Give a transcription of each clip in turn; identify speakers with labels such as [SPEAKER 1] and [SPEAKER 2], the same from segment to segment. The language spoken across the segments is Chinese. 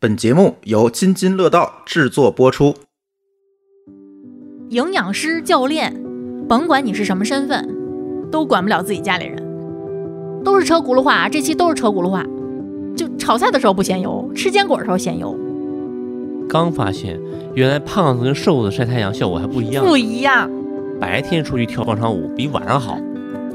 [SPEAKER 1] 本节目由津津乐道制作播出。
[SPEAKER 2] 营养师、教练，甭管你是什么身份，都管不了自己家里人，都是车轱辘话啊！这期都是车轱辘话，就炒菜的时候不嫌油，吃坚果的时候嫌油，
[SPEAKER 3] 刚发现，原来胖子跟瘦子晒太阳效果还不一样。
[SPEAKER 2] 不一样。
[SPEAKER 3] 白天出去跳广场舞比晚上好，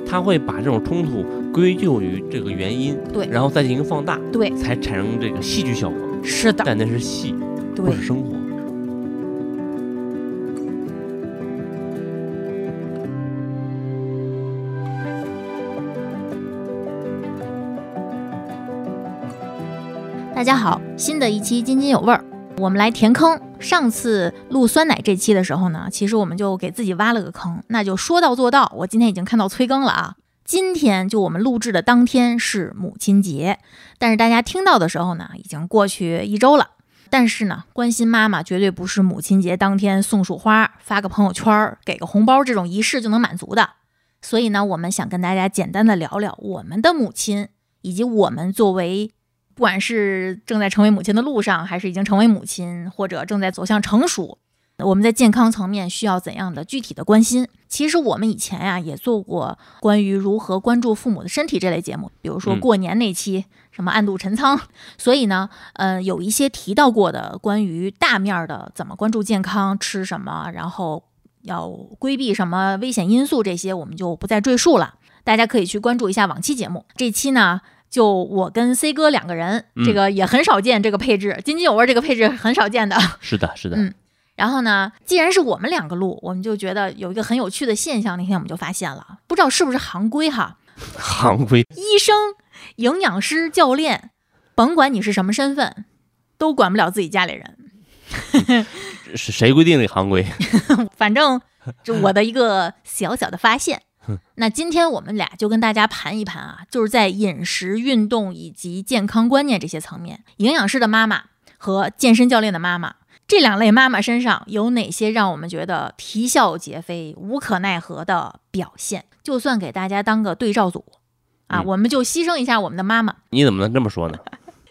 [SPEAKER 3] 他会把这种冲突归咎于这个原因，
[SPEAKER 2] 对
[SPEAKER 3] 然后再进行放大，
[SPEAKER 2] 对
[SPEAKER 3] 才产生这个戏剧效果。
[SPEAKER 2] 是的，
[SPEAKER 3] 但那是戏，不
[SPEAKER 2] 对
[SPEAKER 3] 是生活。
[SPEAKER 2] 大家好，新的一期津津有味儿，我们来填坑。上次录酸奶这期的时候呢，其实我们就给自己挖了个坑，那就说到做到。我今天已经看到催更了啊。今天就我们录制的当天是母亲节，但是大家听到的时候呢，已经过去一周了。但是呢，关心妈妈绝对不是母亲节当天送束花、发个朋友圈儿、给个红包这种仪式就能满足的。所以呢，我们想跟大家简单的聊聊我们的母亲，以及我们作为不管是正在成为母亲的路上，还是已经成为母亲，或者正在走向成熟，我们在健康层面需要怎样的具体的关心？其实我们以前呀、也做过关于如何关注父母的身体这类节目，比如说
[SPEAKER 3] 嗯
[SPEAKER 2] 过年那期、什么暗度陈仓，所以呢，呃，有一些提到过的关于大面儿的怎么关注健康，吃什么，然后要规避什么危险因素这些，我们就不再赘述了。大家可以去关注一下往期节目。这期呢，就我跟 C 哥两个人，
[SPEAKER 3] 嗯
[SPEAKER 2] 这个也很少见，这个配置津津有味，这个配置很少见的。
[SPEAKER 3] 是的，是的，
[SPEAKER 2] 嗯然后呢，既然是我们两个录，我们就觉得有一个很有趣的现象，那天我们就发现了，不知道是不是行规哈，
[SPEAKER 3] 行规
[SPEAKER 2] 医生、营养师、教练，甭管你是什么身份，都管不了自己家里人。
[SPEAKER 3] 是谁规定的行规？
[SPEAKER 2] 反正这我的一个小小的发现。那今天我们俩就跟大家盘一盘啊，就是在饮食、运动以及健康观念这些层面，营养师的妈妈和健身教练的妈妈这两类妈妈身上有哪些让我们觉得啼笑皆非、无可奈何的表现？就算给大家当个对照组啊，
[SPEAKER 3] 嗯
[SPEAKER 2] 我们就牺牲一下我们的妈妈，
[SPEAKER 3] 你怎么能这么说呢？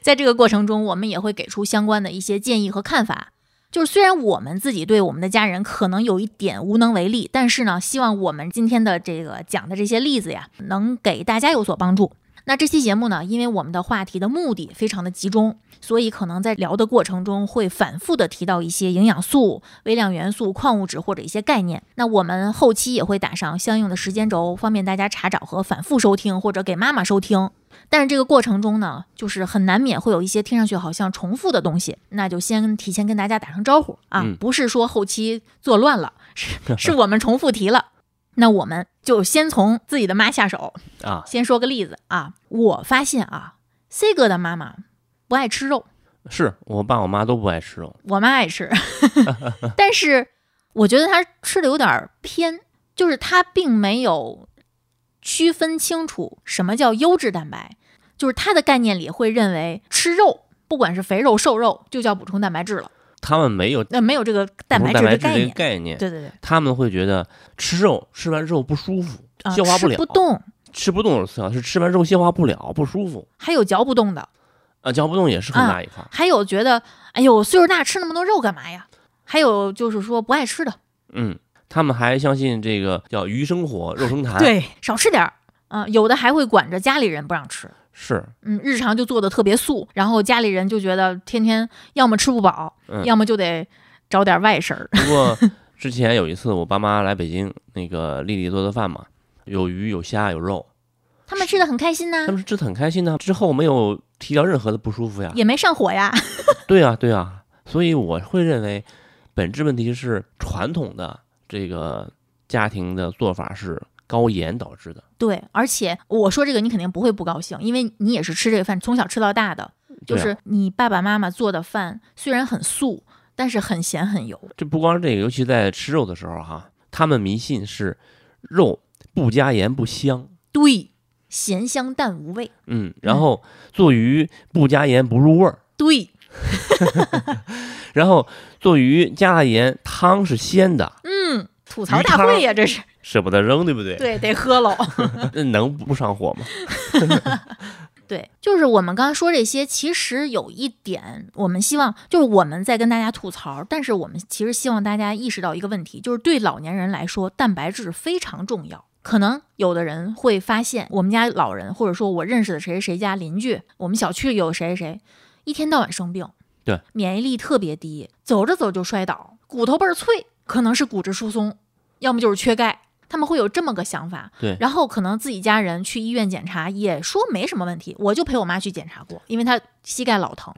[SPEAKER 2] 在这个过程中，我们也会给出相关的一些建议和看法。就是虽然我们自己对我们的家人可能有一点无能为力，但是呢，希望我们今天的这个讲的这些例子呀，能给大家有所帮助。那这期节目呢，因为我们的话题的目的非常的集中，所以可能在聊的过程中会反复的提到一些营养素、微量元素、矿物质或者一些概念。那我们后期也会打上相应的时间轴，方便大家查找和反复收听，或者给妈妈收听。但是这个过程中呢，就是很难免会有一些听上去好像重复的东西，那就先提前跟大家打声招呼啊，
[SPEAKER 3] 嗯
[SPEAKER 2] 不是说后期做乱了，是是我们重复题了。那我们就先从自己的妈下手，
[SPEAKER 3] 啊，
[SPEAKER 2] 先说个例子啊，我发现啊，C 哥的妈妈不爱吃肉，
[SPEAKER 3] 是我爸我妈都不爱吃肉，
[SPEAKER 2] 我妈爱吃， 但是我觉得她吃的有点儿偏，就是她并没有区分清楚什么叫优质蛋白，就是她的概念里会认为吃肉，不管是肥肉瘦肉，就叫补充蛋白质了，
[SPEAKER 3] 他们没有
[SPEAKER 2] 那、没有这个蛋
[SPEAKER 3] 补
[SPEAKER 2] 白
[SPEAKER 3] 充
[SPEAKER 2] 质
[SPEAKER 3] 蛋白
[SPEAKER 2] 的
[SPEAKER 3] 质
[SPEAKER 2] 概念
[SPEAKER 3] 这 个。概念，
[SPEAKER 2] 对对对，
[SPEAKER 3] 他们会觉得吃肉吃完肉不舒服，
[SPEAKER 2] 啊、
[SPEAKER 3] 消化不
[SPEAKER 2] 吃
[SPEAKER 3] 了，
[SPEAKER 2] 不动，
[SPEAKER 3] 吃不动是次要，是吃完肉消化不了，不舒服
[SPEAKER 2] 还有嚼不动的，
[SPEAKER 3] 啊，嚼不动也是很大一块儿。
[SPEAKER 2] 还有觉得，哎呦，岁数大吃那么多肉干嘛呀？还有就是说不爱吃的，
[SPEAKER 3] 嗯，他们还相信这个叫鱼生火，肉 生痰。，
[SPEAKER 2] 对，嗯少吃点儿。啊、有的还会管着家里人不让吃，
[SPEAKER 3] 是
[SPEAKER 2] 嗯，日常就做的特别素，然后家里人就觉得天天要么吃不饱，
[SPEAKER 3] 嗯
[SPEAKER 2] 要么就得找点外食儿。
[SPEAKER 3] 不过之前有一次我爸妈来北京，那个丽丽做的饭嘛，有鱼有虾有肉，
[SPEAKER 2] 他们吃的很开心呐、
[SPEAKER 3] 他们吃的很开心呢。之后没有提到任何的不舒服呀。
[SPEAKER 2] 也没上火呀。
[SPEAKER 3] 对啊，对啊，所以我会认为，本质问题是传统的这个家庭的做法是高盐导致的。
[SPEAKER 2] 对，而且我说这个你肯定不会不高兴，因为你也是吃这个饭从小吃到大的，就
[SPEAKER 3] 对啊
[SPEAKER 2] 是你爸爸妈妈做的饭虽然很素，但是很咸很油。
[SPEAKER 3] 这不光是这个，尤其在吃肉的时候哈，他们迷信是肉不加盐不香。
[SPEAKER 2] 对，咸香淡无味。
[SPEAKER 3] 嗯，然后做鱼不加盐不入味儿，
[SPEAKER 2] 对，
[SPEAKER 3] 然后做鱼加了盐，汤是鲜的，
[SPEAKER 2] 嗯，吐槽大会呀，这是
[SPEAKER 3] 嗯舍不得扔，对不对？啊
[SPEAKER 2] 对，得喝喽。
[SPEAKER 3] 那能不上火吗？
[SPEAKER 2] 对，就是我们刚刚说这些，其实有一点，我们希望就是我们在跟大家吐槽，但是我们其实希望大家意识到一个问题，就是对老年人来说，蛋白质非常重要。可能有的人会发现，我们家老人，或者说我认识的谁谁谁家邻居，我们小区里有谁谁谁，一天到晚生病，
[SPEAKER 3] 对，
[SPEAKER 2] 免疫力特别低，走着走就摔倒，骨头倍儿脆，可能是骨质疏松，要么就是缺钙，他们会有这么个想法。
[SPEAKER 3] 对
[SPEAKER 2] 然后可能自己家人去医院检查，也说没什么问题，我就陪我妈去检查过，因为她膝盖老疼。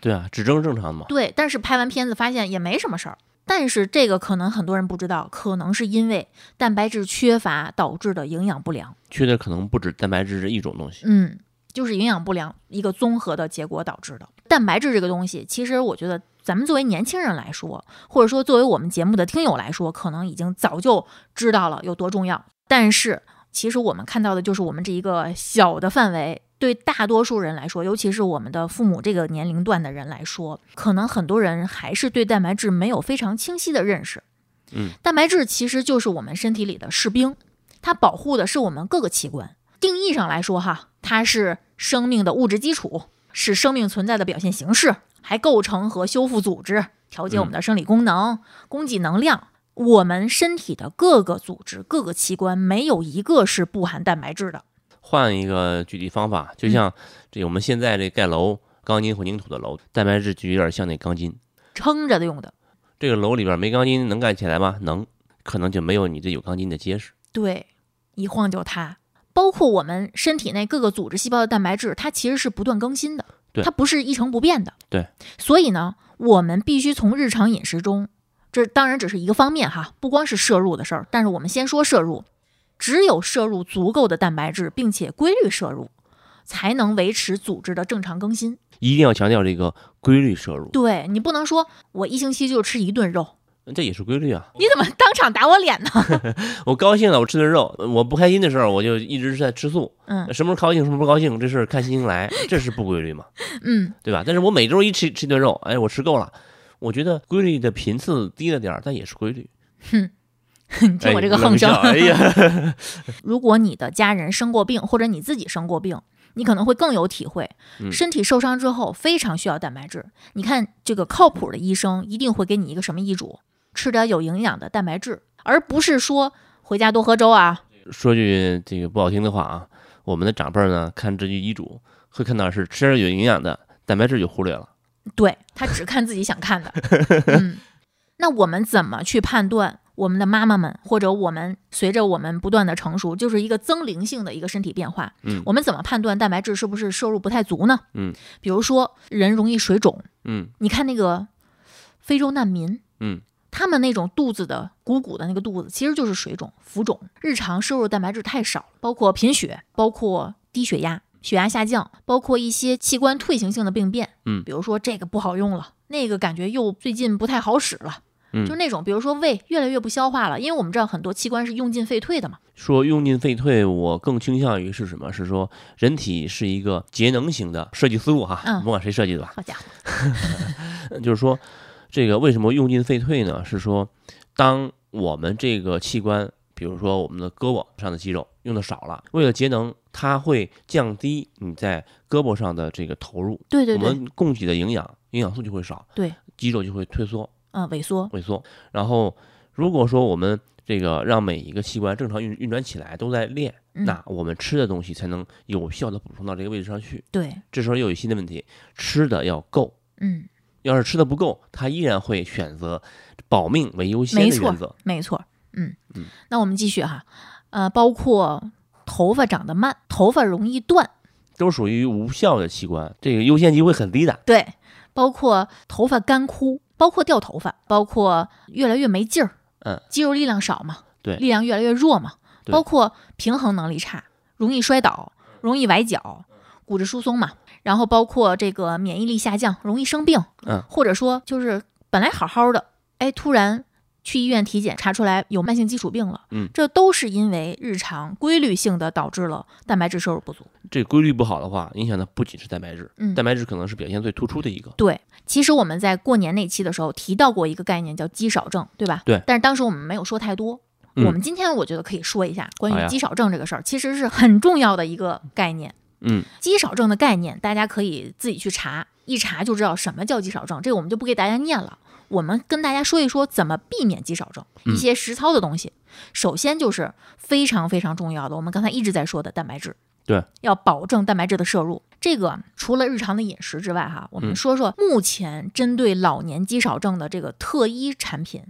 [SPEAKER 3] 对啊，指征正常嘛，
[SPEAKER 2] 对，但是拍完片子发现也没什么事儿。但是这个可能很多人不知道，可能是因为蛋白质缺乏导致的营养不良。
[SPEAKER 3] 缺的可能不止蛋白质这一种东西。
[SPEAKER 2] 嗯，就是营养不良一个综合的结果导致的。蛋白质这个东西，其实我觉得咱们作为年轻人来说，或者说作为我们节目的听友来说，可能已经早就知道了有多重要。但是，其实我们看到的就是我们这一个小的范围。对大多数人来说，尤其是我们的父母这个年龄段的人来说，可能很多人还是对蛋白质没有非常清晰的认识。
[SPEAKER 3] 嗯，
[SPEAKER 2] 蛋白质其实就是我们身体里的士兵，它保护的是我们各个器官。定义上来说，哈，它是生命的物质基础，是生命存在的表现形式，还构成和修复组织，调节我们的生理功能，供给能量。我们身体的各个组织、各个器官，没有一个是不含蛋白质的。
[SPEAKER 3] 换一个具体方法，就像这我们现在这盖楼，钢筋混凝土的楼，蛋白质就有点像那钢筋。
[SPEAKER 2] 撑着的用的，
[SPEAKER 3] 这个楼里边没钢筋能盖起来吗？能，可能就没有你这有钢筋的结实。
[SPEAKER 2] 对，一晃就塌。包括我们身体内各个组织细胞的蛋白质，它其实是不断更新的，
[SPEAKER 3] 对
[SPEAKER 2] 它不是一成不变的。
[SPEAKER 3] 对，
[SPEAKER 2] 所以呢，我们必须从日常饮食中，这当然只是一个方面哈，不光是摄入的事儿，但是我们先说摄入，只有摄入足够的蛋白质，并且规律摄入，才能维持组织的正常更新。
[SPEAKER 3] 一定要强调这个规律摄入，
[SPEAKER 2] 对你不能说我一星期就吃一顿肉，
[SPEAKER 3] 这也是规律啊。
[SPEAKER 2] 你怎么当场打我脸呢？
[SPEAKER 3] 我高兴了，我吃顿肉；我不开心的时候，我就一直在吃素。
[SPEAKER 2] 嗯
[SPEAKER 3] 什么时候高兴，什么时候不高兴，这事儿看心情来，这是不规律嘛，
[SPEAKER 2] 嗯，
[SPEAKER 3] 对吧？但是我每周一吃吃一顿肉，哎，我吃够了。我觉得规律的频次低了点儿，但也是规律。
[SPEAKER 2] 你听我这个横声。
[SPEAKER 3] 哎你冷笑哎呀，
[SPEAKER 2] 如果你的家人生过病，或者你自己生过病，你可能会更有体会。
[SPEAKER 3] 嗯
[SPEAKER 2] 身体受伤之后，非常需要蛋白质。你看，这个靠谱的医生一定会给你一个什么医嘱？吃点有营养的蛋白质，而不是说回家多喝粥啊。
[SPEAKER 3] 说句这个不好听的话啊，我们的长辈儿呢，看这句医嘱会看到是吃点有营养的，蛋白质就忽略了。
[SPEAKER 2] 对他只看自己想看 的。嗯，那我们怎么去判断我们的妈妈们，或者我们随着我们不断的成熟，就是一个增龄性的一个身体变化？
[SPEAKER 3] 嗯
[SPEAKER 2] 我们怎么判断蛋白质是不是摄入不太足呢？
[SPEAKER 3] 嗯，
[SPEAKER 2] 比如说人容易水肿，
[SPEAKER 3] 嗯
[SPEAKER 2] 你看那个非洲难民，
[SPEAKER 3] 嗯，
[SPEAKER 2] 他们那种肚子的鼓鼓的那个肚子，其实就是水肿、浮肿。日常摄入蛋白质太少，包括贫血，包括低血压、血压下降，包括一些器官退行性的病变，
[SPEAKER 3] 嗯
[SPEAKER 2] 比如说这个不好用了，那个感觉又最近不太好使了。
[SPEAKER 3] 嗯
[SPEAKER 2] 就那种，比如说胃越来越不消化了，因为我们知道很多器官是用进废退的嘛。
[SPEAKER 3] 说用进废退，我更倾向于是什么？是说人体是一个节能型的设计思路哈，
[SPEAKER 2] 嗯
[SPEAKER 3] 甭管谁设计的吧，
[SPEAKER 2] 好家伙，
[SPEAKER 3] 就是说这个为什么用进废退呢？是说当我们这个器官，比如说我们的胳膊上的肌肉用的少了，为了节能，它会降低你在胳膊上的这个投入，
[SPEAKER 2] 对对
[SPEAKER 3] 我
[SPEAKER 2] 对，
[SPEAKER 3] 们供给的营养营养素就会少，
[SPEAKER 2] 对，
[SPEAKER 3] 肌肉就会退缩
[SPEAKER 2] 嗯，萎缩，
[SPEAKER 3] 萎缩。然后如果说我们这个让每一个器官正常运运转起来，都在练，
[SPEAKER 2] 嗯
[SPEAKER 3] 那我们吃的东西才能有效的补充到这个位置上去。
[SPEAKER 2] 对，
[SPEAKER 3] 这时候又有新的问题，吃的要够。
[SPEAKER 2] 嗯，
[SPEAKER 3] 要是吃的不够，他依然会选择保命为优先
[SPEAKER 2] 没
[SPEAKER 3] 的
[SPEAKER 2] 错
[SPEAKER 3] 原则。
[SPEAKER 2] 没错，嗯
[SPEAKER 3] 嗯，
[SPEAKER 2] 那我们继续哈，呃，包括头发长得慢，头发容易断，
[SPEAKER 3] 都属于无效的器官，这个优先级会很低的。
[SPEAKER 2] 对，包括头发干枯，包括掉头发，包括越来越没劲儿，
[SPEAKER 3] 嗯，
[SPEAKER 2] 肌肉力量少嘛，
[SPEAKER 3] 对
[SPEAKER 2] 力量越来越弱嘛，
[SPEAKER 3] 对
[SPEAKER 2] 包括平衡能力差，容易摔倒，容易崴脚，骨质疏松嘛，然后包括这个免疫力下降，容易生病，
[SPEAKER 3] 嗯，
[SPEAKER 2] 或者说就是本来好好的，哎，突然。去医院体检查出来有慢性基础病了，
[SPEAKER 3] 嗯，
[SPEAKER 2] 这都是因为日常规律性的导致了蛋白质摄入不足。
[SPEAKER 3] 这规律不好的话，影响的不仅是蛋白质，
[SPEAKER 2] 嗯
[SPEAKER 3] 蛋白质可能是表现最突出的一个。
[SPEAKER 2] 对，其实我们在过年那期的时候提到过一个概念，叫肌少症，对吧？
[SPEAKER 3] 对
[SPEAKER 2] 但是当时我们没有说太多。
[SPEAKER 3] 嗯
[SPEAKER 2] 我们今天我觉得可以说一下关
[SPEAKER 3] 好呀
[SPEAKER 2] 于肌少症这个事儿，其实是很重要的一个概念。
[SPEAKER 3] 嗯，
[SPEAKER 2] 肌少症的概念，大家可以自己去查，一查就知道什么叫肌少症。这个我们就不给大家念了，我们跟大家说一说怎么避免肌少症，一些实操的东西。首先就是非常非常重要的，我们刚才一直在说的蛋白质，
[SPEAKER 3] 对，
[SPEAKER 2] 要保证蛋白质的摄入。这个除了日常的饮食之外，哈，我们说说目前针对老年肌少症的这个特一产品，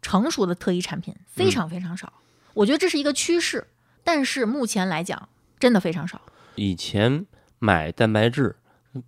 [SPEAKER 2] 成熟的特一产品非常非常少。我觉得这是一个趋势，但是目前来讲真的非常少。
[SPEAKER 3] 以前买蛋白质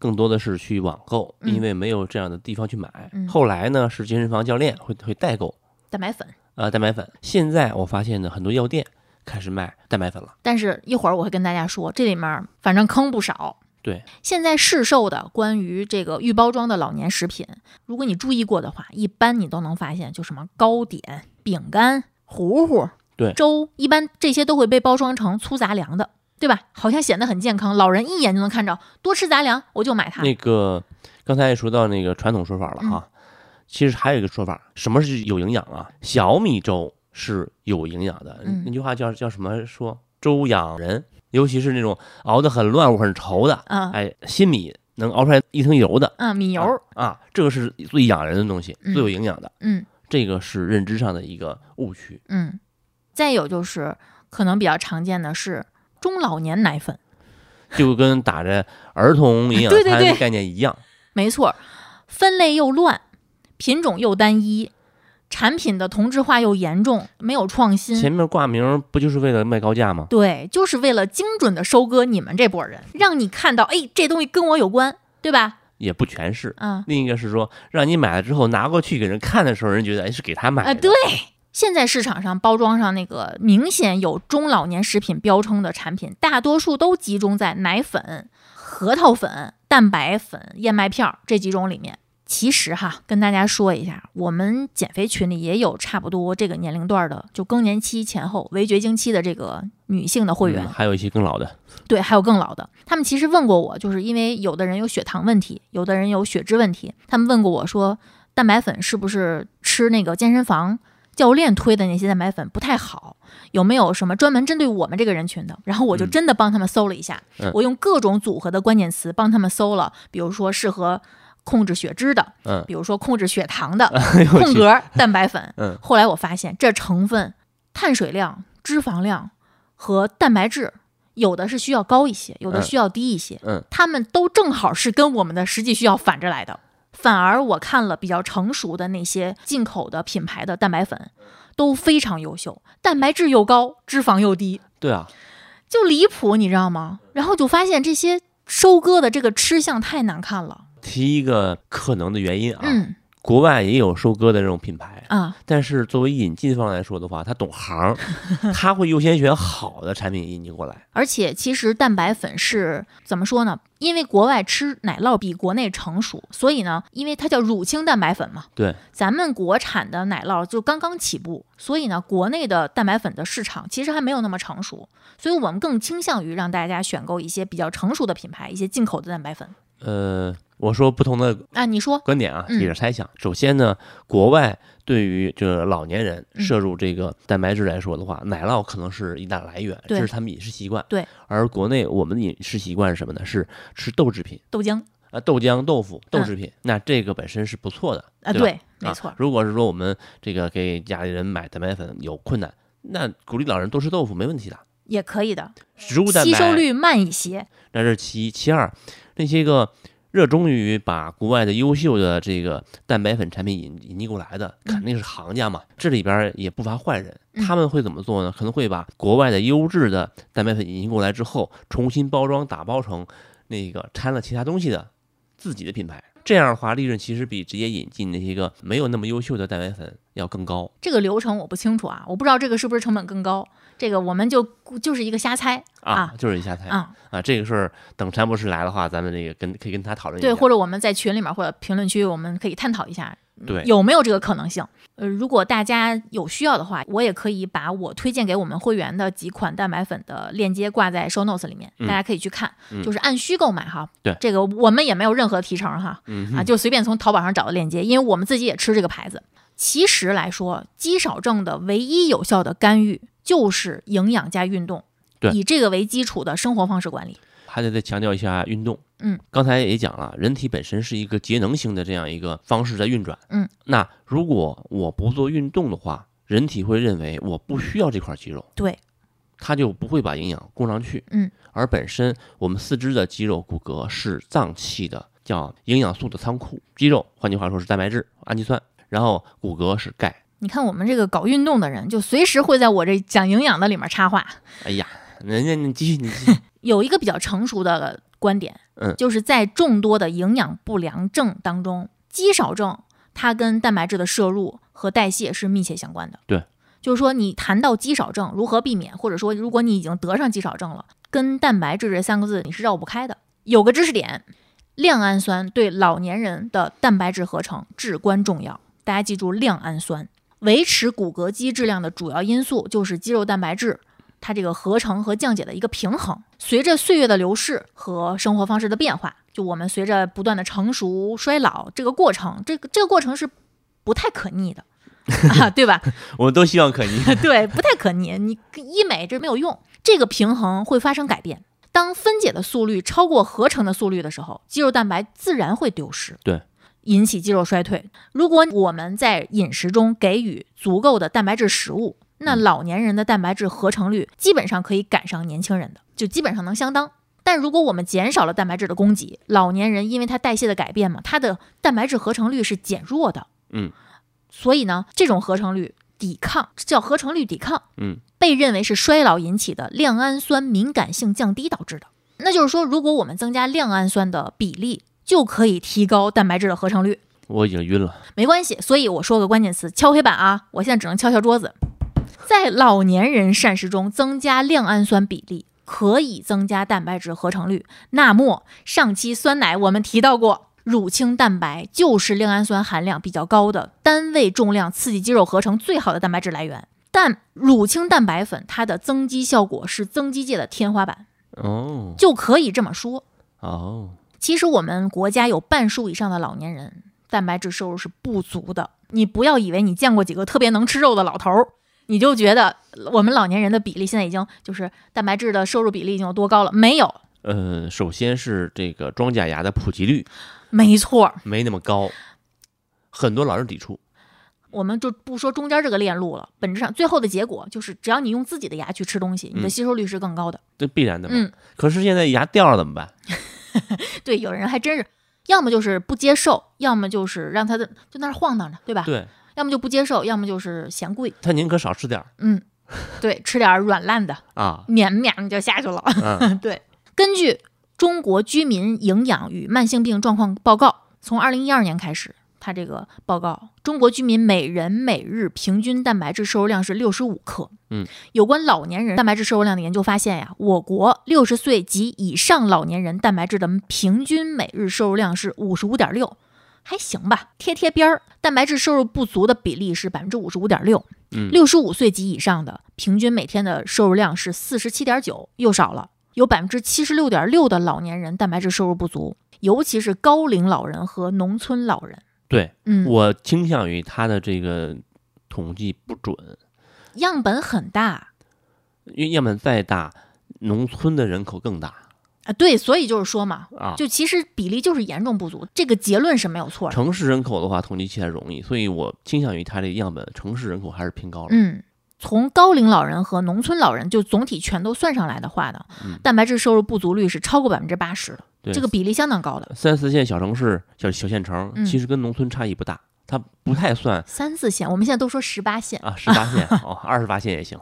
[SPEAKER 3] 更多的是去网购，
[SPEAKER 2] 嗯
[SPEAKER 3] 因为没有这样的地方去买。
[SPEAKER 2] 嗯
[SPEAKER 3] 后来呢，是健身房教练会会代购
[SPEAKER 2] 蛋白粉，
[SPEAKER 3] 呃蛋白粉。现在我发现呢，很多药店开始卖蛋白粉了。
[SPEAKER 2] 但是一会儿我会跟大家说，这里面儿反正坑不少。
[SPEAKER 3] 对，
[SPEAKER 2] 现在市售的关于这个预包装的老年食品，如果你注意过的话，一般你都能发现，就什么糕点、饼干、糊糊、
[SPEAKER 3] 对
[SPEAKER 2] 粥，一般这些都会被包装成粗杂粮的，对吧？好像显得很健康，老人一眼就能看着，多吃杂粮我就买它。
[SPEAKER 3] 那个刚才也说到那个传统说法了
[SPEAKER 2] 嗯
[SPEAKER 3] 哈，其实还有一个说法，什么是有营养啊？小米粥是有营养的，
[SPEAKER 2] 嗯
[SPEAKER 3] 那句话叫叫什么说？粥养人，尤其是那种熬得很乱乎、很稠的，
[SPEAKER 2] 嗯
[SPEAKER 3] 哎，新米能熬出来一层油的，
[SPEAKER 2] 嗯，米油儿，
[SPEAKER 3] 啊，这个是最养人的东西，
[SPEAKER 2] 嗯
[SPEAKER 3] 最有营养的，
[SPEAKER 2] 嗯
[SPEAKER 3] 这个是认知上的一个误区。
[SPEAKER 2] 嗯。再有就是，可能比较常见的是中老年奶粉。
[SPEAKER 3] 就跟打着儿童营养
[SPEAKER 2] 对对
[SPEAKER 3] 餐
[SPEAKER 2] 对
[SPEAKER 3] 的概念一样，
[SPEAKER 2] 没错，分类又乱，品种又单一，产品的同质化又严重，没有创
[SPEAKER 3] 前
[SPEAKER 2] 新。
[SPEAKER 3] 面挂名儿不就是为了卖高价吗？
[SPEAKER 2] 对，就是为了精准的收割你们这波人，让你看到，哎，这东西跟我有关，对吧？
[SPEAKER 3] 也不全是，
[SPEAKER 2] 嗯，
[SPEAKER 3] 另一个是说，让你买了之后拿过去给人看的时候，人觉得哎是给他买的。
[SPEAKER 2] 啊，对。现在市场上包装上那个明显有中老年食品标称的产品，大多数都集中在奶粉、核桃粉、蛋白粉、燕麦片儿这几种里面。其实哈，跟大家说一下，我们减肥群里也有差不多这个年龄段的，就更年期前后、围绝经期的这个女性的会员
[SPEAKER 3] 嗯，还有一些更老的，
[SPEAKER 2] 对，还有更老的，他们其实问过我，就是因为有的人有血糖问题，有的人有血脂问题，他们问过我说，蛋白粉是不是吃那个健身房教练推的那些蛋白粉不太好？有没有什么专门针对我们这个人群的？然后我就
[SPEAKER 3] 嗯
[SPEAKER 2] 真的帮他们搜了一下，
[SPEAKER 3] 嗯
[SPEAKER 2] 我用各种组合的关键词帮他们搜了，比如说适合控制血脂的，
[SPEAKER 3] 嗯
[SPEAKER 2] 比如说控制血糖的，
[SPEAKER 3] 哎呦
[SPEAKER 2] 空
[SPEAKER 3] 我去
[SPEAKER 2] 格蛋白粉。
[SPEAKER 3] 嗯，
[SPEAKER 2] 后来我发现这成分、碳水量、脂肪量和蛋白质，有的是需要高一些，有的
[SPEAKER 3] 嗯
[SPEAKER 2] 需要低一些。
[SPEAKER 3] 嗯，
[SPEAKER 2] 它们都正好是跟我们的实际需要反着来的。反而我看了比较成熟的那些进口的品牌的蛋白粉，都非常优秀，蛋白质又高，脂肪又低，
[SPEAKER 3] 对啊，
[SPEAKER 2] 就离谱，你知道吗？然后就发现这些收割的这个吃相太难看了。
[SPEAKER 3] 提一个可能的原因啊，
[SPEAKER 2] 嗯
[SPEAKER 3] 国外也有收割的这种品牌，
[SPEAKER 2] 啊，
[SPEAKER 3] 但是作为引进方来说的话，他 懂行，他会优先选好的产品引进过来。
[SPEAKER 2] 而且其实蛋白粉是怎么说呢？因为国外吃奶酪比国内成熟，所以呢，因为它叫乳清蛋白粉嘛，
[SPEAKER 3] 对，
[SPEAKER 2] 咱们国产的奶酪就刚刚起步，所以呢，国内的蛋白粉的市场其实还没有那么成熟，所以我们更倾向于让大家选购一些比较成熟的品牌，一些进口的蛋白粉。
[SPEAKER 3] 呃，我说不同的
[SPEAKER 2] 啊，你说，
[SPEAKER 3] 观点啊，
[SPEAKER 2] 嗯
[SPEAKER 3] 也是猜想。首先呢，国外对于这个老年人
[SPEAKER 2] 嗯
[SPEAKER 3] 摄入这个蛋白质来说的话，奶酪可能是一大来源，
[SPEAKER 2] 对
[SPEAKER 3] 这是他们饮食习惯。
[SPEAKER 2] 对，
[SPEAKER 3] 而国内我们的饮食习惯是什么呢？是吃豆制品
[SPEAKER 2] 豆浆
[SPEAKER 3] 啊、呃豆浆、豆腐、豆制品。那这个本身是不错的
[SPEAKER 2] 啊，
[SPEAKER 3] 对吧
[SPEAKER 2] 对，嗯没错
[SPEAKER 3] 啊。。如果是说我们这个给家里人买蛋白粉有困难，那鼓励老人多吃豆腐没问题的。
[SPEAKER 2] 也可以的，
[SPEAKER 3] 植物蛋白
[SPEAKER 2] 吸收率慢一些。
[SPEAKER 3] 那这是其一，其二，那些个热衷于把国外的优秀的这个蛋白粉产品引引进过来的，肯定是行家嘛。这里边儿也不乏坏人，
[SPEAKER 2] 嗯
[SPEAKER 3] 他们会怎么做呢？可能会把国外的优质的蛋白粉引进过来之后，重新包装打包成那个掺了其他东西的自己的品牌。这样的话，利润其实比直接引进那些个没有那么优秀的蛋白粉要更高。
[SPEAKER 2] 这个流程我不清楚啊，我不知道这个是不是成本更高，这个我们就就是一个瞎猜
[SPEAKER 3] 啊
[SPEAKER 2] 啊，
[SPEAKER 3] 就是一下台
[SPEAKER 2] 啊。
[SPEAKER 3] 啊，这个事儿等陈博士来的话，咱们这个跟可以跟他讨论一下。
[SPEAKER 2] 对，或者我们在群里面或者评论区，我们可以探讨一下
[SPEAKER 3] 对
[SPEAKER 2] 有没有这个可能性。呃，如果大家有需要的话，我也可以把我推荐给我们会员的几款蛋白粉的链接挂在 show notes 里面，
[SPEAKER 3] 嗯
[SPEAKER 2] 大家可以去看，
[SPEAKER 3] 嗯
[SPEAKER 2] 就是按需购买哈。
[SPEAKER 3] 对
[SPEAKER 2] 这个我们也没有任何提成哈，
[SPEAKER 3] 嗯
[SPEAKER 2] 啊，
[SPEAKER 3] 哼，
[SPEAKER 2] 就随便从淘宝上找的链接，因为我们自己也吃这个牌子。其实来说，肌少症的唯一有效的干预就是营养加运动，
[SPEAKER 3] 对
[SPEAKER 2] 以这个为基础的生活方式管理。
[SPEAKER 3] 还得再强调一下运动。
[SPEAKER 2] 嗯，
[SPEAKER 3] 刚才也讲了，人体本身是一个节能型的这样一个方式在运转。
[SPEAKER 2] 嗯，
[SPEAKER 3] 那如果我不做运动的话，人体会认为我不需要这块肌肉，
[SPEAKER 2] 对，
[SPEAKER 3] 它就不会把营养供上去。
[SPEAKER 2] 嗯，
[SPEAKER 3] 而本身我们四肢的肌肉骨骼是脏器的，叫营养素的仓库。肌肉，换句话说是蛋白质、氨基酸，然后骨骼是钙。
[SPEAKER 2] 你看我们这个搞运动的人，就随时会在我这讲营养的里面插话。
[SPEAKER 3] 哎呀，人家你继续，你 继续。
[SPEAKER 2] 有一个比较成熟的观点，
[SPEAKER 3] 嗯
[SPEAKER 2] 就是在众多的营养不良症当中，肌少症它跟蛋白质的摄入和代谢是密切相关的。
[SPEAKER 3] 对，
[SPEAKER 2] 就是说你谈到肌少症如何避免，或者说如果你已经得上肌少症了，跟蛋白质这三个字你是绕不开的。有个知识点，亮氨酸对老年人的蛋白质合成至关重要，大家记住亮氨酸。维持骨骼肌质量的主要因素就是肌肉蛋白质它这个合成和降解的一个平衡。随着岁月的流逝和生活方式的变化，就我们随着不断的成熟、衰老这个过程，这个这个过程是不太可逆的， 啊，对吧？
[SPEAKER 3] 我们都希望可逆。
[SPEAKER 2] 对，不太可逆。你医美这没有用，这个平衡会发生改变。当分解的速率超过合成的速率的时候，肌肉蛋白自然会丢失，
[SPEAKER 3] 对，
[SPEAKER 2] 引起肌肉衰退。如果我们在饮食中给予足够的蛋白质食物，那
[SPEAKER 3] 嗯
[SPEAKER 2] 老年人的蛋白质合成率基本上可以赶上年轻人的，就基本上能相当。但如果我们减少了蛋白质的供给，老年人因为他代谢的改变嘛，他的蛋白质合成率是减弱的。
[SPEAKER 3] 嗯，
[SPEAKER 2] 所以呢，这种合成率抵抗这叫合成率抵抗，
[SPEAKER 3] 嗯，
[SPEAKER 2] 被认为是衰老引起的亮氨酸敏感性降低导致的。那就是说，如果我们增加亮氨酸的比例，就可以提高蛋白质的合成率。
[SPEAKER 3] 我已经晕了。
[SPEAKER 2] 没关系，所以我说个关键词，敲黑板啊！我现在只能敲敲桌子。在老年人膳食中增加亮氨酸比例，可以增加蛋白质合成率。那么上期酸奶我们提到过，乳清蛋白就是亮氨酸含量比较高的单位重量刺激肌肉合成最好的蛋白质来源。但乳清蛋白粉它的增肌效果是增肌界的天花板，
[SPEAKER 3] 哦
[SPEAKER 2] 就可以这么说。
[SPEAKER 3] 哦，
[SPEAKER 2] 其实我们国家有半数以上的老年人蛋白质摄入是不足的。你不要以为你见过几个特别能吃肉的老头儿，你就觉得我们老年人的比例现在已经就是蛋白质的摄入比例已经有多高了？没有，
[SPEAKER 3] 呃，首先是这个装假牙的普及率
[SPEAKER 2] 没错儿。
[SPEAKER 3] 没那么高，很多老人抵触。
[SPEAKER 2] 我们就不说中间这个链路了，本质上最后的结果就是，只要你用自己的牙去吃东西，你的
[SPEAKER 3] 嗯
[SPEAKER 2] 吸收率是更高的。
[SPEAKER 3] 这必然的嘛。
[SPEAKER 2] 嗯啊
[SPEAKER 3] 可是现在牙掉了怎么办？
[SPEAKER 2] 对，有人还真是，要么就是不接受，要么就是让他的就那儿晃荡着，对吧？
[SPEAKER 3] 对，
[SPEAKER 2] 要么就不接受，要么就是嫌贵。
[SPEAKER 3] 他宁可少吃点儿
[SPEAKER 2] 嗯，对，吃点儿软烂的，。
[SPEAKER 3] 啊
[SPEAKER 2] 撵撵就下去了。
[SPEAKER 3] 嗯
[SPEAKER 2] 对，根据《中国居民营养与慢性病状况报告》，从二零一二年开始，它这个报告，中国居民每人每日平均蛋白质摄入量是六十五克。
[SPEAKER 3] 嗯，
[SPEAKER 2] 有关老年人蛋白质摄入量的研究发现呀，我国六十岁及以上老年人蛋白质的平均每日摄入量是五十五点六。还行吧，贴贴边儿。蛋白质摄入不足的比例是百分之五十五点六，
[SPEAKER 3] 嗯
[SPEAKER 2] 六十五岁及以上的平均每天的摄入量是四十七点九，又少了。有百分之七十六点六的老年人蛋白质摄入不足，尤其是高龄老人和农村老人。
[SPEAKER 3] 对，
[SPEAKER 2] 嗯，
[SPEAKER 3] 我倾向于他的这个统计不准，
[SPEAKER 2] 样本很大
[SPEAKER 3] 因为样本再大，农村的人口更大
[SPEAKER 2] 啊，对，所以就是说嘛，
[SPEAKER 3] 啊。
[SPEAKER 2] 就其实比例就是严重不足，这个结论是没有错的。
[SPEAKER 3] 城市人口的话，统计起来容易，所以我倾向于他这个样本城市人口还是偏高了。
[SPEAKER 2] 嗯，从高龄老人和农村老人就总体全都算上来的话呢，蛋白质摄入不足率是超过百分之八十的，
[SPEAKER 3] 嗯对，
[SPEAKER 2] 这个比例相当高的。
[SPEAKER 3] 三四线小城市、小小县城，
[SPEAKER 2] 嗯
[SPEAKER 3] 其实跟农村差异不大，它不太算
[SPEAKER 2] 三四线，我们现在都说十八线，
[SPEAKER 3] 啊，十八 线哦，二十八线也行。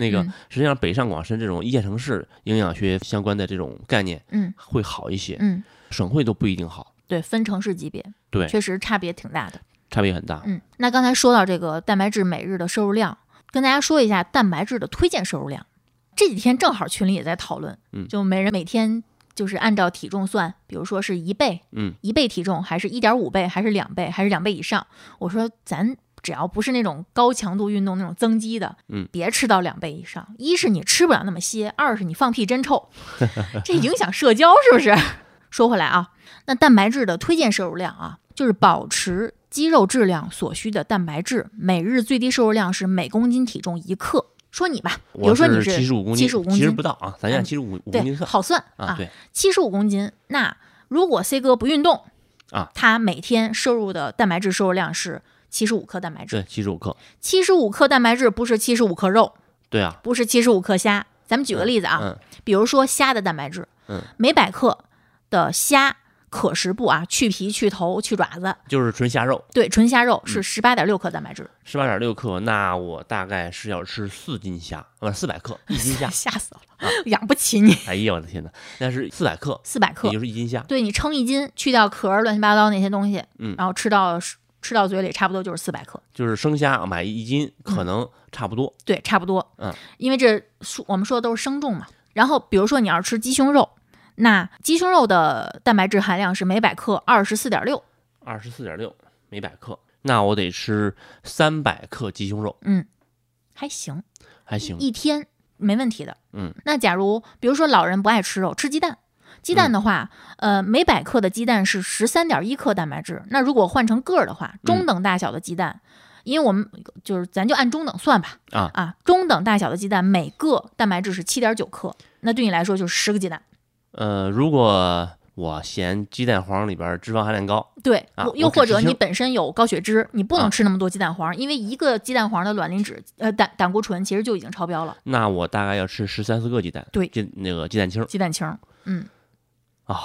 [SPEAKER 3] 那个
[SPEAKER 2] 嗯
[SPEAKER 3] 实际上，北上广深这种一线城市，营养学相关的这种概念
[SPEAKER 2] 嗯
[SPEAKER 3] 会好一些，
[SPEAKER 2] 嗯，
[SPEAKER 3] 省会都不一定好，
[SPEAKER 2] 对，分城市级别，
[SPEAKER 3] 对
[SPEAKER 2] 确实差别挺大的。
[SPEAKER 3] 差别很大。
[SPEAKER 2] 嗯，那刚才说到这个蛋白质每日的摄入量，跟大家说一下蛋白质的推荐摄入量。这几天正好群里也在讨论，
[SPEAKER 3] 嗯
[SPEAKER 2] 就每人每天就是按照体重算，比如说是一倍，
[SPEAKER 3] 嗯，
[SPEAKER 2] 一倍体重，还是一点五倍，还是两倍，还是两倍以上。我说咱只要不是那种高强度运动那种增肌的，
[SPEAKER 3] 嗯，
[SPEAKER 2] 别吃到两倍以上。一是你吃不了那么些，二是你放屁真臭， 这影响社交是不是？ 说回来啊，那蛋白质的推荐摄入量啊，就是保持肌肉质量所需的蛋白质每日最低摄入量是每公斤体重一克。说你吧，比
[SPEAKER 3] 我
[SPEAKER 2] 如说你
[SPEAKER 3] 七十五公斤，
[SPEAKER 2] 七十五公
[SPEAKER 3] 其实
[SPEAKER 2] 斤
[SPEAKER 3] 不，到啊，咱按
[SPEAKER 2] 嗯
[SPEAKER 3] 七十五五公斤
[SPEAKER 2] 对，
[SPEAKER 3] 算
[SPEAKER 2] 好算
[SPEAKER 3] 啊，对，
[SPEAKER 2] 七十五公斤。那如果 C 哥不运动
[SPEAKER 3] 啊，
[SPEAKER 2] 他每天摄入的蛋白质摄入量是七十五克蛋白质，
[SPEAKER 3] 对，七十五克，
[SPEAKER 2] 七十五克蛋白质不是七十五克肉，
[SPEAKER 3] 对啊，
[SPEAKER 2] 不是七十五克虾。咱们举个例子啊，
[SPEAKER 3] 嗯，
[SPEAKER 2] 比如说虾的蛋白质，
[SPEAKER 3] 嗯
[SPEAKER 2] 每百克的虾可食部啊，去皮、去头、去爪子，
[SPEAKER 3] 就是纯虾肉，
[SPEAKER 2] 对，纯虾肉
[SPEAKER 3] 嗯
[SPEAKER 2] 是十八点六克蛋白质，
[SPEAKER 3] 十八点六克，那我大概是要吃四斤虾，呃，四百克，一啊斤 虾，
[SPEAKER 2] 吓死我了，养不起你，
[SPEAKER 3] 哎呀，我的天哪，那是四百克，
[SPEAKER 2] 四百克
[SPEAKER 3] 也，就是一斤虾，
[SPEAKER 2] 对你称一斤，去掉壳儿、乱七八糟那些东西，
[SPEAKER 3] 嗯
[SPEAKER 2] 然后吃到吃到嘴里差不多就是四百克，
[SPEAKER 3] 就是生虾啊买一斤，
[SPEAKER 2] 嗯
[SPEAKER 3] 可能差不多，
[SPEAKER 2] 对，差不多，
[SPEAKER 3] 嗯，
[SPEAKER 2] 因为这说我们说的都是生重嘛。然后比如说你要吃鸡胸肉，那鸡胸肉的蛋白质含量是每百克二十四点六，
[SPEAKER 3] 二十四点六每百克，那我得吃三百克鸡胸肉，
[SPEAKER 2] 还行，
[SPEAKER 3] 还行，
[SPEAKER 2] 一天没问题的。
[SPEAKER 3] 嗯，
[SPEAKER 2] 那假如比如说老人不爱吃肉，吃鸡蛋。鸡
[SPEAKER 3] 嗯
[SPEAKER 2] 蛋的话，呃，每百克的鸡蛋是十三点一克蛋白质。那如果换成个儿的话，
[SPEAKER 3] 嗯
[SPEAKER 2] 中等大小的鸡蛋，因为我们就是咱就按中等算吧，
[SPEAKER 3] 啊
[SPEAKER 2] 中等大小的鸡蛋每个蛋白质是七点九克，那对你来说就是十个鸡蛋。
[SPEAKER 3] 呃，如果我嫌鸡蛋黄里边脂肪含量高，
[SPEAKER 2] 对，
[SPEAKER 3] 啊
[SPEAKER 2] 我
[SPEAKER 3] 我
[SPEAKER 2] 又
[SPEAKER 3] 只
[SPEAKER 2] 或者
[SPEAKER 3] 吃
[SPEAKER 2] 你
[SPEAKER 3] 青
[SPEAKER 2] 本身有高血脂，你不能
[SPEAKER 3] 啊
[SPEAKER 2] 吃那么多鸡蛋黄，因为一个鸡蛋黄的卵磷脂呃胆胆固醇其实就已经超标了，
[SPEAKER 3] 那我大概要吃十三四个鸡蛋，
[SPEAKER 2] 对
[SPEAKER 3] 鸡那个鸡蛋清儿
[SPEAKER 2] 鸡蛋清儿，嗯，啊、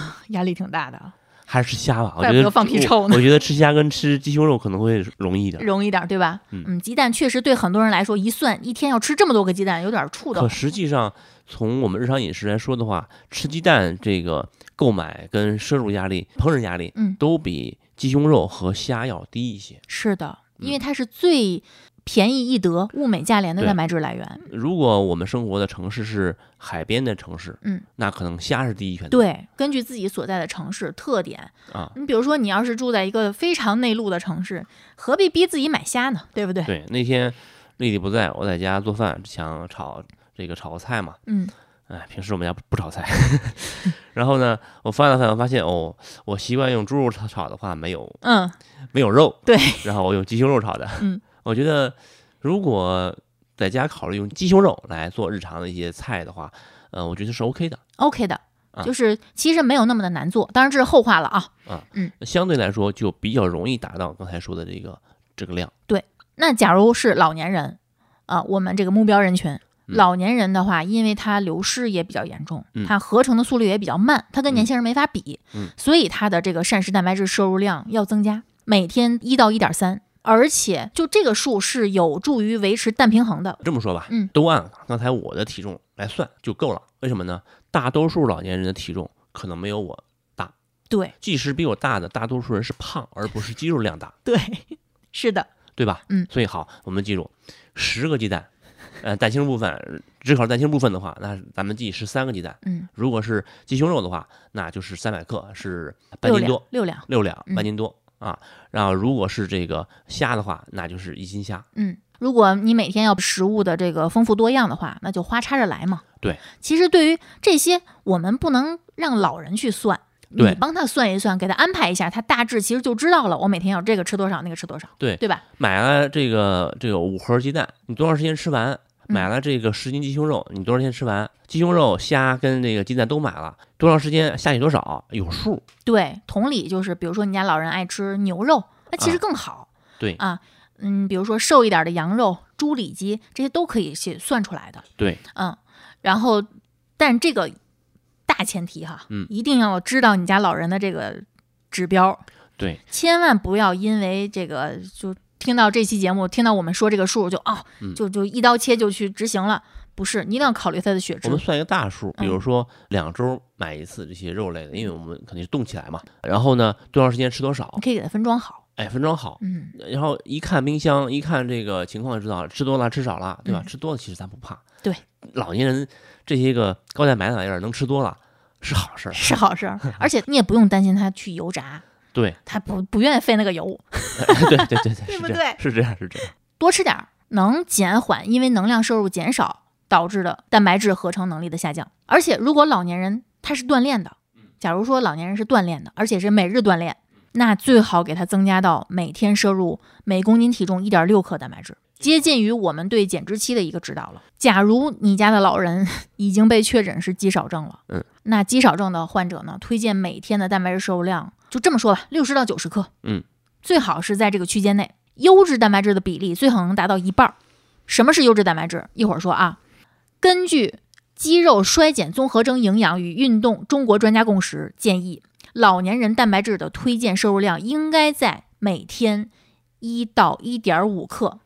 [SPEAKER 2] 压力挺大的啊，
[SPEAKER 3] 还是吃虾吧，我
[SPEAKER 2] 怪
[SPEAKER 3] 觉
[SPEAKER 2] 不
[SPEAKER 3] 得
[SPEAKER 2] 得放屁
[SPEAKER 3] 我
[SPEAKER 2] 臭呢
[SPEAKER 3] 我觉得吃虾跟吃鸡胸肉可能会容易一点，
[SPEAKER 2] 容易点儿对吧？
[SPEAKER 3] 嗯
[SPEAKER 2] 鸡蛋确实对很多人来说，一算一天要吃这么多个鸡蛋，有点儿触
[SPEAKER 3] 可
[SPEAKER 2] 动。
[SPEAKER 3] 实际上，从我们日常饮食来说的话，吃鸡蛋这个购买跟摄入压力、烹饪压力，
[SPEAKER 2] 嗯
[SPEAKER 3] 都比鸡胸肉和虾要低一些。
[SPEAKER 2] 是的，
[SPEAKER 3] 嗯
[SPEAKER 2] 因为它是最便宜易得、物美价廉的
[SPEAKER 3] 对
[SPEAKER 2] 蛋白质来源。
[SPEAKER 3] 如果我们生活的城市是海边的城市，
[SPEAKER 2] 嗯，
[SPEAKER 3] 那可能虾是第一选择。
[SPEAKER 2] 对，根据自己所在的城市特点
[SPEAKER 3] 啊，
[SPEAKER 2] 你比如说你要是住在一个非常内陆的城市，何必逼自己买虾呢？对不对？
[SPEAKER 3] 对，那天丽丽不在，我在家做饭，想炒这个炒个菜嘛，
[SPEAKER 2] 嗯，
[SPEAKER 3] 哎，平时我们家不不炒菜。 然后呢，我翻了翻，我发现哦，我习惯用猪肉炒炒的话，没有
[SPEAKER 2] 嗯，
[SPEAKER 3] 没有肉，
[SPEAKER 2] 对，
[SPEAKER 3] 然后我用鸡胸肉炒的。
[SPEAKER 2] 嗯，
[SPEAKER 3] 我觉得如果在家考虑用鸡胸肉来做日常的一些菜的话，呃，我觉得是 OK 的。
[SPEAKER 2] OK 的，
[SPEAKER 3] 啊
[SPEAKER 2] 就是其实没有那么的难做，当然这是后话了啊。
[SPEAKER 3] 相对来说，就比较容易达到刚才说的这个这个量。
[SPEAKER 2] 那假如是老年人，啊、我们这个目标人群，老年人的话，因为他流失也比较严重，
[SPEAKER 3] 嗯
[SPEAKER 2] 他合成的速率也比较慢，他跟年
[SPEAKER 3] 嗯
[SPEAKER 2] 轻人没法比，
[SPEAKER 3] 嗯
[SPEAKER 2] 所以他的这个膳食蛋白质摄入量要增加，每天一到一点三，而且就这个数是有助于维持蛋平衡的。
[SPEAKER 3] 这么说吧，
[SPEAKER 2] 嗯
[SPEAKER 3] 都按刚才我的体重来算就够了。为什么呢？大多数老年人的体重可能没有我大，
[SPEAKER 2] 对
[SPEAKER 3] 即使比我大的，大多数人是胖，而不是肌肉量大，
[SPEAKER 2] 对， 是的，
[SPEAKER 3] 对吧？
[SPEAKER 2] 嗯
[SPEAKER 3] 所以好，我们记住，十个鸡蛋，呃，蛋清部分只考虑蛋清部分的话，那咱们记十三个鸡蛋。
[SPEAKER 2] 嗯，
[SPEAKER 3] 如果是鸡胸肉的话，那就是三百克是半
[SPEAKER 2] 六
[SPEAKER 3] 斤
[SPEAKER 2] 两
[SPEAKER 3] 多，
[SPEAKER 2] 六两，
[SPEAKER 3] 六两
[SPEAKER 2] 嗯
[SPEAKER 3] 半斤多、啊。然后如果是这个虾的话，那就是一斤虾。
[SPEAKER 2] 嗯，如果你每天要食物的这个丰富多样的话，那就花插着来嘛。
[SPEAKER 3] 对，
[SPEAKER 2] 其实对于这些，我们不能让老人去算，
[SPEAKER 3] 对
[SPEAKER 2] 你帮他算一算，给他安排一下，他大致其实就知道了。我每天要这个吃多少，那个吃多少，
[SPEAKER 3] 对
[SPEAKER 2] 对吧？
[SPEAKER 3] 买了这个这个五盒鸡蛋，你多长时间
[SPEAKER 2] 嗯
[SPEAKER 3] 吃完？买了这个十斤鸡胸肉，你多长时间吃完？鸡胸肉、虾跟这个鸡蛋都买了，多长时间下去多少有数？
[SPEAKER 2] 嗯对，同理就是，比如说你家老人爱吃牛肉，那其实
[SPEAKER 3] 啊
[SPEAKER 2] 更好。
[SPEAKER 3] 对
[SPEAKER 2] 啊，嗯，比如说瘦一点的羊肉、猪里脊，这些都可以去算出来的。
[SPEAKER 3] 对，
[SPEAKER 2] 嗯，然后，但这个大前提哈，
[SPEAKER 3] 嗯
[SPEAKER 2] 一定要知道你家老人的这个指标，
[SPEAKER 3] 对，
[SPEAKER 2] 千万不要因为这个就听到这期节目，听到我们说这个数就哦，
[SPEAKER 3] 嗯
[SPEAKER 2] 就就一刀切就去执行了，不是，你一定要考虑他的血
[SPEAKER 3] 我
[SPEAKER 2] 脂
[SPEAKER 3] 们，算一个大数，
[SPEAKER 2] 嗯
[SPEAKER 3] 比如说两周买一次这些肉类的，因为我们肯定是冻起来嘛。然后呢，多长时间吃多少
[SPEAKER 2] 你？可以给他分装好，
[SPEAKER 3] 哎，分装好。
[SPEAKER 2] 嗯，
[SPEAKER 3] 然后一看冰箱，一看这个情况就知道吃多了吃少了，对吧？
[SPEAKER 2] 嗯
[SPEAKER 3] 吃多了其实咱不怕。
[SPEAKER 2] 对，
[SPEAKER 3] 老年人这些个高蛋白的玩意儿能吃多了是好事儿。
[SPEAKER 2] 是好事儿，而且你也不用担心他去油炸，
[SPEAKER 3] 对，
[SPEAKER 2] 他不不愿意费那个油，
[SPEAKER 3] 对对对对，
[SPEAKER 2] 对
[SPEAKER 3] 是
[SPEAKER 2] 不
[SPEAKER 3] 这样，是这样，是这样。
[SPEAKER 2] 多吃点儿能减缓因为能量摄入减少导致的蛋白质合成能力的下降。而且，如果老年人他是锻炼的，
[SPEAKER 3] 嗯
[SPEAKER 2] 假如说老年人是锻炼的，而且是每日锻
[SPEAKER 3] 嗯
[SPEAKER 2] 炼，那最好给他增加到每天摄入每公斤体重一点六克蛋白质。接近于我们对减脂期的一个指导了。假如你家的老人 已经被确诊是肌少症了，
[SPEAKER 3] 嗯，
[SPEAKER 2] 那肌少症的患者呢，推荐每天的蛋白质摄入量就这么说吧，六十到九十克，
[SPEAKER 3] 嗯，
[SPEAKER 2] 最好是在这个区间内。优质蛋白质的比例最好能达到一半儿。什么是优质蛋白质？一会儿说啊。根据肌肉衰减综合征营养与运动中国专家共识建议，老年人蛋白质的推荐摄入量应该在每天一到一点五克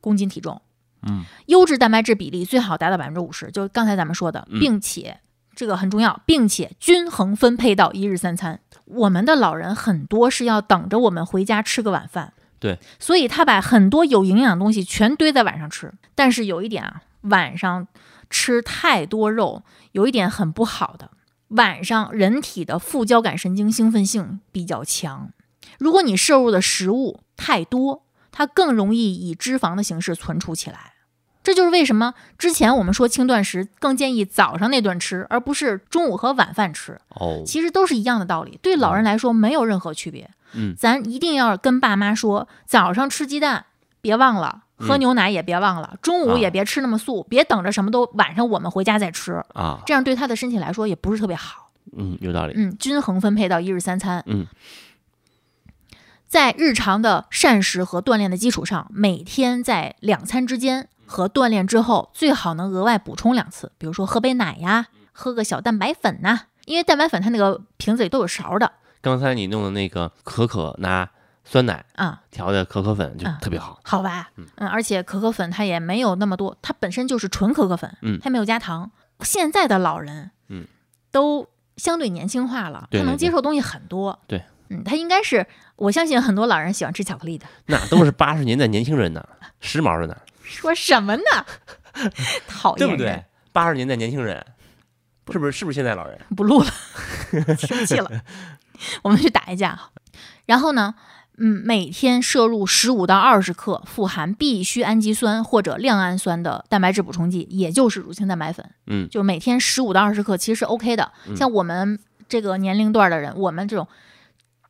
[SPEAKER 2] 公斤体重。
[SPEAKER 3] 嗯，
[SPEAKER 2] 优质蛋白质比例最好达到百分之五十，就是刚才咱们说的，
[SPEAKER 3] 嗯
[SPEAKER 2] 并且、这个很重要，并且均衡分配到一日三餐。我们的老人很多是要等着我们回家吃个晚饭，
[SPEAKER 3] 对，
[SPEAKER 2] 所以他把很多有营养的东西全堆在晚上吃。但是有一点啊，晚上吃太多肉有一点很不好的，晚上人体的副交感神经兴奋性比较强。如果你摄入的食物太多，它更容易以脂肪的形式存储起来。这就是为什么之前我们说轻断食更建议早上那顿吃，而不是中午和晚饭吃。
[SPEAKER 3] 哦，
[SPEAKER 2] 其实都是一样的道理，对老人来说没有任何区别。
[SPEAKER 3] 嗯
[SPEAKER 2] 咱一定要跟爸妈说，早上吃鸡蛋别忘了，喝
[SPEAKER 3] 嗯
[SPEAKER 2] 牛奶也别忘了，中午
[SPEAKER 3] 啊
[SPEAKER 2] 也别吃那么素，别等着什么都晚上我们回家再吃，
[SPEAKER 3] 啊，
[SPEAKER 2] 这样对他的身体来说也不是特别好。
[SPEAKER 3] 嗯，有道理，
[SPEAKER 2] 嗯，均衡分配到一日三餐。
[SPEAKER 3] 嗯，
[SPEAKER 2] 在日常的膳食和锻炼的基础上，每天在两餐之间和锻炼之后，最好能额外补充两次，比如说喝杯奶呀，喝个小蛋白粉呐、因为蛋白粉它那个瓶子里都有勺的
[SPEAKER 3] 刚才你弄的那个可可拿酸奶
[SPEAKER 2] 啊、
[SPEAKER 3] 调的可可粉就
[SPEAKER 2] 嗯
[SPEAKER 3] 特别好，
[SPEAKER 2] 好吧，嗯，而且可可粉它也没有那么多，它本身就是纯可可粉，
[SPEAKER 3] 嗯
[SPEAKER 2] 它没有加糖。现在的老人，
[SPEAKER 3] 嗯，
[SPEAKER 2] 都相对年轻化了，
[SPEAKER 3] 对
[SPEAKER 2] 他能
[SPEAKER 3] 对
[SPEAKER 2] 接
[SPEAKER 3] 对
[SPEAKER 2] 受东西很多，
[SPEAKER 3] 对，
[SPEAKER 2] 嗯，他应该是，我相信很多老人喜欢吃巧克力的。
[SPEAKER 3] 那都是八十年代年轻人呢，时髦着呢，
[SPEAKER 2] 说什么呢？ 讨厌
[SPEAKER 3] 对不
[SPEAKER 2] 人
[SPEAKER 3] 对？八十年代年轻人，是不是是不是现在老人？
[SPEAKER 2] 不录了， 生气了， 我们去打一架啊。然后呢，嗯，每天摄入十五到二十克富含必需氨基酸或者亮氨酸的蛋白质补充剂，也就是乳清蛋白粉。
[SPEAKER 3] 嗯
[SPEAKER 2] 就是每天十五到二十克其实是 OK 的。像我们这个年龄段的人，我们这种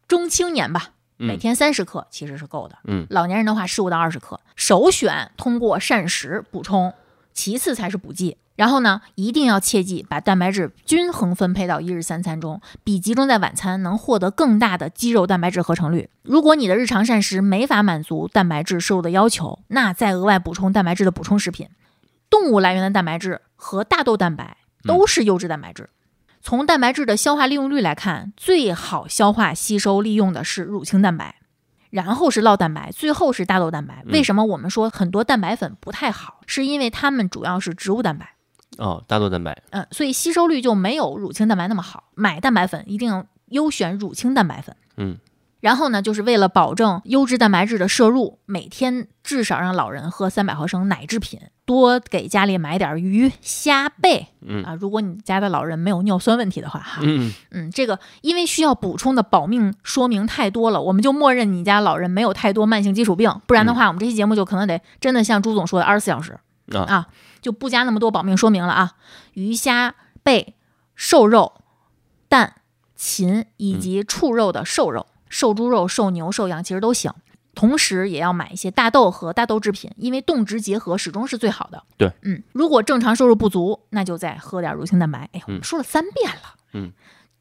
[SPEAKER 2] 中青年吧，
[SPEAKER 3] 嗯
[SPEAKER 2] 每天三十克其实是够的。
[SPEAKER 3] 嗯，
[SPEAKER 2] 老年人的话，十五到二十克，首选通过膳食补充，其次才是补剂。然后呢，一定要切记把蛋白质均衡分配到一日三餐中，比集中在晚餐能获得更大的肌肉蛋白质合成率。如果你的日常膳食没法满足蛋白质摄入的要求，那再额外补充蛋白质的补充食品。动物来源的蛋白质和大豆蛋白都是优质蛋白质。从蛋白质的消化利用率来看，最好消化吸收利用的是乳清蛋白，然后是酪蛋白，最后是大豆蛋白。
[SPEAKER 3] 嗯
[SPEAKER 2] 为什么我们说很多蛋白粉不太好？是因为它们主要是植物蛋白，
[SPEAKER 3] 哦，大豆蛋白，
[SPEAKER 2] 嗯，所以吸收率就没有乳清蛋白那么好。买蛋白粉一定要优选乳清蛋白粉。
[SPEAKER 3] 嗯，
[SPEAKER 2] 然后呢，就是为了保证优质蛋白质的摄入，每天至少让老人喝三百毫升奶制品，多给家里买点鱼、虾、贝。
[SPEAKER 3] 嗯
[SPEAKER 2] 啊，如果你家的老人没有尿酸问题的话，哈，
[SPEAKER 3] 嗯，
[SPEAKER 2] 嗯，这个因为需要补充的保命说明太多了，我们就默认你家老人没有太多慢性基础病，不
[SPEAKER 3] 嗯
[SPEAKER 2] 然的话，我们这期节目就可能得真的像朱总说的二十四小时
[SPEAKER 3] 啊
[SPEAKER 2] 就不加那么多保命说明了啊。鱼虾、贝、瘦肉、蛋、禽以及
[SPEAKER 3] 嗯
[SPEAKER 2] 畜肉的瘦肉、瘦猪肉、瘦牛、瘦羊其实都行。同时也要买一些大豆和大豆制品，因为动植结合始终是最好的。
[SPEAKER 3] 对，
[SPEAKER 2] 嗯，如果正常摄入不足，那就再喝点乳清蛋白。哎，我们
[SPEAKER 3] 嗯
[SPEAKER 2] 说了三遍了。
[SPEAKER 3] 嗯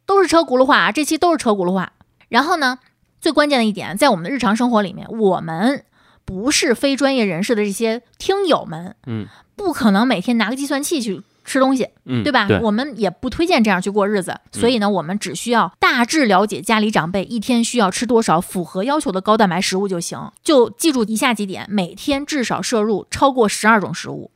[SPEAKER 2] 都是车轱辘话啊，这期都是车轱辘话。然后呢，最关键的一点，在我们的日常生活里面，我们不是非专业人士的这些听友们，
[SPEAKER 3] 嗯，
[SPEAKER 2] 不可能每天拿个计算器去吃东西，
[SPEAKER 3] 嗯，
[SPEAKER 2] 对吧？
[SPEAKER 3] 对，嗯
[SPEAKER 2] 我们也不推荐这样去过日子，所以呢，我们只需要大致了解家里长辈一天需要吃多少符合要求的高蛋白食物就行。就记住以下几点：每天至少摄入超过十二种食物，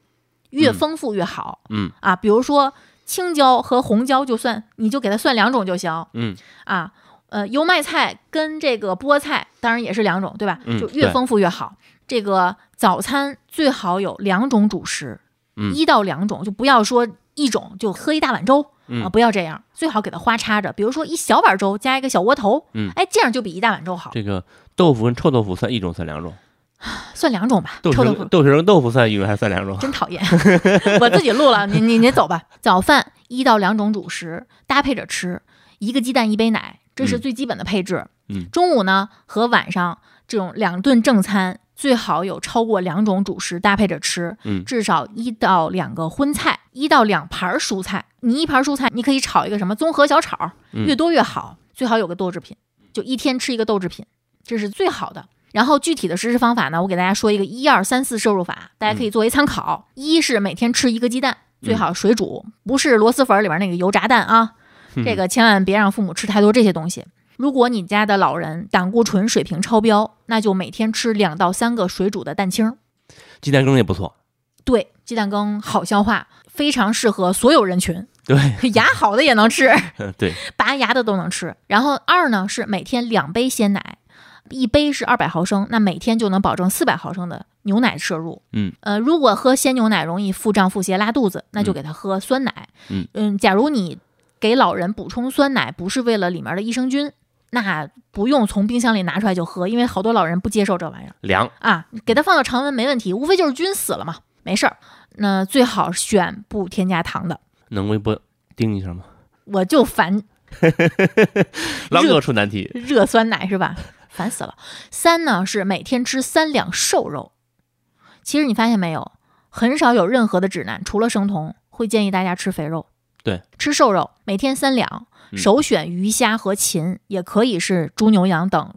[SPEAKER 2] 越
[SPEAKER 3] 嗯
[SPEAKER 2] 丰富越好。
[SPEAKER 3] 嗯
[SPEAKER 2] 啊，比如说青椒和红椒，就算你就给它算两种就行。
[SPEAKER 3] 嗯
[SPEAKER 2] 啊，呃，油麦菜跟这个菠菜当然也是两种，对吧？
[SPEAKER 3] 嗯
[SPEAKER 2] 就越
[SPEAKER 3] 对
[SPEAKER 2] 丰富越好。这个早餐最好有两种主食，
[SPEAKER 3] 嗯
[SPEAKER 2] 一到两种，就不要说一种就喝一大碗粥。
[SPEAKER 3] 嗯
[SPEAKER 2] 啊，不要这样，最好给它花插着，比如说一小碗粥加一个小窝头，
[SPEAKER 3] 嗯
[SPEAKER 2] 哎，这样就比一大碗粥好，
[SPEAKER 3] 这个豆腐跟臭豆腐算一种算两种，
[SPEAKER 2] 算两种吧。
[SPEAKER 3] 豆
[SPEAKER 2] 臭豆
[SPEAKER 3] 豉
[SPEAKER 2] 腐
[SPEAKER 3] 跟豆豉跟豆腐算一种还算两种？
[SPEAKER 2] 真讨厌，我自己录了，你你你走吧。早饭一到两种主食搭配着吃，一个鸡蛋一杯奶，这是
[SPEAKER 3] 嗯
[SPEAKER 2] 最基本的配置。
[SPEAKER 3] 嗯
[SPEAKER 2] 中午呢和晚上这种两顿正餐，最好有超过两种主食搭配着吃，
[SPEAKER 3] 嗯
[SPEAKER 2] 至少一到两个荤菜，一到两盘儿蔬菜。你一盘儿蔬菜，你可以炒一个什么综合小炒，
[SPEAKER 3] 嗯
[SPEAKER 2] 越多越好，最好有个豆制品，就一天吃一个豆制品，这是最好的。然后具体的实施方法呢，我给大家说一个一二三四摄入法，大家可以作为参考。一是每天吃一个鸡蛋，最好水煮，不是螺蛳粉儿里边那个油炸蛋啊，
[SPEAKER 3] 嗯
[SPEAKER 2] 这个千万别让父母吃太多这些东西。如果你家的老人胆固醇水平超标，那就每天吃两到三个水煮的蛋清儿。
[SPEAKER 3] 嗯鸡蛋羹也不错，
[SPEAKER 2] 对，鸡蛋羹好消化，非常适合所有人群，
[SPEAKER 3] 对
[SPEAKER 2] 牙好的也能吃，
[SPEAKER 3] 对，
[SPEAKER 2] 拔牙的都能吃。然后二呢是每天两杯鲜奶，一杯是二百毫升，那每天就能保证四百毫升的牛奶摄入。
[SPEAKER 3] 嗯，
[SPEAKER 2] 呃，如果喝鲜牛奶容易腹胀、腹泻、拉肚子，那就给他喝酸奶。
[SPEAKER 3] 嗯
[SPEAKER 2] 假如你给老人补充酸奶不是为了里面的益生菌，那不用从冰箱里拿出来就喝，因为好多老人不接受这玩意儿。
[SPEAKER 3] 凉，
[SPEAKER 2] 啊，给它放到常温没问题，无非就是菌死了嘛，没事儿。那最好选不添加糖的，
[SPEAKER 3] 能微波叮一声吗？
[SPEAKER 2] 我就烦
[SPEAKER 3] 狼哥出难题，
[SPEAKER 2] 热酸奶是吧？ 烦死了。三呢是每天吃三两瘦肉，其实你发现没有，很少有任何的指南，除了生酮会建议大家吃肥肉，
[SPEAKER 3] 对，
[SPEAKER 2] 吃瘦肉，每天三两，
[SPEAKER 3] 嗯
[SPEAKER 2] 首选鱼虾和禽，也可以是猪牛羊等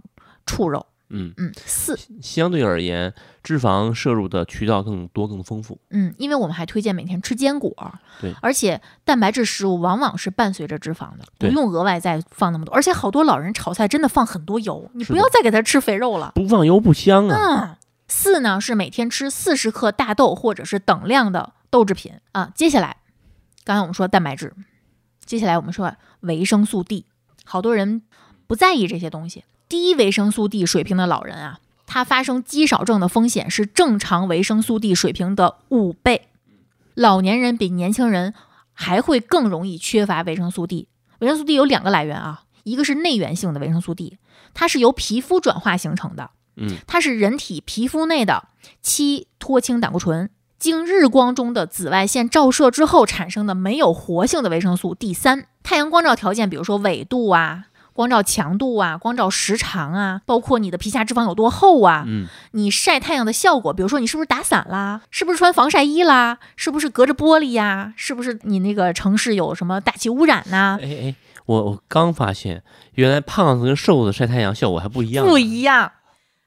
[SPEAKER 2] 畜肉。
[SPEAKER 3] 嗯，
[SPEAKER 2] 嗯，四
[SPEAKER 3] 相对而言，脂肪摄入的渠道更多更丰富，
[SPEAKER 2] 嗯，因为我们还推荐每天吃坚果，
[SPEAKER 3] 对
[SPEAKER 2] 而且蛋白质食物往往是伴随着脂肪的，不
[SPEAKER 3] 对
[SPEAKER 2] 用额外再放那么多。而且好多老人炒菜真的放很多油，你
[SPEAKER 3] 是
[SPEAKER 2] 不
[SPEAKER 3] 的
[SPEAKER 2] 要再给他吃肥肉了。
[SPEAKER 3] 不放油不香啊，
[SPEAKER 2] 嗯，四呢是每天吃四十克大豆或者是等量的豆制品啊。接下来，刚才我们说蛋白质，接下来我们说维生素 D，好多人不在意这些东西。低维生素 D 水平的老人啊，他发生肌少症的风险是正常维生素 D 水平的五倍。老年人比年轻人还会更容易缺乏维生素 D。维生素 D 有两个来源啊，一个是内源性的维生素 D，它是由皮肤转化形成的，
[SPEAKER 3] 嗯，
[SPEAKER 2] 它是人体皮肤内的七脱氢胆固醇经日光中的紫外线照射之后产生的没有活性的维生素 D 三。太阳光照条件，比如说纬度啊、光照强度啊、光照时长啊，包括你的皮下脂肪有多厚啊，
[SPEAKER 3] 嗯，
[SPEAKER 2] 你晒太阳的效果，比如说你是不是打伞啦，是不是穿防晒衣啦，是不是隔着玻璃呀、是不是你那个城市有什么大气污染呐、
[SPEAKER 3] 哎哎，我我刚发现，原来胖子跟瘦子晒太阳效果还不一样呢，
[SPEAKER 2] 不一样。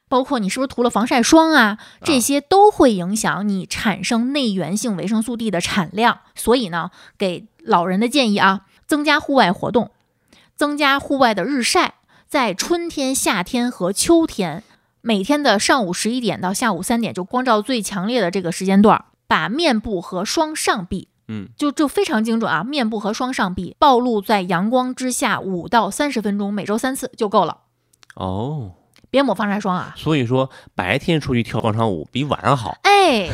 [SPEAKER 2] 包括你是不是涂了防晒霜啊，这些都会影响你产生内源性维生素 D 的产量。所以呢，给老人的建议啊，增加户外活动，增加户外的日晒，在春天、夏天和秋天，每天的上午十一点到下午三点，就光照最强烈的这个时间段儿，把面部和双上臂
[SPEAKER 3] 嗯，
[SPEAKER 2] 就就非常精准啊，面部和双上臂暴露在阳光之下五到三十分钟，每周三次就够了。
[SPEAKER 3] 哦，
[SPEAKER 2] 别抹防晒霜啊！
[SPEAKER 3] 所以说白天出去跳广场舞比晚上好，
[SPEAKER 2] 哎，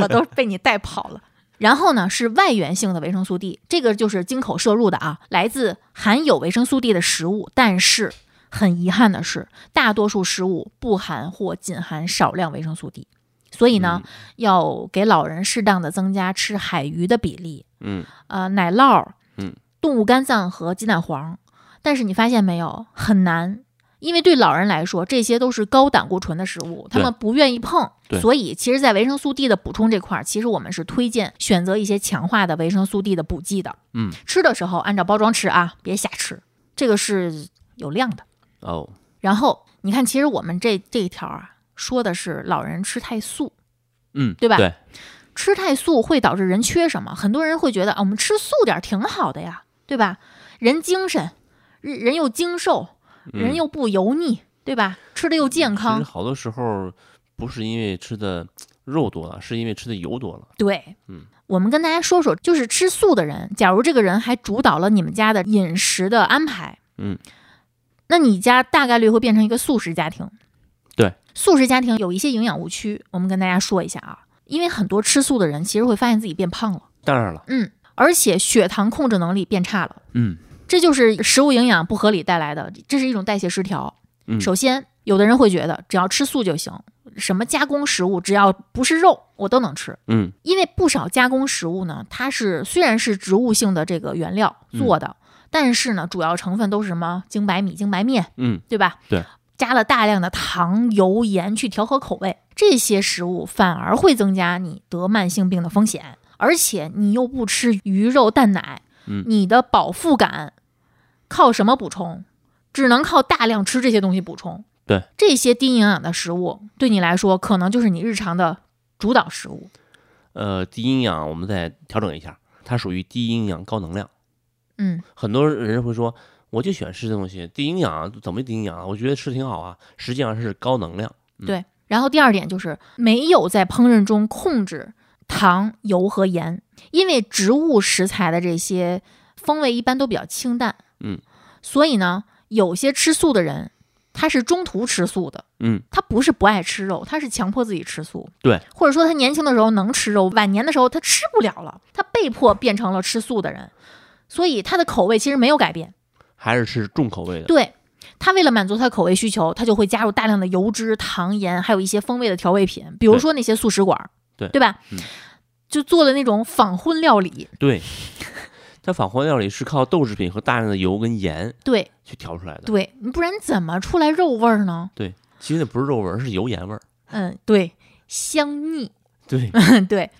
[SPEAKER 2] 我都被你带跑了。然后呢，是外源性的维生素 D，这个就是经口摄入的啊，来自含有维生素 D 的食物。但是很遗憾的是，大多数食物不含或仅含少量维生素 D，所以呢，要给老人适当的增加吃海鱼的比例，
[SPEAKER 3] 嗯，
[SPEAKER 2] 呃，奶酪，
[SPEAKER 3] 嗯，
[SPEAKER 2] 动物肝脏和鸡蛋黄。但是你发现没有，很难，因为对老人来说，这些都是高胆固醇的食物，他
[SPEAKER 3] 对
[SPEAKER 2] 们不愿意碰。
[SPEAKER 3] 对
[SPEAKER 2] 所以，其实，在维生素 D 的补充这块儿，其实我们是推荐选择一些强化的维生素 D 的补剂的。
[SPEAKER 3] 嗯，
[SPEAKER 2] 吃的时候按照包装吃啊，别瞎吃，这个是有量的。
[SPEAKER 3] 哦，
[SPEAKER 2] 然后你看，其实我们这这一条啊，说的是老人吃太素，
[SPEAKER 3] 嗯，
[SPEAKER 2] 对吧
[SPEAKER 3] 对，
[SPEAKER 2] 吃太素会导致人缺什么？很多人会觉得啊，我们吃素点儿挺好的呀，对吧？人精神，人人又精瘦，人
[SPEAKER 3] 嗯
[SPEAKER 2] 又不油腻，对吧？吃的又健
[SPEAKER 3] 其实
[SPEAKER 2] 康，
[SPEAKER 3] 好多时候不是因为吃的肉多了，是因为吃的油多了。
[SPEAKER 2] 对，
[SPEAKER 3] 嗯。
[SPEAKER 2] 我们跟大家说说，就是吃素的人，假如这个人还主导了你们家的饮食的安排，
[SPEAKER 3] 嗯，
[SPEAKER 2] 那你家大概率会变成一个素食家庭。
[SPEAKER 3] 对，
[SPEAKER 2] 素食家庭有一些营养误区，我们跟大家说一下啊，因为很多吃素的人其实会发现自己变胖了，
[SPEAKER 3] 当然了，
[SPEAKER 2] 嗯，而且血糖控制能力变差了。
[SPEAKER 3] 嗯
[SPEAKER 2] 这就是食物营养不合理带来的，这是一种代谢失调。
[SPEAKER 3] 嗯
[SPEAKER 2] 首先，有的人会觉得只要吃素就行，什么加工食物只要不是肉我都能吃，
[SPEAKER 3] 嗯
[SPEAKER 2] 因为不少加工食物呢，它是虽然是植物性的这个原料
[SPEAKER 3] 嗯
[SPEAKER 2] 做的，但是呢，主要成分都是什么精白米、精白面，
[SPEAKER 3] 嗯，
[SPEAKER 2] 对吧？
[SPEAKER 3] 对。
[SPEAKER 2] 加了大量的糖、油、盐去调和口味，这些食物反而会增加你得慢性病的风险。而且你又不吃鱼肉蛋奶，
[SPEAKER 3] 嗯
[SPEAKER 2] 你的饱腹感靠什么补充？只能靠大量吃这些东西补充。
[SPEAKER 3] 对，
[SPEAKER 2] 这些低营养的食物对你来说，可能就是你日常的主导食物。
[SPEAKER 3] 呃，低营养我们再调整一下，它属于低营养高能量。
[SPEAKER 2] 嗯，
[SPEAKER 3] 很多人会说，我就喜欢吃这东西，低营养啊，怎么低营养啊？我觉得吃挺好啊，实际上是高能量。
[SPEAKER 2] 对，然后第二点就是没有在烹饪中控制糖、油和盐，因为植物食材的这些风味一般都比较清淡，
[SPEAKER 3] 嗯，
[SPEAKER 2] 所以呢，有些吃素的人他是中途吃素的，
[SPEAKER 3] 嗯，
[SPEAKER 2] 他不是不爱吃肉，他是强迫自己吃素，
[SPEAKER 3] 对，
[SPEAKER 2] 或者说他年轻的时候能吃肉，晚年的时候他吃不了了，他被迫变成了吃素的人，所以他的口味其实没有改变，
[SPEAKER 3] 还是吃重口味的。
[SPEAKER 2] 对，他为了满足他的口味需求，他就会加入大量的油脂、糖盐，还有一些风味的调味品，比如
[SPEAKER 3] 对
[SPEAKER 2] 说那些素食馆儿，
[SPEAKER 3] 对
[SPEAKER 2] 对吧？
[SPEAKER 3] 嗯
[SPEAKER 2] 就做了那种仿荤料理，
[SPEAKER 3] 对， 它仿黄料理是靠豆制品和大量的油跟盐
[SPEAKER 2] 对
[SPEAKER 3] 去调出来的。
[SPEAKER 2] 对，不然怎么出来肉味儿呢？
[SPEAKER 3] 其实那不是肉味儿，是油盐味儿。
[SPEAKER 2] 嗯，对，香腻，
[SPEAKER 3] 对，
[SPEAKER 2] 对，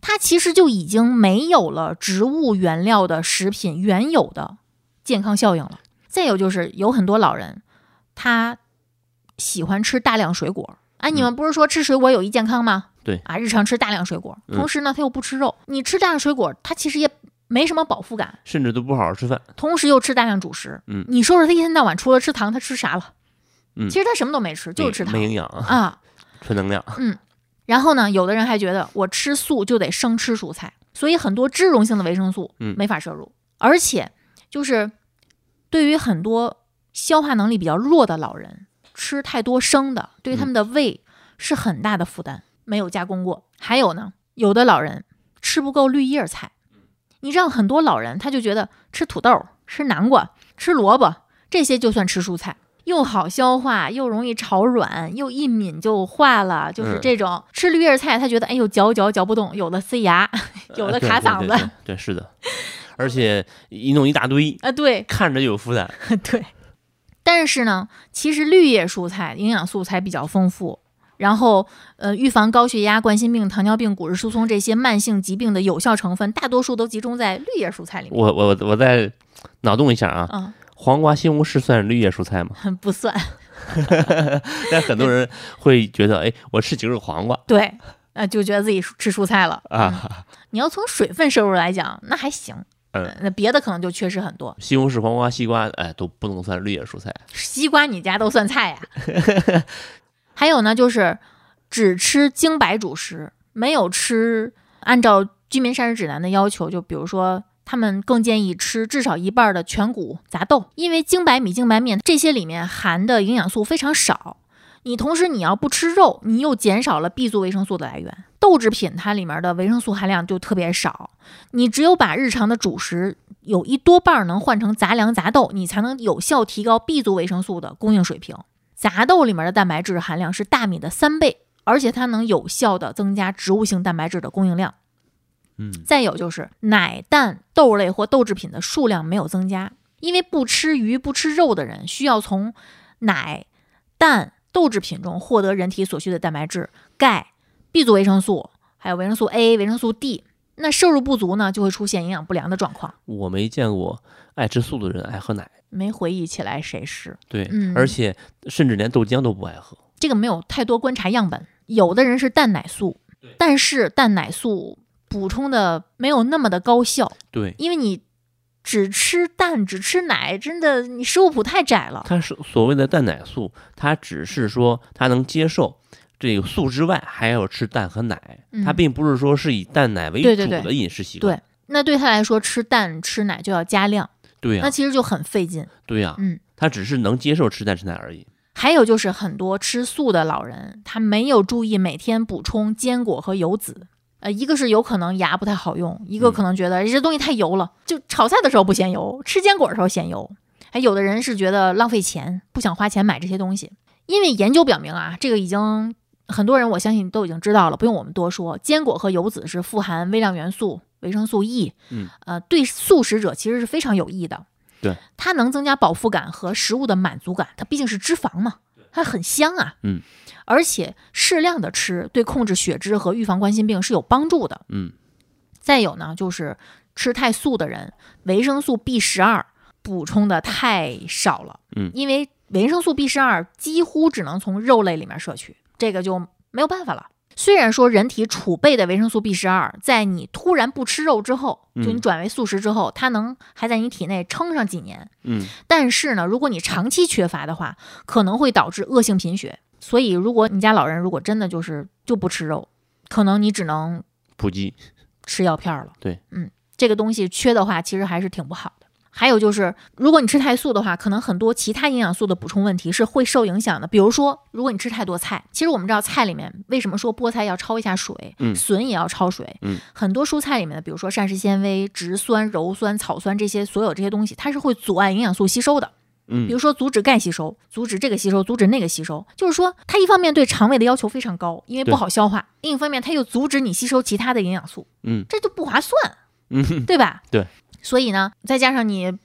[SPEAKER 2] 它其实就已经没有了植物原料的食品原有的健康效应了。再有就是有很多老人，他喜欢吃大量水果。哎，你们不是说吃水果有益健康吗？
[SPEAKER 3] 嗯对
[SPEAKER 2] 啊，日常吃大量水果，
[SPEAKER 3] 嗯
[SPEAKER 2] 同时呢，他又不吃肉。你吃大量水果，他其实也没什么饱腹感，
[SPEAKER 3] 甚至都不好好吃饭。
[SPEAKER 2] 同时又吃大量主食。
[SPEAKER 3] 嗯
[SPEAKER 2] 你说说他一天到晚除了吃糖，他吃啥了？
[SPEAKER 3] 嗯
[SPEAKER 2] 其实他什么都没吃，就是
[SPEAKER 3] 没
[SPEAKER 2] 吃糖
[SPEAKER 3] 没营养啊，
[SPEAKER 2] 啊。
[SPEAKER 3] 纯能量。
[SPEAKER 2] 然后呢，有的人还觉得我吃素就得生吃蔬菜，所以很多脂溶性的维生素
[SPEAKER 3] 嗯
[SPEAKER 2] 没法摄入，而且就是对于很多消化能力比较弱的老人，吃太多生的，对于
[SPEAKER 3] 嗯
[SPEAKER 2] 他们的胃是很大的负担。没有加工过，还有呢，有的老人吃不够绿叶菜，
[SPEAKER 3] 嗯
[SPEAKER 2] 你知道很多老人他就觉得吃土豆、吃南瓜、吃萝卜这些就算吃蔬菜。又好消化，又容易炒软，又一抿就化了，就是
[SPEAKER 3] 嗯
[SPEAKER 2] 这种、吃绿叶菜，他觉得哎呦嚼嚼嚼不动，有的塞牙， 有的
[SPEAKER 3] 呃对
[SPEAKER 2] 卡
[SPEAKER 3] 对
[SPEAKER 2] 嗓
[SPEAKER 3] 对
[SPEAKER 2] 子
[SPEAKER 3] 对对，是的，而且一弄一大堆，
[SPEAKER 2] 啊，对
[SPEAKER 3] 看着就有负担。
[SPEAKER 2] 对。但是呢，其实绿叶蔬菜营养素才比较丰富，然后呃，预防高血压、冠心病、糖尿病、骨质疏松这些慢性疾病的有效成分，大多数都集中在绿叶蔬菜里面。
[SPEAKER 3] 我我我再脑洞一下啊，
[SPEAKER 2] 嗯，
[SPEAKER 3] 黄瓜、西红柿算是绿叶蔬菜吗？
[SPEAKER 2] 很不算
[SPEAKER 3] 但很多人会觉得，哎，我吃几个黄瓜
[SPEAKER 2] 对，呃，就觉得自己吃蔬菜了。
[SPEAKER 3] 啊，
[SPEAKER 2] 你要从水分摄入来讲，那还行，
[SPEAKER 3] 嗯
[SPEAKER 2] 呃那别的可能就缺失很多。
[SPEAKER 3] 西红柿、黄瓜、西瓜，哎，都不能算绿叶蔬菜。
[SPEAKER 2] 西瓜你家都算菜呀、 还有呢，就是只吃精白主食，没有吃按照居民膳食指南的要求，就比如说。他们更建议吃至少一半的全谷杂豆，因为精白米、精白面这些里面含的营养素非常少。你同时你要不吃肉，你又减少了 B 族维生素的来源。豆制品它里面的维生素含量就特别少，你只有把日常的主食有一多半儿能换成杂粮、杂豆，你才能有效提高 B 族维生素的供应水平。杂豆里面的蛋白质含量是大米的三倍，而且它能有效的增加植物性蛋白质的供应量。
[SPEAKER 3] 嗯，
[SPEAKER 2] 再有就是奶、蛋、豆类或豆制品的数量没有增加，因为不吃鱼、不吃肉的人需要从奶、蛋、豆制品中获得人体所需的蛋白质、钙、B 族维生素，还有维生素 A、维生素 D。那摄入不足呢，就会出现营养不良的状况。
[SPEAKER 3] 我没见过爱吃素的人爱喝奶，
[SPEAKER 2] 没回忆起来谁是，
[SPEAKER 3] 对，
[SPEAKER 2] 嗯
[SPEAKER 3] 而且甚至连豆浆都不爱喝。
[SPEAKER 2] 这个没有太多观察样本。有的人是蛋奶素，但是蛋奶素补充的没有那么的高效，
[SPEAKER 3] 对，
[SPEAKER 2] 因为你只吃蛋只吃奶，真的你食物谱太窄了。
[SPEAKER 3] 它是所谓的蛋奶素，它只是说它能接受这个素之外还要吃蛋和奶，它
[SPEAKER 2] 嗯
[SPEAKER 3] 并不是说是以蛋奶为
[SPEAKER 2] 对对
[SPEAKER 3] 主
[SPEAKER 2] 对
[SPEAKER 3] 的饮食习惯。
[SPEAKER 2] 那对他来说，吃蛋吃奶就要加量，
[SPEAKER 3] 对呀、
[SPEAKER 2] 那其实就很费劲。
[SPEAKER 3] 对啊呀、
[SPEAKER 2] 嗯，
[SPEAKER 3] 它只是能接受吃蛋吃奶而已。
[SPEAKER 2] 还有就是很多吃素的老人，他没有注意每天补充坚果和油脂。呃，一个是有可能牙不太好用，一个可能觉得这东西太油了，就炒菜的时候不嫌油，吃坚果的时候嫌油。还有的人是觉得浪费钱，不想花钱买这些东西，因为研究表明啊，这个已经很多人我相信都已经知道了，不用我们多说。坚果和油脂是富含微量元素、维生素 E，
[SPEAKER 3] 嗯，
[SPEAKER 2] 呃，对素食者其实是非常有益的。
[SPEAKER 3] 对，
[SPEAKER 2] 它能增加饱腹感和食物的满足感，它毕竟是脂肪嘛。它很香啊，
[SPEAKER 3] 嗯，
[SPEAKER 2] 而且适量的吃对控制血脂和预防冠心病是有帮助的。
[SPEAKER 3] 嗯，
[SPEAKER 2] 再有呢，就是吃太素的人，维生素 B 十二补充的太少了。
[SPEAKER 3] 嗯
[SPEAKER 2] 因为维生素 B 十二几乎只能从肉类里面摄取，这个就没有办法了。虽然说人体储备的维生素 B 十二，在你突然不吃肉之后，就你
[SPEAKER 3] 嗯
[SPEAKER 2] 转为素食之后，它能还在你体内撑上几年，
[SPEAKER 3] 嗯
[SPEAKER 2] 但是呢，如果你长期缺乏的话，可能会导致恶性贫血。所以，如果你家老人如果真的就是就不吃肉，可能你只能
[SPEAKER 3] 普及，
[SPEAKER 2] 吃药片儿了。
[SPEAKER 3] 对，
[SPEAKER 2] 嗯，这个东西缺的话，其实还是挺不好的。还有就是，如果你吃太素的话，可能很多其他营养素的补充问题是会受影响的。比如说，如果你吃太多菜，其实我们知道菜里面为什么说菠菜要焯一下水，
[SPEAKER 3] 嗯
[SPEAKER 2] 笋也要焯水，
[SPEAKER 3] 嗯
[SPEAKER 2] 很多蔬菜里面的，比如说膳食纤维、植酸、鞣酸、草酸这些所有这些东西，它是会阻碍营养素吸收的。比
[SPEAKER 3] 嗯
[SPEAKER 2] 如说阻止钙吸收，阻止这个吸收，阻止那个吸收，就是说它一方面对肠胃的要求非常高，因为不
[SPEAKER 3] 对
[SPEAKER 2] 好消化；另一方面它又阻止你吸收其他的营养素，
[SPEAKER 3] 嗯
[SPEAKER 2] 这就不划算，
[SPEAKER 3] 嗯哼
[SPEAKER 2] 对吧？
[SPEAKER 3] 对。
[SPEAKER 2] 所以呢，再加上你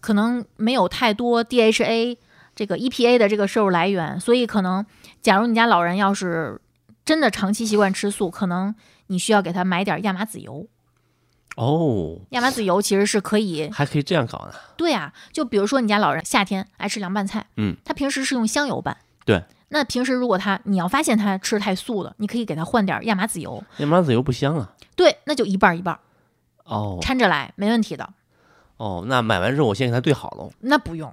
[SPEAKER 2] 可能没有太多 DHA 这个 EPA 的这个摄入来源，所以可能假如你家老人要是真的长期习惯吃素，可能你需要给他买点亚麻籽油。
[SPEAKER 3] 哦，
[SPEAKER 2] 亚麻籽油其实是可以
[SPEAKER 3] 还可以这样搞呢，
[SPEAKER 2] 对啊，就比如说你家老人夏天爱吃凉拌菜，
[SPEAKER 3] 嗯，
[SPEAKER 2] 他平时是用香油拌，
[SPEAKER 3] 对。
[SPEAKER 2] 那平时如果他你要发现他吃太素了，你可以给他换点亚麻籽油，
[SPEAKER 3] 那麻籽油不香啊。
[SPEAKER 2] 对，那就一半儿一半儿
[SPEAKER 3] 哦
[SPEAKER 2] 掺着来，没问题的。
[SPEAKER 3] 哦，那买完之后我先给它兑好喽。
[SPEAKER 2] 那不用，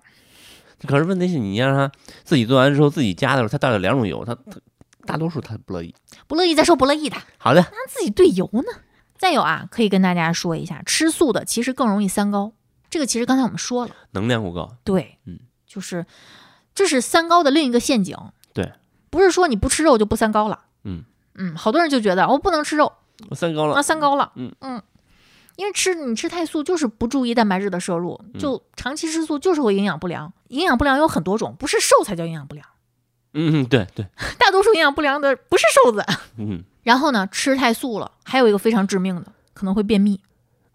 [SPEAKER 3] 可是问题是你让他自己做完之后自己加的时候，他带了两种油，他他大多数他不乐意。
[SPEAKER 2] 不乐意再说不乐意的，
[SPEAKER 3] 好的，
[SPEAKER 2] 那自己兑油呢？再有啊，可以跟大家说一下，吃素的其实更容易三高，这个其实刚才我们说了，
[SPEAKER 3] 能量过高，
[SPEAKER 2] 对，
[SPEAKER 3] 嗯，
[SPEAKER 2] 就是这是三高的另一个陷阱，
[SPEAKER 3] 对，
[SPEAKER 2] 不是说你不吃肉就不三高了，
[SPEAKER 3] 嗯
[SPEAKER 2] 嗯，好多人就觉得我不能吃肉，
[SPEAKER 3] 我三高了
[SPEAKER 2] 啊，。三高了，
[SPEAKER 3] 嗯
[SPEAKER 2] 因为吃你吃太素就是不注意蛋白质的摄入，
[SPEAKER 3] 嗯
[SPEAKER 2] 就长期吃素就是会营养不良。营养不良有很多种，不是瘦才叫营养不良，
[SPEAKER 3] 嗯，嗯对对，
[SPEAKER 2] 大多数营养不良的不是瘦子。
[SPEAKER 3] 嗯，
[SPEAKER 2] 然后呢，吃太素了，还有一个非常致命的，可能会便秘。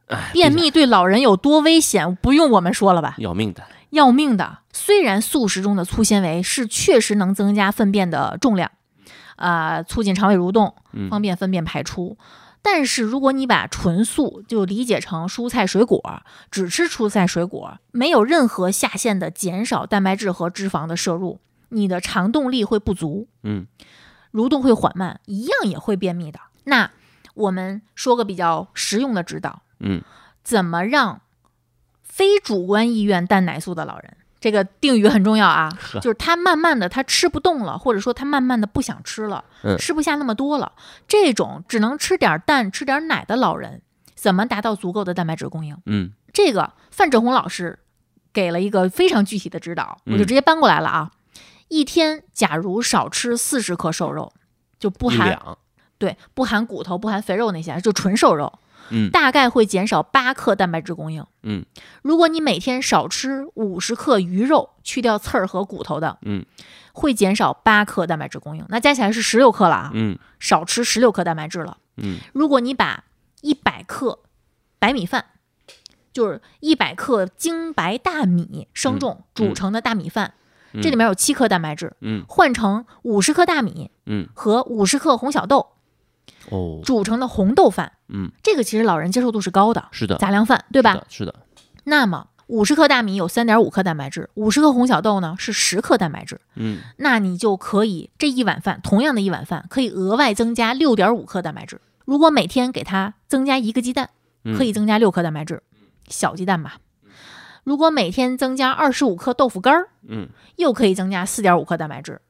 [SPEAKER 3] 哎，
[SPEAKER 2] 便秘对老人有多危险，不用我们说了吧？
[SPEAKER 3] 要命的。
[SPEAKER 2] 要命的。虽然素食中的粗纤维是确实能增加粪便的重量，啊、促进肠胃蠕动，
[SPEAKER 3] 嗯
[SPEAKER 2] 方便粪便排出。但是如果你把纯素就理解成蔬菜水果，只吃蔬菜水果，没有任何下限的减少蛋白质和脂肪的摄入，你的肠动力会不足，
[SPEAKER 3] 嗯
[SPEAKER 2] 蠕动会缓慢，一样也会便秘的。那我们说个比较实用的指导，
[SPEAKER 3] 嗯，
[SPEAKER 2] 怎么让非主观意愿蛋奶素的老人，这个定语很重要啊，
[SPEAKER 3] 呵
[SPEAKER 2] 就是他慢慢的他吃不动了，或者说他慢慢的不想吃了，
[SPEAKER 3] 嗯
[SPEAKER 2] 吃不下那么多了，这种只能吃点蛋吃点奶的老人，怎么达到足够的蛋白质供应？
[SPEAKER 3] 嗯
[SPEAKER 2] 这个范志红老师给了一个非常具体的指导，我就
[SPEAKER 3] 嗯
[SPEAKER 2] 直接搬过来了啊。一天假如少吃四十克瘦肉，就不
[SPEAKER 3] 一
[SPEAKER 2] 含
[SPEAKER 3] 两，
[SPEAKER 2] 对不含骨头不含肥肉那些，就纯瘦肉，
[SPEAKER 3] 嗯
[SPEAKER 2] 大概会减少八克蛋白质供应。
[SPEAKER 3] 嗯
[SPEAKER 2] 如果你每天少吃五十克鱼肉，去掉刺儿和骨头的，
[SPEAKER 3] 嗯，
[SPEAKER 2] 会减少八克蛋白质供应，那加起来是十六克了啊，
[SPEAKER 3] 嗯
[SPEAKER 2] 少吃十六克蛋白质了。
[SPEAKER 3] 嗯
[SPEAKER 2] 如果你把一百克白米饭，就是一百克精白大米生重煮成的大米饭，这里面有七克蛋白质，
[SPEAKER 3] 嗯
[SPEAKER 2] 换成五十克大米
[SPEAKER 3] 嗯，
[SPEAKER 2] 和五十克红小豆
[SPEAKER 3] 哦，
[SPEAKER 2] 煮成的红豆饭，
[SPEAKER 3] 嗯，
[SPEAKER 2] 这个其实老人接受度是高的，
[SPEAKER 3] 是的，
[SPEAKER 2] 杂粮饭对
[SPEAKER 3] 是
[SPEAKER 2] 吧？
[SPEAKER 3] 的，是的，
[SPEAKER 2] 那么五十克大米有三点五克蛋白质，五十克红小豆呢是十克蛋白质，
[SPEAKER 3] 嗯
[SPEAKER 2] 那你就可以这一碗饭，同样的一碗饭，可以额外增加六点五克蛋白质。如果每天给它增加一个鸡蛋，
[SPEAKER 3] 嗯
[SPEAKER 2] 可以增加六克蛋白质，小鸡蛋吧。如果每天增加二十五克豆腐干儿，
[SPEAKER 3] 嗯
[SPEAKER 2] 又可以增加四点五克蛋白质。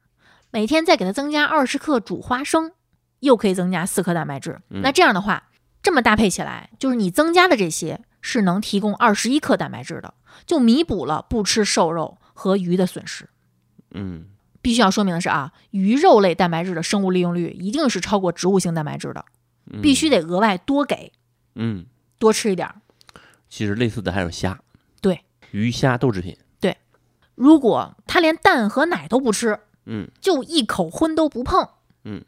[SPEAKER 2] 每天再给它增加二十克煮花生，又可以增加四克蛋白质。
[SPEAKER 3] 嗯
[SPEAKER 2] 那这样的话，这么搭配起来，就是你增加的这些是能提供二十一克蛋白质的，就弥补了不吃瘦肉和鱼的损失。
[SPEAKER 3] 嗯
[SPEAKER 2] 必须要说明的是啊，鱼肉类蛋白质的生物利用率一定是超过植物性蛋白质的，
[SPEAKER 3] 嗯
[SPEAKER 2] 必须得额外多给
[SPEAKER 3] 嗯，
[SPEAKER 2] 多吃一点儿。
[SPEAKER 3] 其实类似的还有虾，
[SPEAKER 2] 对，
[SPEAKER 3] 鱼虾豆制品，
[SPEAKER 2] 如果他连蛋和奶都不吃，
[SPEAKER 3] 嗯
[SPEAKER 2] 就一口荤都不碰，
[SPEAKER 3] 嗯，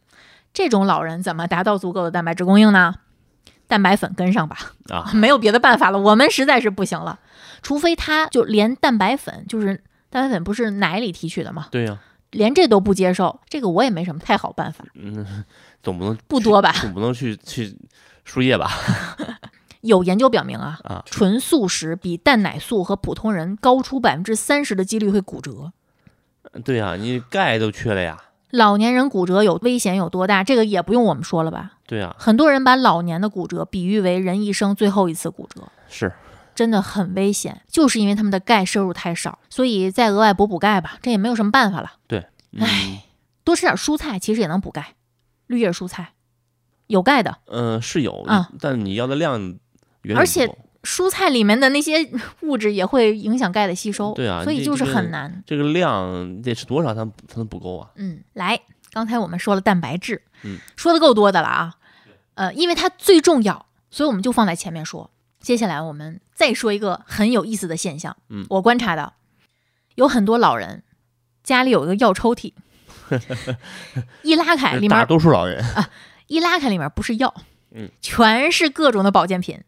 [SPEAKER 2] 这种老人怎么达到足够的蛋白质供应呢？蛋白粉跟上吧，
[SPEAKER 3] 啊，
[SPEAKER 2] 没有别的办法了，我们实在是不行了，除非他就连蛋白粉，就是蛋白粉不是奶里提取的嘛，
[SPEAKER 3] 对呀，
[SPEAKER 2] 连这都不接受，这个我也没什么太好办法，
[SPEAKER 3] 嗯，总不能
[SPEAKER 2] 不多吧？
[SPEAKER 3] 总不能去去输液吧？
[SPEAKER 2] 有研究表明啊，
[SPEAKER 3] 啊
[SPEAKER 2] 纯素食比蛋奶素和普通人高出百分之三十的几率会骨折。
[SPEAKER 3] 对呀、你钙都缺了呀。
[SPEAKER 2] 老年人骨折有危险有多大？这个也不用我们说了吧？
[SPEAKER 3] 对呀、
[SPEAKER 2] 很多人把老年的骨折比喻为人一生最后一次骨折，
[SPEAKER 3] 是
[SPEAKER 2] 真的很危险，就是因为他们的钙摄入太少，所以再额外补补钙吧，这也没有什么办法了。
[SPEAKER 3] 对。嗯
[SPEAKER 2] 唉，多吃点蔬菜其实也能补钙，绿叶蔬菜有钙的。
[SPEAKER 3] 嗯、是有，
[SPEAKER 2] 啊
[SPEAKER 3] 但你要的量远远
[SPEAKER 2] 而且
[SPEAKER 3] 不够
[SPEAKER 2] 蔬菜里面的那些物质也会影响钙的吸收，
[SPEAKER 3] 对啊
[SPEAKER 2] 所以
[SPEAKER 3] 这
[SPEAKER 2] 就是
[SPEAKER 3] 这个
[SPEAKER 2] 很难。
[SPEAKER 3] 这个量得吃多少才能才能不够啊？
[SPEAKER 2] 嗯，来，刚才我们说了蛋白质，
[SPEAKER 3] 嗯，
[SPEAKER 2] 说的够多的了啊。呃，因为它最重要，所以我们就放在前面说。接下来我们再说一个很有意思的现象，
[SPEAKER 3] 嗯
[SPEAKER 2] 我观察到有很多老人家里有一个药抽 屉，一拉开哎里面
[SPEAKER 3] 大多数老人，
[SPEAKER 2] 一拉开里面不是药，
[SPEAKER 3] 嗯，
[SPEAKER 2] 全是各种的保健品，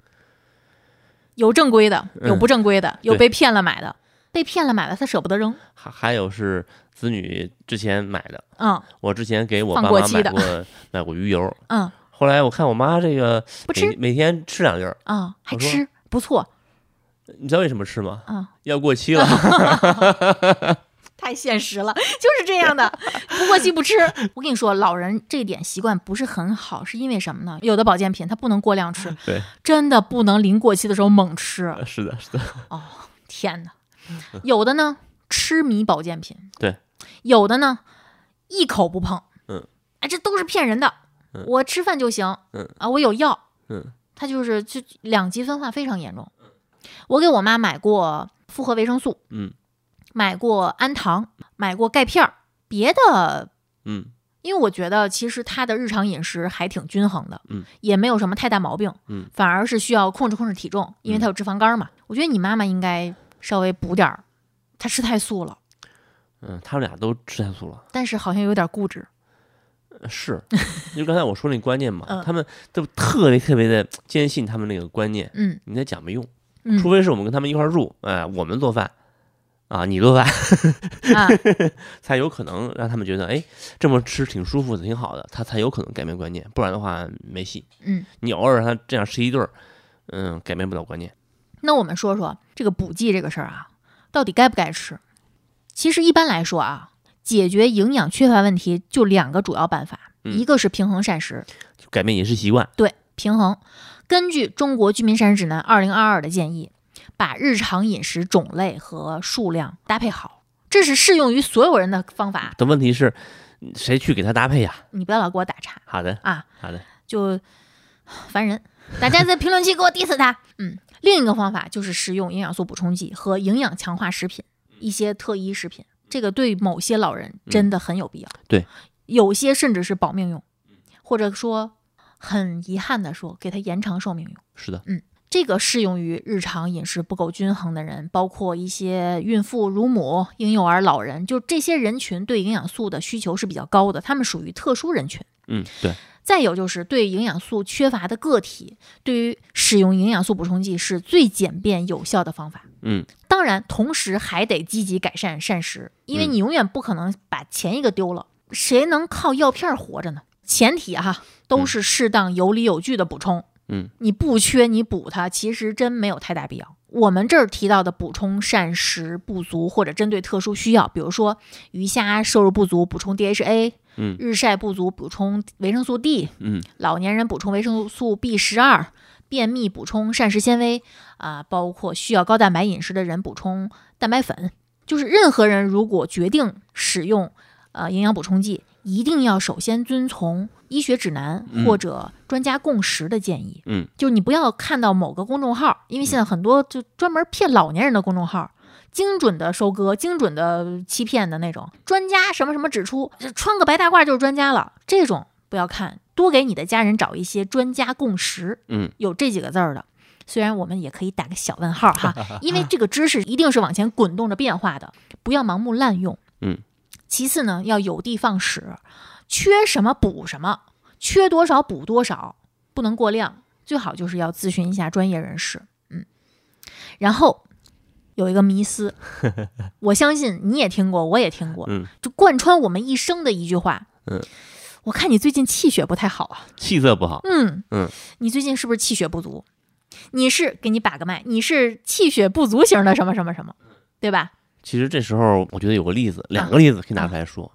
[SPEAKER 2] 有正规的，
[SPEAKER 3] 嗯
[SPEAKER 2] 有不正规的，有被骗了买的，被骗了买的他舍不得扔，
[SPEAKER 3] 还还有是子女之前买的，
[SPEAKER 2] 嗯
[SPEAKER 3] 我之前给我
[SPEAKER 2] 放
[SPEAKER 3] 爸
[SPEAKER 2] 过
[SPEAKER 3] 妈
[SPEAKER 2] 期
[SPEAKER 3] 买
[SPEAKER 2] 的
[SPEAKER 3] 过买过鱼油，
[SPEAKER 2] 嗯
[SPEAKER 3] 后来我看我妈这个
[SPEAKER 2] 不
[SPEAKER 3] 每
[SPEAKER 2] 吃
[SPEAKER 3] 每天吃两粒儿，
[SPEAKER 2] 啊、嗯还
[SPEAKER 3] 哎我说
[SPEAKER 2] 吃不错，
[SPEAKER 3] 你知道为什么吃吗？
[SPEAKER 2] 嗯，
[SPEAKER 3] 要过期了，
[SPEAKER 2] 太现实了，就是这样的， 不过期不吃。我跟你说，老人这点习惯不是很好，是因为什么呢？有的保健品它不能过量吃，
[SPEAKER 3] 对，
[SPEAKER 2] 真的不能临过期的时候猛吃，
[SPEAKER 3] 是的，是的，
[SPEAKER 2] 哦，天 哪！有的呢痴迷保健品，
[SPEAKER 3] 对；
[SPEAKER 2] 有的呢一口不碰，
[SPEAKER 3] 嗯，
[SPEAKER 2] 哎，这都是骗人的。
[SPEAKER 3] 嗯
[SPEAKER 2] 我吃饭就行，
[SPEAKER 3] 嗯
[SPEAKER 2] 啊，我有药，
[SPEAKER 3] 嗯，
[SPEAKER 2] 它就是就两极分化非常严重。我给我妈买过复合维生素，
[SPEAKER 3] 嗯
[SPEAKER 2] 买过氨糖，买过钙片儿，别的。
[SPEAKER 3] 嗯
[SPEAKER 2] 因为我觉得其实她的日常饮食还挺均衡的，
[SPEAKER 3] 嗯，
[SPEAKER 2] 也没有什么太大毛病，
[SPEAKER 3] 嗯，
[SPEAKER 2] 反而是需要控制控制体重，因为她有脂肪肝嘛。我觉得你妈妈应该稍微补点儿，她吃太素了，
[SPEAKER 3] 嗯，他们俩都吃太素了，
[SPEAKER 2] 但是好像有点固执，
[SPEAKER 3] 是，就刚才我说那观念嘛
[SPEAKER 2] 嗯，
[SPEAKER 3] 他们都特别特别的坚信他们那个观念，
[SPEAKER 2] 嗯
[SPEAKER 3] 你再讲没用，
[SPEAKER 2] 嗯
[SPEAKER 3] 除非是我们跟他们一块儿住，哎，我们做饭。啊，你做饭
[SPEAKER 2] 啊，
[SPEAKER 3] 才有可能让他们觉得，哎，这么吃挺舒服的，挺好的，他才有可能改变观念，不然的话没戏。
[SPEAKER 2] 嗯。
[SPEAKER 3] 你偶尔让他这样吃一顿儿，嗯，改变不了观念。
[SPEAKER 2] 那我们说说这个补剂这个事儿啊，到底该不该吃？其实一般来说啊，解决营养缺乏问题就两个主要办法，
[SPEAKER 3] 嗯
[SPEAKER 2] 一个是平衡膳食，
[SPEAKER 3] 就改变饮食习惯，
[SPEAKER 2] 对，平衡。根据中国居民膳食指南二零二二的建议，把日常饮食种类和数量搭配好，这是适用于所有人的方法。
[SPEAKER 3] 但问题是，谁去给他搭配呀？
[SPEAKER 2] 你不要老给我打岔
[SPEAKER 3] 好的，
[SPEAKER 2] 啊，
[SPEAKER 3] 好的，
[SPEAKER 2] 就烦人。大家在评论区给我 diss 他。嗯，另一个方法就是食用营养素补充剂和营养强化食品，一些特医食品，这个对某些老人真的很有必要。
[SPEAKER 3] 对，
[SPEAKER 2] 有些甚至是保命用，或者说很遗憾的说，给他延长寿命用。
[SPEAKER 3] 是的，
[SPEAKER 2] 这个适用于日常饮食不够均衡的人，包括一些孕妇、乳母、婴幼儿、老人，就这些人群对营养素的需求是比较高的，他们属于特殊人群。
[SPEAKER 3] 嗯，对，
[SPEAKER 2] 再有就是对营养素缺乏的个体，对于使用营养素补充剂是最简便有效的方法。
[SPEAKER 3] 嗯，
[SPEAKER 2] 当然，同时还得积极改善膳食，因为
[SPEAKER 3] 嗯
[SPEAKER 2] 你永远不可能把前一个丢了。谁能靠药片活着呢？前提哈、都是适当、有理有据的补充。
[SPEAKER 3] 嗯，
[SPEAKER 2] 你不缺你补它，其实真没有太大必要。我们这儿提到的补充膳食不足或者针对特殊需要，比如说鱼虾摄入不足补充 DHA，
[SPEAKER 3] 嗯
[SPEAKER 2] 日晒不足补充维生素 D，
[SPEAKER 3] 嗯，
[SPEAKER 2] 老年人补充维生素 B 十二，便秘补充膳食纤维啊、包括需要高蛋白饮食的人补充蛋白粉。就是任何人如果决定使用呃营养补充剂，一定要首先遵从医学指南
[SPEAKER 3] 嗯
[SPEAKER 2] 或者专家共识的建议。
[SPEAKER 3] 嗯，
[SPEAKER 2] 就你不要看到某个公众号，因为现在很多就专门骗老年人的公众号。精准的收割，精准的欺骗的那种。专家什么什么指出，这穿个白大褂就是专家了，这种不要看，多给你的家人找一些专家共识，
[SPEAKER 3] 嗯，
[SPEAKER 2] 有这几个字儿的。虽然我们也可以打个小问号 哈，因为这个知识一定是往前滚动着变化的，不要盲目滥用。
[SPEAKER 3] 嗯，
[SPEAKER 2] 其次呢，要有的放矢，缺什么补什么，缺多少补多少，不能过量，最好就是要咨询一下专业人士。嗯，然后有一个迷 思，我相信你也听过，我也听过，
[SPEAKER 3] 嗯
[SPEAKER 2] 就贯穿我们一生的一句话。
[SPEAKER 3] 嗯，
[SPEAKER 2] 我看你最近气血不太好啊。
[SPEAKER 3] 气色不好，
[SPEAKER 2] 嗯
[SPEAKER 3] 嗯，
[SPEAKER 2] 你最近是不是气血不足？你是给你把个脉，你是气血不足型的什么什么什么，对吧？
[SPEAKER 3] 其实这时候我觉得有个例子，两个例子可以拿出来说。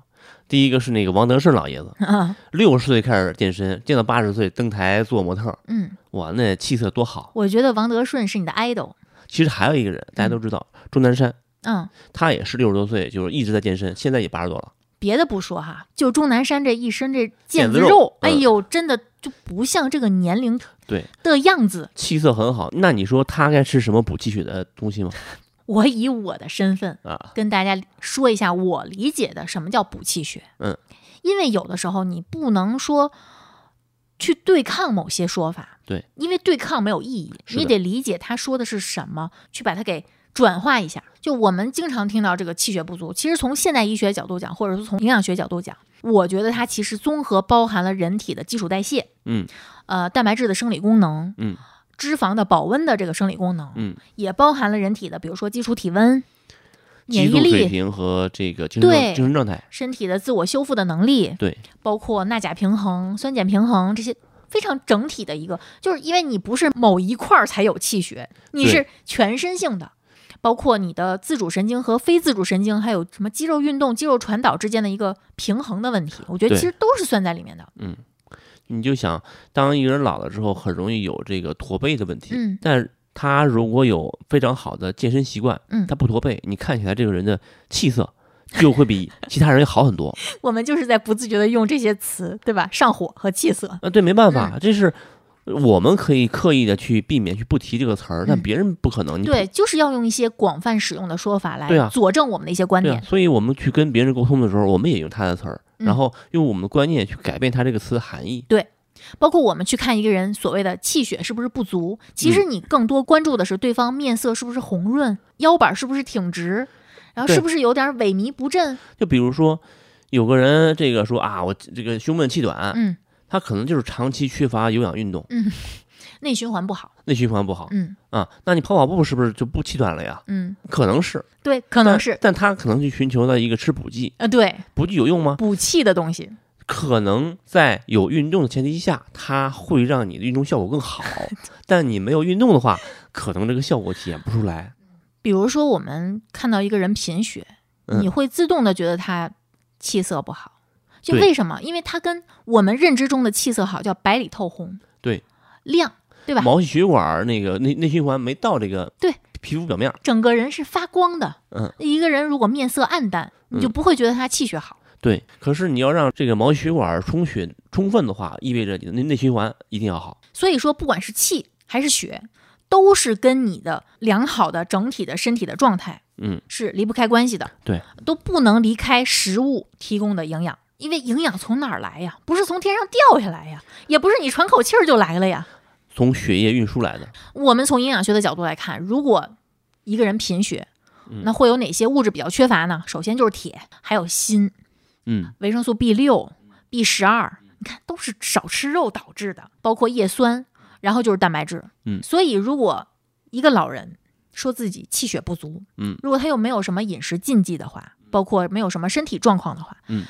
[SPEAKER 3] 第一个是那个王德胜老爷子，
[SPEAKER 2] 嗯
[SPEAKER 3] 六十岁开始健身，健到八十岁登台做模特儿，
[SPEAKER 2] 嗯，
[SPEAKER 3] 哇，那气色多好。
[SPEAKER 2] 我觉得王德顺是你的 idol。
[SPEAKER 3] 其实还有一个人，大家都知道，钟南山，
[SPEAKER 2] 嗯，
[SPEAKER 3] 他也是六十多岁，就是一直在健身，现在也八十多了。
[SPEAKER 2] 别的不说哈，就钟南山这一身这腱
[SPEAKER 3] 腱
[SPEAKER 2] 子
[SPEAKER 3] 子
[SPEAKER 2] 肉，
[SPEAKER 3] 肉
[SPEAKER 2] 哎
[SPEAKER 3] 嗯
[SPEAKER 2] 呦，真的就不像这个年龄
[SPEAKER 3] 对
[SPEAKER 2] 的样子。
[SPEAKER 3] 气色很好，那你说他该吃什么补气血的东西吗？
[SPEAKER 2] 我以我的身份
[SPEAKER 3] 啊，
[SPEAKER 2] 跟大家说一下我理解的什么叫补气血。
[SPEAKER 3] 嗯，
[SPEAKER 2] 因为有的时候你不能说去对抗某些说法，
[SPEAKER 3] 对，
[SPEAKER 2] 因为对抗没有意义，
[SPEAKER 3] 是的
[SPEAKER 2] 你得理解他说的是什么，去把它给转化一下。就我们经常听到这个气血不足，其实从现代医学角度讲，或者是从营养学角度讲，我觉得它其实综合包含了人体的基础代谢，
[SPEAKER 3] 嗯，
[SPEAKER 2] 呃，蛋白质的生理功能，
[SPEAKER 3] 嗯。
[SPEAKER 2] 脂肪的保温的这个生理功能，
[SPEAKER 3] 嗯，
[SPEAKER 2] 也包含了人体的，比如说基础体温、免
[SPEAKER 3] 激
[SPEAKER 2] 疫
[SPEAKER 3] 素水
[SPEAKER 2] 力、
[SPEAKER 3] 平和这个精神
[SPEAKER 2] 对
[SPEAKER 3] 状精神状态，
[SPEAKER 2] 身体的自我修复的能力，
[SPEAKER 3] 对，
[SPEAKER 2] 包括钠钾平衡、酸碱平衡这些非常整体的一个，就是因为你不是某一块儿才有气血，你是全身性的，包括你的自主神经和非自主神经，还有什么肌肉运动、肌肉传导之间的一个平衡的问题，我觉得
[SPEAKER 3] 对
[SPEAKER 2] 其实都是算在里面的。
[SPEAKER 3] 你就想，当一个人老了之后，很容易有这个驼背的问题。
[SPEAKER 2] 嗯
[SPEAKER 3] 但他如果有非常好的健身习惯，
[SPEAKER 2] 嗯
[SPEAKER 3] 他不驼背，你看起来这个人的气色就会比其他人要好很多。
[SPEAKER 2] 我们就是在不自觉的用这些词，对吧？上火和气色，
[SPEAKER 3] 啊，对，没办
[SPEAKER 2] 嗯
[SPEAKER 3] 法，这是我们可以刻意的去避免去不提这个词儿，但
[SPEAKER 2] 嗯
[SPEAKER 3] 别人不可能。你
[SPEAKER 2] 对，就是要用一些广泛使用的说法来
[SPEAKER 3] 对啊
[SPEAKER 2] 佐证我们的一些观
[SPEAKER 3] 对
[SPEAKER 2] 点
[SPEAKER 3] 啊，。所以我们去跟别人沟通的时候，我们也用他的词儿，
[SPEAKER 2] 嗯
[SPEAKER 3] 然后用我们的观念去改变他这个词的含义。
[SPEAKER 2] 包括我们去看一个人所谓的气血是不是不足，其
[SPEAKER 3] 嗯
[SPEAKER 2] 实你更多关注的是对方面色是不是红润，腰板是不是挺直，然后
[SPEAKER 3] 对
[SPEAKER 2] 是不是有点萎靡不振。
[SPEAKER 3] 就比如说，有个人这个说啊，我这个胸闷气短，
[SPEAKER 2] 嗯，
[SPEAKER 3] 他可能就是长期缺乏有氧运动，
[SPEAKER 2] 内循环不好。
[SPEAKER 3] 内循环不好
[SPEAKER 2] 嗯
[SPEAKER 3] 啊。那你跑跑步是不是就不气短了呀？
[SPEAKER 2] 嗯，
[SPEAKER 3] 可能是，
[SPEAKER 2] 对，可
[SPEAKER 3] 可
[SPEAKER 2] 能是
[SPEAKER 3] 但他可能去寻求了一个吃补剂，
[SPEAKER 2] 呃，对
[SPEAKER 3] 补剂有用吗？
[SPEAKER 2] 补气的东西，
[SPEAKER 3] 可能在有运动的前提下，它会让你的运动效果更 好，但你没有运动的话，可能这个效果体现不出来。
[SPEAKER 2] 比如说我们看到一个人贫血，
[SPEAKER 3] 嗯
[SPEAKER 2] 你会自动的觉得他气色不好，就
[SPEAKER 3] 对
[SPEAKER 2] 为什么？因为他跟我们认知中的气色好叫白里透红，
[SPEAKER 3] 对，
[SPEAKER 2] 亮，对吧？
[SPEAKER 3] 毛细血管儿那个内内循环没到这个
[SPEAKER 2] 对
[SPEAKER 3] 皮肤表面儿，
[SPEAKER 2] 整个人是发光的。
[SPEAKER 3] 嗯，
[SPEAKER 2] 一个人如果面色暗淡，你就
[SPEAKER 3] 嗯
[SPEAKER 2] 不会觉得他气血好。
[SPEAKER 3] 对。可是你要让这个毛细血管儿充血充分的话，意味着你的内内循环一定要好。
[SPEAKER 2] 所以说，不管是气还是血，都是跟你的良好的整体的身体的状态
[SPEAKER 3] 嗯，
[SPEAKER 2] 是离不开关系的。
[SPEAKER 3] 对，
[SPEAKER 2] 都不能离开食物提供的营养，因为营养从哪儿来呀？不是从天上掉下来呀，也不是你喘口气儿就来了呀。
[SPEAKER 3] 从血液运输来的。
[SPEAKER 2] 我们从营养学的角度来看，如果一个人贫血，
[SPEAKER 3] 嗯
[SPEAKER 2] 那会有哪些物质比较缺乏呢？首先就是铁，还有锌。
[SPEAKER 3] 嗯，
[SPEAKER 2] 维生素 B 六、B 十二，你看都是少吃肉导致的，包括叶酸，然后就是蛋白质。
[SPEAKER 3] 嗯
[SPEAKER 2] 所以如果一个老人说自己气血不足，
[SPEAKER 3] 嗯，
[SPEAKER 2] 如果他又没有什么饮食禁忌的话，包括没有什么身体状况的话，
[SPEAKER 3] 嗯，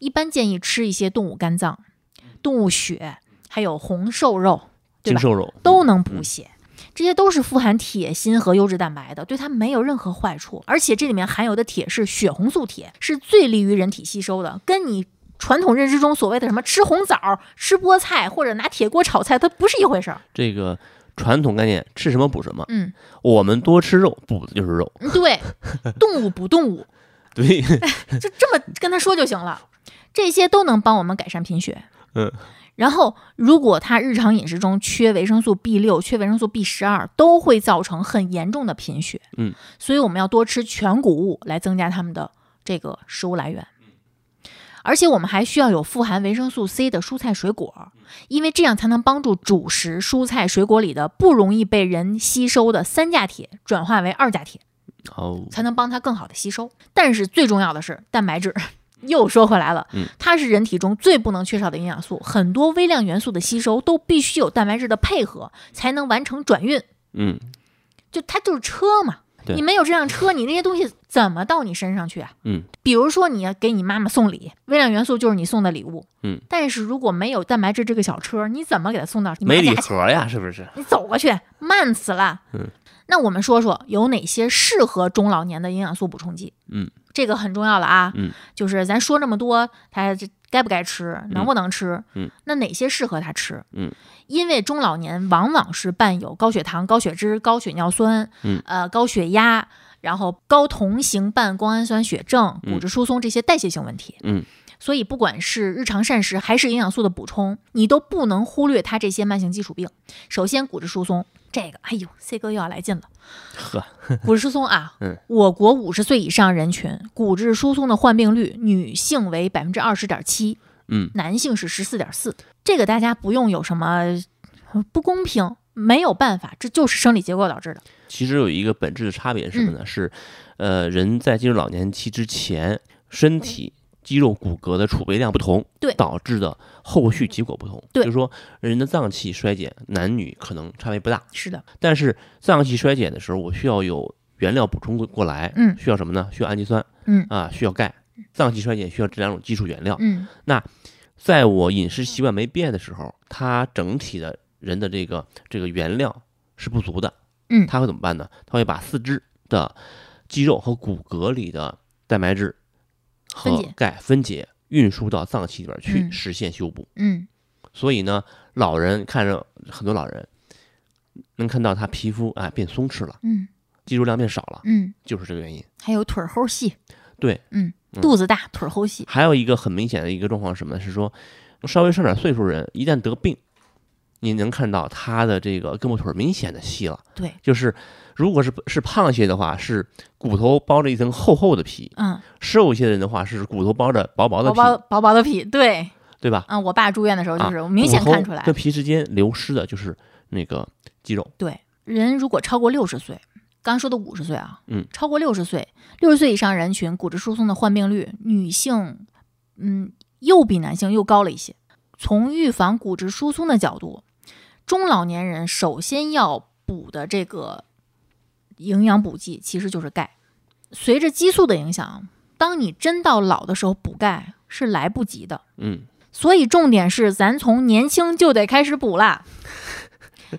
[SPEAKER 2] 一般建议吃一些动物肝脏、动物血，还有红瘦肉，对
[SPEAKER 3] 精
[SPEAKER 2] 吧？
[SPEAKER 3] 瘦肉
[SPEAKER 2] 都能补血。这些都是富含铁、锌和优质蛋白的，对它没有任何坏处。而且这里面含有的铁是血红素铁，是最利于人体吸收的，跟你传统认知中所谓的什么吃红枣、吃菠菜或者拿铁锅炒菜，它不是一回事儿。
[SPEAKER 3] 这个传统概念，吃什么补什么。
[SPEAKER 2] 嗯，
[SPEAKER 3] 我们多吃肉，补的就是肉。
[SPEAKER 2] 嗯对， 动物补动物，
[SPEAKER 3] 对，
[SPEAKER 2] 就这么跟他说就行了。这些都能帮我们改善贫血。
[SPEAKER 3] 嗯，
[SPEAKER 2] 然后如果他日常饮食中缺维生素 B 六、缺维生素 B 十二，都会造成很严重的贫血。
[SPEAKER 3] 嗯，
[SPEAKER 2] 所以我们要多吃全谷物来增加他们的这个食物来源。而且我们还需要有富含维生素 C 的蔬菜水果，因为这样才能帮助主食、蔬菜、水果里的不容易被人吸收的三价铁转化为二价铁。
[SPEAKER 3] 哦，
[SPEAKER 2] 才能帮它更好的吸收。但是最重要的是蛋白质。 又说回来了，
[SPEAKER 3] 嗯
[SPEAKER 2] 它是人体中最不能缺少的营养素，很多微量元素的吸收都必须有蛋白质的配合，才能完成转运。
[SPEAKER 3] 嗯，
[SPEAKER 2] 就它就是车嘛，
[SPEAKER 3] 对
[SPEAKER 2] 你没有这辆车，你那些东西怎么到你身上去啊？
[SPEAKER 3] 嗯，
[SPEAKER 2] 比如说你给你妈妈送礼，微量元素就是你送的礼物。
[SPEAKER 3] 嗯，
[SPEAKER 2] 但是如果没有蛋白质这个小车，你怎么给它送到你妈
[SPEAKER 3] 没礼
[SPEAKER 2] 家去？
[SPEAKER 3] 盒呀，是不是？
[SPEAKER 2] 你走过去，慢死了。
[SPEAKER 3] 嗯，
[SPEAKER 2] 那我们说说有哪些适合中老年的营养素补充剂？
[SPEAKER 3] 嗯，
[SPEAKER 2] 这个很重要了啊。
[SPEAKER 3] 嗯，
[SPEAKER 2] 就是咱说这么多，它这该不该吃，能不能吃？
[SPEAKER 3] 嗯，
[SPEAKER 2] 那哪些适合他吃？
[SPEAKER 3] 嗯，
[SPEAKER 2] 因为中老年往往是伴有高血糖、高血脂、高血尿酸，
[SPEAKER 3] 嗯，
[SPEAKER 2] 呃，高血压。然后高同型伴胱氨酸血症、骨质疏松这些代谢性问题，
[SPEAKER 3] 嗯，
[SPEAKER 2] 所以不管是日常膳食还是营养素的补充，你都不能忽略它这些慢性基础病。首先，骨质疏松这个，哎呦，C 哥又要来劲了。
[SPEAKER 3] 呵，
[SPEAKER 2] 骨质疏松啊，
[SPEAKER 3] 嗯
[SPEAKER 2] 我国五十岁以上人群骨质疏松的患病率，女性为百分之二十点七，
[SPEAKER 3] 嗯，
[SPEAKER 2] 男性是十四点四。这个大家不用有什么呃不公平，没有办法，这就是生理结构导致的。
[SPEAKER 3] 其实有一个本质的差别是什
[SPEAKER 2] 嗯
[SPEAKER 3] 么呢？是，呃，人在进入老年期之前，身体肌肉骨骼的储备量不同，
[SPEAKER 2] 嗯对
[SPEAKER 3] 导致的后续结果不同。
[SPEAKER 2] 对
[SPEAKER 3] 就是说人的脏器衰减，男女可能差别不大，
[SPEAKER 2] 是的，
[SPEAKER 3] 但是脏器衰减的时候，我需要有原料补充过过来，
[SPEAKER 2] 嗯
[SPEAKER 3] 需要什么呢？需要氨基酸，
[SPEAKER 2] 嗯
[SPEAKER 3] 啊，需要钙。脏器衰减需要这两种基础原料，
[SPEAKER 2] 嗯
[SPEAKER 3] 在我饮食习惯没变的时候，它整体的人的这个这个原料是不足的。
[SPEAKER 2] 嗯
[SPEAKER 3] 它会怎么办呢？它会把四肢的肌肉和骨骼里的蛋白质
[SPEAKER 2] 分
[SPEAKER 3] 和
[SPEAKER 2] 解
[SPEAKER 3] 钙分解运输到脏器里边去，
[SPEAKER 2] 嗯
[SPEAKER 3] 实现修补。
[SPEAKER 2] 嗯，
[SPEAKER 3] 所以呢，老人看着很多老人能看到他皮肤啊、哎变松弛了，
[SPEAKER 2] 嗯
[SPEAKER 3] 肌肉量变少了，
[SPEAKER 2] 嗯，
[SPEAKER 3] 就是这个原因。
[SPEAKER 2] 还有腿儿后细，
[SPEAKER 3] 对，
[SPEAKER 2] 嗯，
[SPEAKER 3] 嗯
[SPEAKER 2] 肚子大，腿儿后细，
[SPEAKER 3] 还有一个很明显的一个状况是什么呢？是说，稍微上点岁数人一旦得病，你能看到他的这个根部腿儿明显的细了。
[SPEAKER 2] 对，
[SPEAKER 3] 就是如果是是胖些的话，是骨头包着一层厚厚的皮；
[SPEAKER 2] 嗯，
[SPEAKER 3] 瘦一些的人的话，是骨头包着薄薄的
[SPEAKER 2] 薄
[SPEAKER 3] 皮，
[SPEAKER 2] 薄薄薄的皮，对，
[SPEAKER 3] 对吧？
[SPEAKER 2] 嗯，我爸住院的时候就
[SPEAKER 3] 啊
[SPEAKER 2] 是、我明显看出
[SPEAKER 3] 骨
[SPEAKER 2] 来
[SPEAKER 3] 头，跟皮之间流失的就是那个肌肉。
[SPEAKER 2] 对，人如果超过六十岁，刚说的五十岁啊，
[SPEAKER 3] 嗯，
[SPEAKER 2] 超过六十岁，六十岁以上人群骨质疏松的患病率，女性，嗯，又比男性又高了一些。从预防骨质疏松的角度，中老年人首先要补的这个营养补剂其实就是钙。随着激素的影响，当你真到老的时候补钙是来不及的。
[SPEAKER 3] 嗯，
[SPEAKER 2] 所以重点是，咱从年轻就得开始补啦。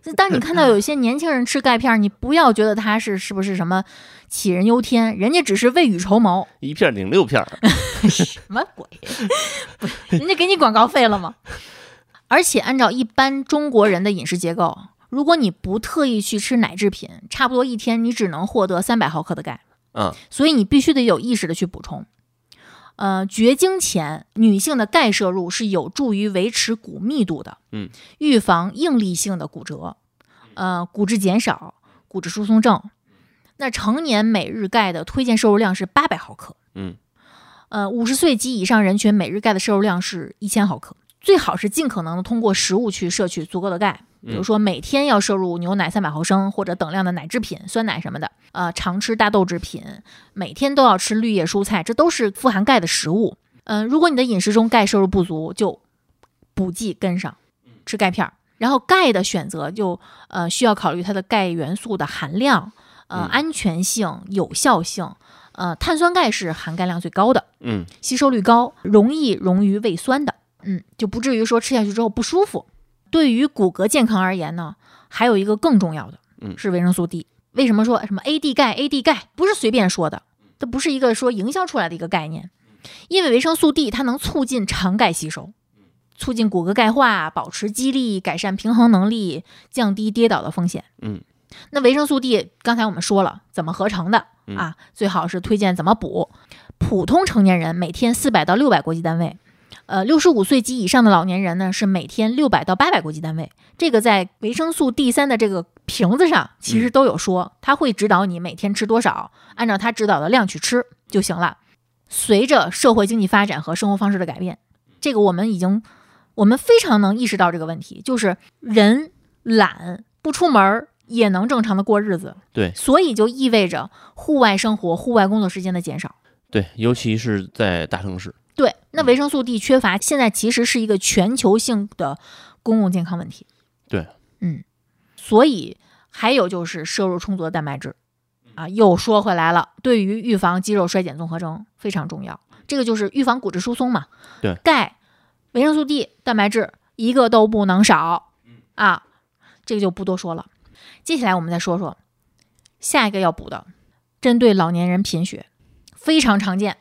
[SPEAKER 2] 就当你看到有些年轻人吃钙片儿，你不要觉得他是是不是什么杞人忧天，人家只是未雨绸缪，
[SPEAKER 3] 一片儿顶六片儿。
[SPEAKER 2] 什么鬼？不人家给你广告费了吗？而且按照一般中国人的饮食结构，如果你不特意去吃奶制品，差不多一天你只能获得三百毫克的钙。
[SPEAKER 3] 嗯，
[SPEAKER 2] 所以你必须得有意识的去补充。呃，绝经前女性的钙摄入是有助于维持骨密度的，
[SPEAKER 3] 嗯，
[SPEAKER 2] 预防应力性的骨折，呃，骨质减少、骨质疏松症。那成年每日钙的推荐摄入量是八百毫克，
[SPEAKER 3] 嗯，
[SPEAKER 2] 呃，五十岁及以上人群每日钙的摄入量是一千毫克，最好是尽可能的通过食物去摄取足够的钙，比
[SPEAKER 3] 嗯
[SPEAKER 2] 如说每天要摄入牛奶三百毫升或者等量的奶制品、酸奶什么的，呃，常吃大豆制品，每天都要吃绿叶蔬菜，这都是富含钙的食物。嗯，如果你的饮食中钙摄入不足，就补剂跟上，吃钙片儿。然后钙的选择就呃需要考虑它的钙元素的含量、呃、
[SPEAKER 3] 嗯
[SPEAKER 2] 安全性、有效性。呃，碳酸钙是含钙量最高的，
[SPEAKER 3] 嗯，
[SPEAKER 2] 吸收率高，容易溶于胃酸的，嗯，就不至于说吃下去之后不舒服。对于骨骼健康而言呢，还有一个更重要的，
[SPEAKER 3] 嗯
[SPEAKER 2] 是维生素 D。为什么说什么 AD 钙？AD 钙不是随便说的，
[SPEAKER 3] 嗯
[SPEAKER 2] 它不是一个说营销出来的一个概念，因为维生素 D 它能促进肠钙吸收，
[SPEAKER 3] 嗯
[SPEAKER 2] 促进骨骼钙化，保持肌力，改善平衡能力，降低跌倒的风险。
[SPEAKER 3] 嗯，
[SPEAKER 2] 那维生素 D 刚才我们说了怎么合成的、
[SPEAKER 3] 嗯
[SPEAKER 2] 啊，最好是推荐怎么补。普通成年人每天四百到六百国际单位，呃，六十五岁及以上的老年人呢是每天六百到八百国际单位。这个在维生素 D 三的这个瓶子上其实都有说，它会指导你每天吃多少，按照它指导的量去吃就行了。随着社会经济发展和生活方式的改变，这个我们已经我们非常能意识到这个问题，就是人懒不出门儿也能正常的过日子，
[SPEAKER 3] 对
[SPEAKER 2] 所以就意味着户外生活、户外工作时间的减少。
[SPEAKER 3] 对，尤其是在大城市。
[SPEAKER 2] 对，
[SPEAKER 3] 嗯
[SPEAKER 2] 那维生素 D 缺乏现在其实是一个全球性的公共健康问题。
[SPEAKER 3] 对，
[SPEAKER 2] 嗯，所以还有就是摄入充足的蛋白质，啊，又说回来了，对于预防肌肉衰减综合征非常重要。这个就是预防骨质疏松嘛。
[SPEAKER 3] 对，
[SPEAKER 2] 钙、维生素 D、蛋白质一个都不能少。
[SPEAKER 3] 嗯
[SPEAKER 2] 啊，这个就不多说了。接下来我们再说说下一个要补的，针对老年人贫血非常常见，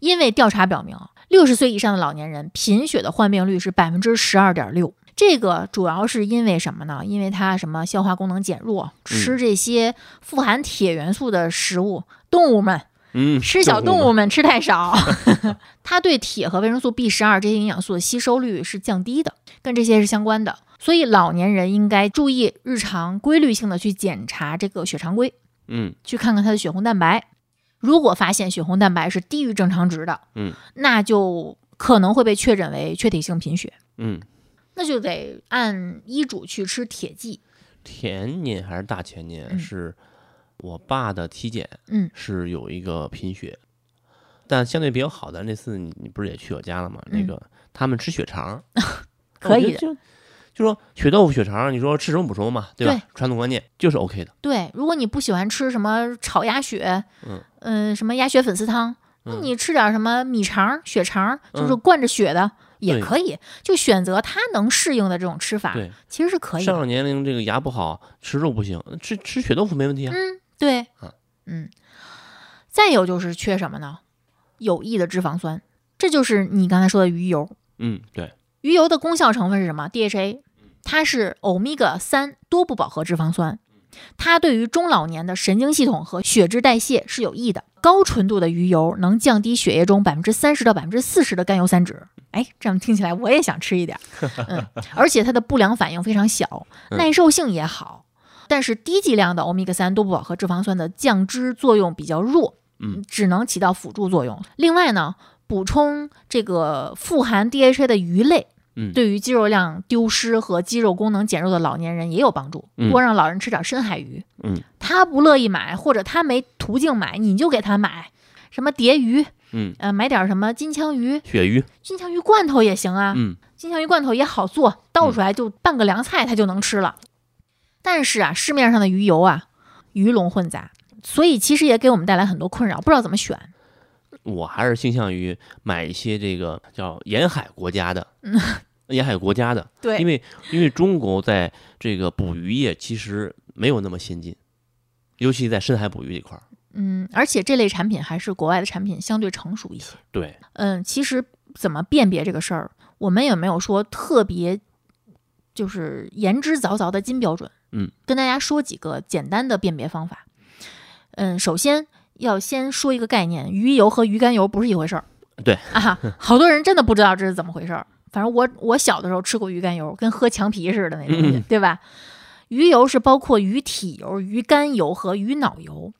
[SPEAKER 2] 因为调查表明，六十岁以上的老年人贫血的患病率是百分之十二点六。这个主要是因为什么呢？因为他什么消化功能减弱，吃这些富含铁元素的食物，动物们
[SPEAKER 3] 嗯，
[SPEAKER 2] 吃小动物
[SPEAKER 3] 物，
[SPEAKER 2] 们吃太少， 它对铁和维生素 B 十二这些营养素的吸收率是降低的，跟这些是相关的。所以老年人应该注意日常规律性的去检查这个血常规，
[SPEAKER 3] 嗯
[SPEAKER 2] 去看看它的血红蛋白。如果发现血红蛋白是低于正常值的，
[SPEAKER 3] 嗯，
[SPEAKER 2] 那就可能会被确诊为缺铁性贫血，
[SPEAKER 3] 嗯，
[SPEAKER 2] 那就得按医嘱去吃铁剂。
[SPEAKER 3] 前年还是大前
[SPEAKER 2] 嗯
[SPEAKER 3] 年是我爸的体检，
[SPEAKER 2] 嗯，
[SPEAKER 3] 是有一个贫血，但相对比较好的那次你你不是也去我家了吗？那
[SPEAKER 2] 嗯
[SPEAKER 3] 个他们吃血肠，
[SPEAKER 2] 可以
[SPEAKER 3] 我觉得就就说血豆腐、血肠，你说吃什么补什么嘛，对吧？
[SPEAKER 2] 对
[SPEAKER 3] 传统观念就是 OK 的，
[SPEAKER 2] 对，如果你不喜欢吃什么炒鸭血，
[SPEAKER 3] 嗯
[SPEAKER 2] 呃什么鸭血粉丝汤，那
[SPEAKER 3] 嗯
[SPEAKER 2] 你吃点什么米肠、血肠，就是
[SPEAKER 3] 嗯
[SPEAKER 2] 灌着血的、也
[SPEAKER 3] 对
[SPEAKER 2] 可以，就选择他能适应的这种吃法，
[SPEAKER 3] 对。
[SPEAKER 2] 其实是啊可以
[SPEAKER 3] 上
[SPEAKER 2] 的。
[SPEAKER 3] 了年龄，这个牙不好，吃肉不行，吃吃血豆腐没问题啊。
[SPEAKER 2] 嗯，对
[SPEAKER 3] 啊，
[SPEAKER 2] 嗯。再有就是缺什么呢？有益的脂肪酸，这就是你刚才说的鱼油。
[SPEAKER 3] 嗯，对，
[SPEAKER 2] 鱼油的功效成分是什么？DHA，它是欧米伽三多不饱和脂肪酸，它对于中老年的神经系统和血脂代谢是有益的。高纯度的鱼油能降低血液中百分之三十到百分之四十的甘油三酯。哎，这样听起来我也想吃一点儿。嗯，而且它的不良反应非常小，
[SPEAKER 3] 嗯
[SPEAKER 2] 耐受性也好。但是低剂量的欧米伽三多不饱和脂肪酸的降脂作用比较弱，
[SPEAKER 3] 嗯，
[SPEAKER 2] 只能起到辅助作用。另外呢，补充这个富含 DHA 的鱼类，
[SPEAKER 3] 嗯
[SPEAKER 2] 对于肌肉量丢失和肌肉功能减弱的老年人也有帮助。
[SPEAKER 3] 嗯
[SPEAKER 2] 多让老人吃点深海鱼，
[SPEAKER 3] 嗯，
[SPEAKER 2] 他不乐意买或者他没途径买，你就给他买什么蝶鱼，
[SPEAKER 3] 嗯，
[SPEAKER 2] 呃，买点什么金枪鱼，
[SPEAKER 3] 鳕鱼，
[SPEAKER 2] 金枪鱼罐头也行啊，
[SPEAKER 3] 嗯
[SPEAKER 2] 金枪鱼罐头也好做，倒出来就拌个凉菜，它就能吃了。但是啊，市面上的鱼油啊，鱼龙混杂，所以其实也给我们带来很多困扰，不知道怎么选。
[SPEAKER 3] 我还是倾向于买一些这个叫沿海国家的，
[SPEAKER 2] 嗯
[SPEAKER 3] 沿海国家的，
[SPEAKER 2] 对
[SPEAKER 3] 因为因为中国在这个捕鱼业其实没有那么先进，尤其在深海捕鱼这块儿，
[SPEAKER 2] 嗯，而且这类产品还是国外的产品相对成熟一些。
[SPEAKER 3] 对，
[SPEAKER 2] 嗯，其实怎么辨别这个事儿，我们也没有说特别就是言之凿凿的金标准。
[SPEAKER 3] 嗯，
[SPEAKER 2] 跟大家说几个简单的辨别方法。嗯，首先要先说一个概念，鱼油和鱼肝油不是一回事儿。
[SPEAKER 3] 对
[SPEAKER 2] 啊，好多人真的不知道这是怎么回事儿。反正我我小的时候吃过鱼肝油，跟喝墙皮似的那东西，
[SPEAKER 3] 嗯
[SPEAKER 2] 对吧？鱼油是包括鱼体油、鱼肝油和鱼脑油，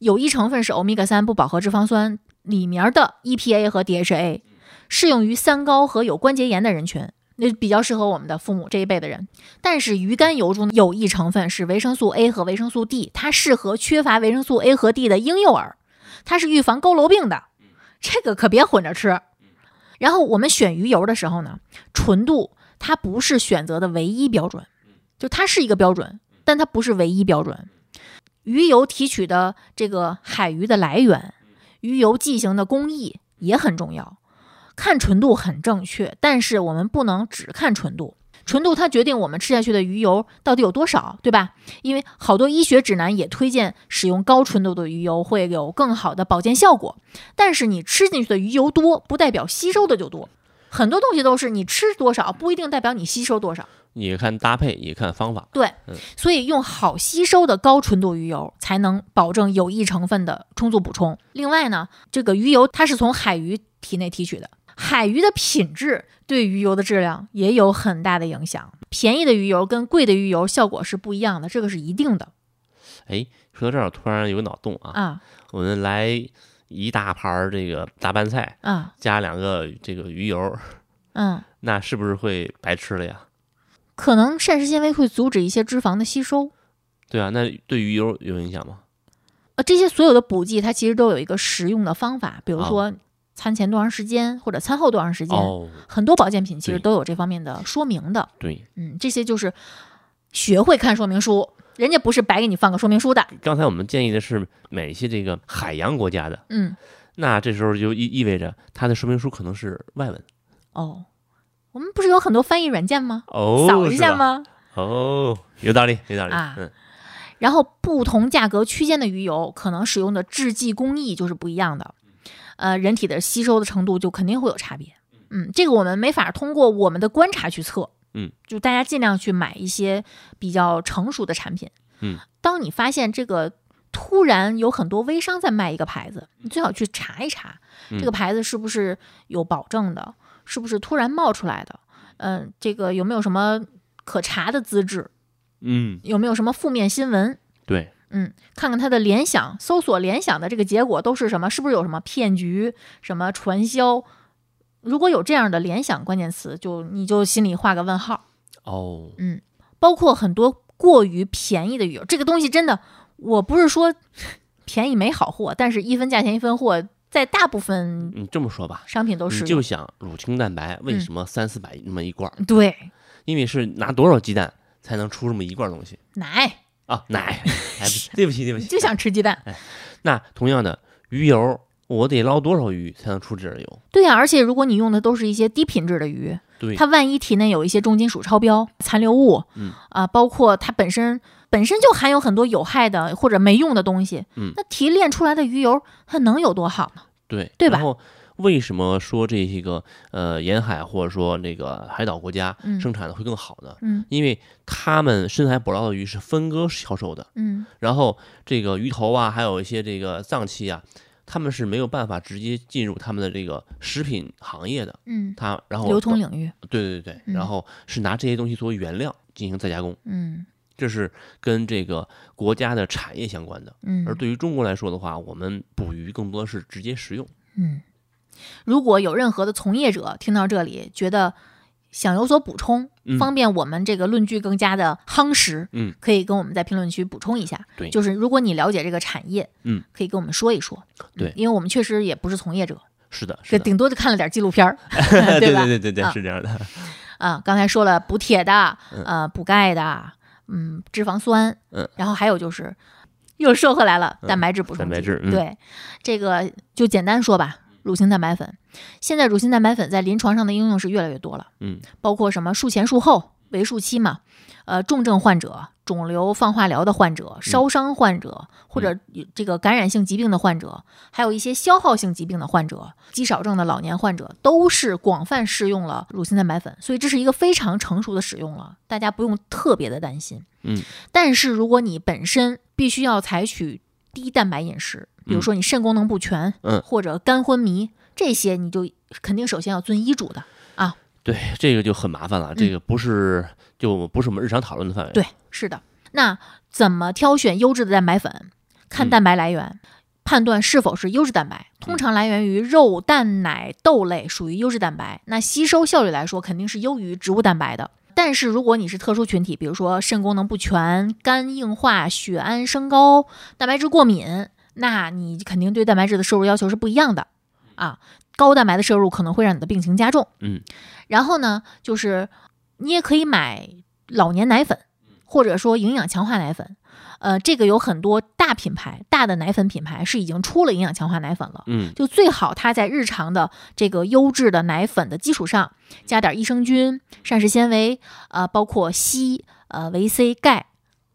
[SPEAKER 2] 有益成分是欧米伽三不饱和脂肪酸里面的 EPA 和 DHA，适用于三高和有关节炎的人群，那比较适合我们的父母这一辈的人。但是鱼肝油中的有益成分是维生素 A 和维生素 D，它适合缺乏维生素 A 和 D 的婴幼儿，它是预防佝偻病的，这个可别混着吃。然后我们选鱼油的时候呢，纯度它不是选择的唯一标准，就它是一个标准，但它不是唯一标准。鱼油提取的这个海鱼的来源，鱼油剂型的工艺也很重要。看纯度很正确，但是我们不能只看纯度，纯度它决定我们吃下去的鱼油到底有多少，对吧？因为好多医学指南也推荐使用高纯度的鱼油会有更好的保健效果，但是你吃进去的鱼油多，不代表吸收的就多。很多东西都是你吃多少，不一定代表你吸收多少。
[SPEAKER 3] 也看搭配，也看方法，
[SPEAKER 2] 对
[SPEAKER 3] 嗯，
[SPEAKER 2] 所以用好吸收的高纯度鱼油，才能保证有益成分的充足补充。另外呢，这个鱼油它是从海鱼体内提取的，海鱼的品质对鱼油的质量也有很大的影响。便宜的鱼油跟贵的鱼油效果是不一样的，这个是一定的
[SPEAKER 3] 哎，说到这儿，我突然有个脑洞啊，
[SPEAKER 2] 啊
[SPEAKER 3] 我们来一大盘儿这个大拌菜，
[SPEAKER 2] 啊
[SPEAKER 3] 加两个这个鱼油，
[SPEAKER 2] 嗯，
[SPEAKER 3] 那是不是会白吃了呀？
[SPEAKER 2] 可能膳食纤维会阻止一些脂肪的吸收。
[SPEAKER 3] 对啊，那对鱼油有影响吗？
[SPEAKER 2] 呃，这些所有的补剂它其实都有一个实用的方法，比如说餐前多长时间或者餐后多长时间，
[SPEAKER 3] 哦，
[SPEAKER 2] 很多保健品其实
[SPEAKER 3] 对
[SPEAKER 2] 都有这方面的说明的。
[SPEAKER 3] 对，
[SPEAKER 2] 嗯，这些就是学会看说明书，人家不是白给你放个说明书的。
[SPEAKER 3] 刚才我们建议的是买一些这个海洋国家的，
[SPEAKER 2] 嗯，
[SPEAKER 3] 那这时候就意意味着它的说明书可能是外文
[SPEAKER 2] 哦，我们不是有很多翻译软件吗？
[SPEAKER 3] 哦，
[SPEAKER 2] 扫一
[SPEAKER 3] 是
[SPEAKER 2] 下
[SPEAKER 3] 吧？
[SPEAKER 2] 吗？
[SPEAKER 3] 哦，有道理，有道理，
[SPEAKER 2] 啊
[SPEAKER 3] 嗯，
[SPEAKER 2] 然后不同价格区间的鱼油可能使用的制剂工艺就是不一样的，呃，人体的吸收的程度就肯定会有差别。嗯，这个我们没法通过我们的观察去测。
[SPEAKER 3] 嗯，
[SPEAKER 2] 就大家尽量去买一些比较成熟的产品。
[SPEAKER 3] 嗯，
[SPEAKER 2] 当你发现这个突然有很多微商在卖一个牌子，你最好去查一查
[SPEAKER 3] 嗯
[SPEAKER 2] 这个牌子是不是有保证的，是不是突然冒出来的。嗯、这个有没有什么可查的资质？
[SPEAKER 3] 嗯，
[SPEAKER 2] 有没有什么负面新闻？
[SPEAKER 3] 对，
[SPEAKER 2] 嗯，看看它的联想，搜索联想的这个结果都是什么？是不是有什么骗局、什么传销？如果有这样的联想关键词，就你就心里画个问号。
[SPEAKER 3] 哦，
[SPEAKER 2] 包括很多过于便宜的鱼油，这个东西真的，我不是说 便宜没好货，但是一分价钱一分货，在大部分
[SPEAKER 3] 你这么说吧，
[SPEAKER 2] 商品都
[SPEAKER 3] 你
[SPEAKER 2] 是
[SPEAKER 3] 嗯就想乳清蛋白为
[SPEAKER 2] 嗯
[SPEAKER 3] 什么三四百那么一罐儿？
[SPEAKER 2] 对
[SPEAKER 3] 因为是拿多少鸡蛋才能出这么一罐儿东西
[SPEAKER 2] 奶，
[SPEAKER 3] 啊？ 奶，哎，不对不起对不起，
[SPEAKER 2] 嗯就想吃鸡蛋。
[SPEAKER 3] 那同样的鱼油，我得捞多少鱼才能出这点油？
[SPEAKER 2] 对呀、而且如果你用的都是一些低品质的鱼，
[SPEAKER 3] 对，
[SPEAKER 2] 它万一体内有一些重金属超标、残留物，
[SPEAKER 3] 嗯
[SPEAKER 2] 啊、包括它本身本身就含有很多有害的或者没用的东西，
[SPEAKER 3] 嗯
[SPEAKER 2] 那提炼出来的鱼油它能有多好呢？
[SPEAKER 3] 对
[SPEAKER 2] 对吧
[SPEAKER 3] 然后为什么说这些个呃沿海或者说那个海岛国家
[SPEAKER 2] 嗯
[SPEAKER 3] 生产的会更好呢？
[SPEAKER 2] 嗯
[SPEAKER 3] 因为他们深海捕捞的鱼是分割销售的，
[SPEAKER 2] 嗯，
[SPEAKER 3] 然后这个鱼头啊，还有一些这个脏器啊，他们是没有办法直接进入他们的这个食品行业的。
[SPEAKER 2] 嗯，
[SPEAKER 3] 它然后
[SPEAKER 2] 流通领域，
[SPEAKER 3] 对对对，
[SPEAKER 2] 嗯
[SPEAKER 3] 然后是拿这些东西作为原料进行再加工，
[SPEAKER 2] 嗯
[SPEAKER 3] 这是跟这个国家的产业相关的。
[SPEAKER 2] 嗯，
[SPEAKER 3] 而对于中国来说的话，我们捕鱼更多的是直接食用。
[SPEAKER 2] 嗯，如果有任何的从业者听到这里，觉得想有所补充，
[SPEAKER 3] 嗯
[SPEAKER 2] 方便我们这个论据更加的夯实，
[SPEAKER 3] 嗯，
[SPEAKER 2] 可以跟我们在评论区补充一下。
[SPEAKER 3] 对
[SPEAKER 2] 就是如果你了解这个产业，
[SPEAKER 3] 嗯，
[SPEAKER 2] 可以跟我们说一说。
[SPEAKER 3] 对
[SPEAKER 2] 因为我们确实也不是从业者，
[SPEAKER 3] 是的，是
[SPEAKER 2] 这
[SPEAKER 3] 的，
[SPEAKER 2] 顶多就看了点纪录片儿，
[SPEAKER 3] 对
[SPEAKER 2] 对吧？
[SPEAKER 3] 对对对，
[SPEAKER 2] 啊
[SPEAKER 3] 是这样的。
[SPEAKER 2] 啊，刚才说了补铁的，
[SPEAKER 3] 嗯
[SPEAKER 2] 呃，补钙的，嗯，脂肪酸，
[SPEAKER 3] 嗯，
[SPEAKER 2] 然后还有就是又说回来了，
[SPEAKER 3] 嗯
[SPEAKER 2] 蛋白质补充剂，
[SPEAKER 3] 蛋白质嗯
[SPEAKER 2] 对，这个就简单说吧，乳清蛋白粉，现在乳清蛋白粉在临床上的应用是越来越多了，
[SPEAKER 3] 嗯，
[SPEAKER 2] 包括什么术前术后为术期嘛，呃，重症患者、肿瘤放化疗的患者、
[SPEAKER 3] 嗯
[SPEAKER 2] 烧伤患者，或者这个感染性疾病的患者，还有一些消耗性疾病的患者、肌少症的老年患者，都是广泛适用了乳清蛋白粉，所以这是一个非常成熟的使用了，大家不用特别的担心。
[SPEAKER 3] 嗯，
[SPEAKER 2] 但是如果你本身必须要采取低蛋白饮食，比如说你肾功能不全，
[SPEAKER 3] 嗯
[SPEAKER 2] 或者肝昏迷这些，你就肯定首先要遵医嘱的。
[SPEAKER 3] 对，这个就很麻烦了，这个不是就不是我们日常讨论的范围。
[SPEAKER 2] 嗯对，是的。那怎么挑选优质的蛋白粉？看
[SPEAKER 3] 嗯
[SPEAKER 2] 蛋白来源，判断是否是优质蛋白。通常来源于肉、蛋、奶、豆类，属于优质蛋白。那吸收效率来说，肯定是优于植物蛋白的。但是如果你是特殊群体，比如说肾功能不全、肝硬化、血氨升高、蛋白质过敏，那你肯定对蛋白质的摄入要求是不一样的啊。高蛋白的摄入可能会让你的病情加重。
[SPEAKER 3] 嗯，
[SPEAKER 2] 然后呢，就是你也可以买老年奶粉，或者说营养强化奶粉。呃，这个有很多大品牌、大的奶粉品牌是已经出了营养强化奶粉了。
[SPEAKER 3] 嗯
[SPEAKER 2] 就最好它在日常的这个优质的奶粉的基础上，加点益生菌、膳食纤维，呃，包括硒、呃维 C、钙，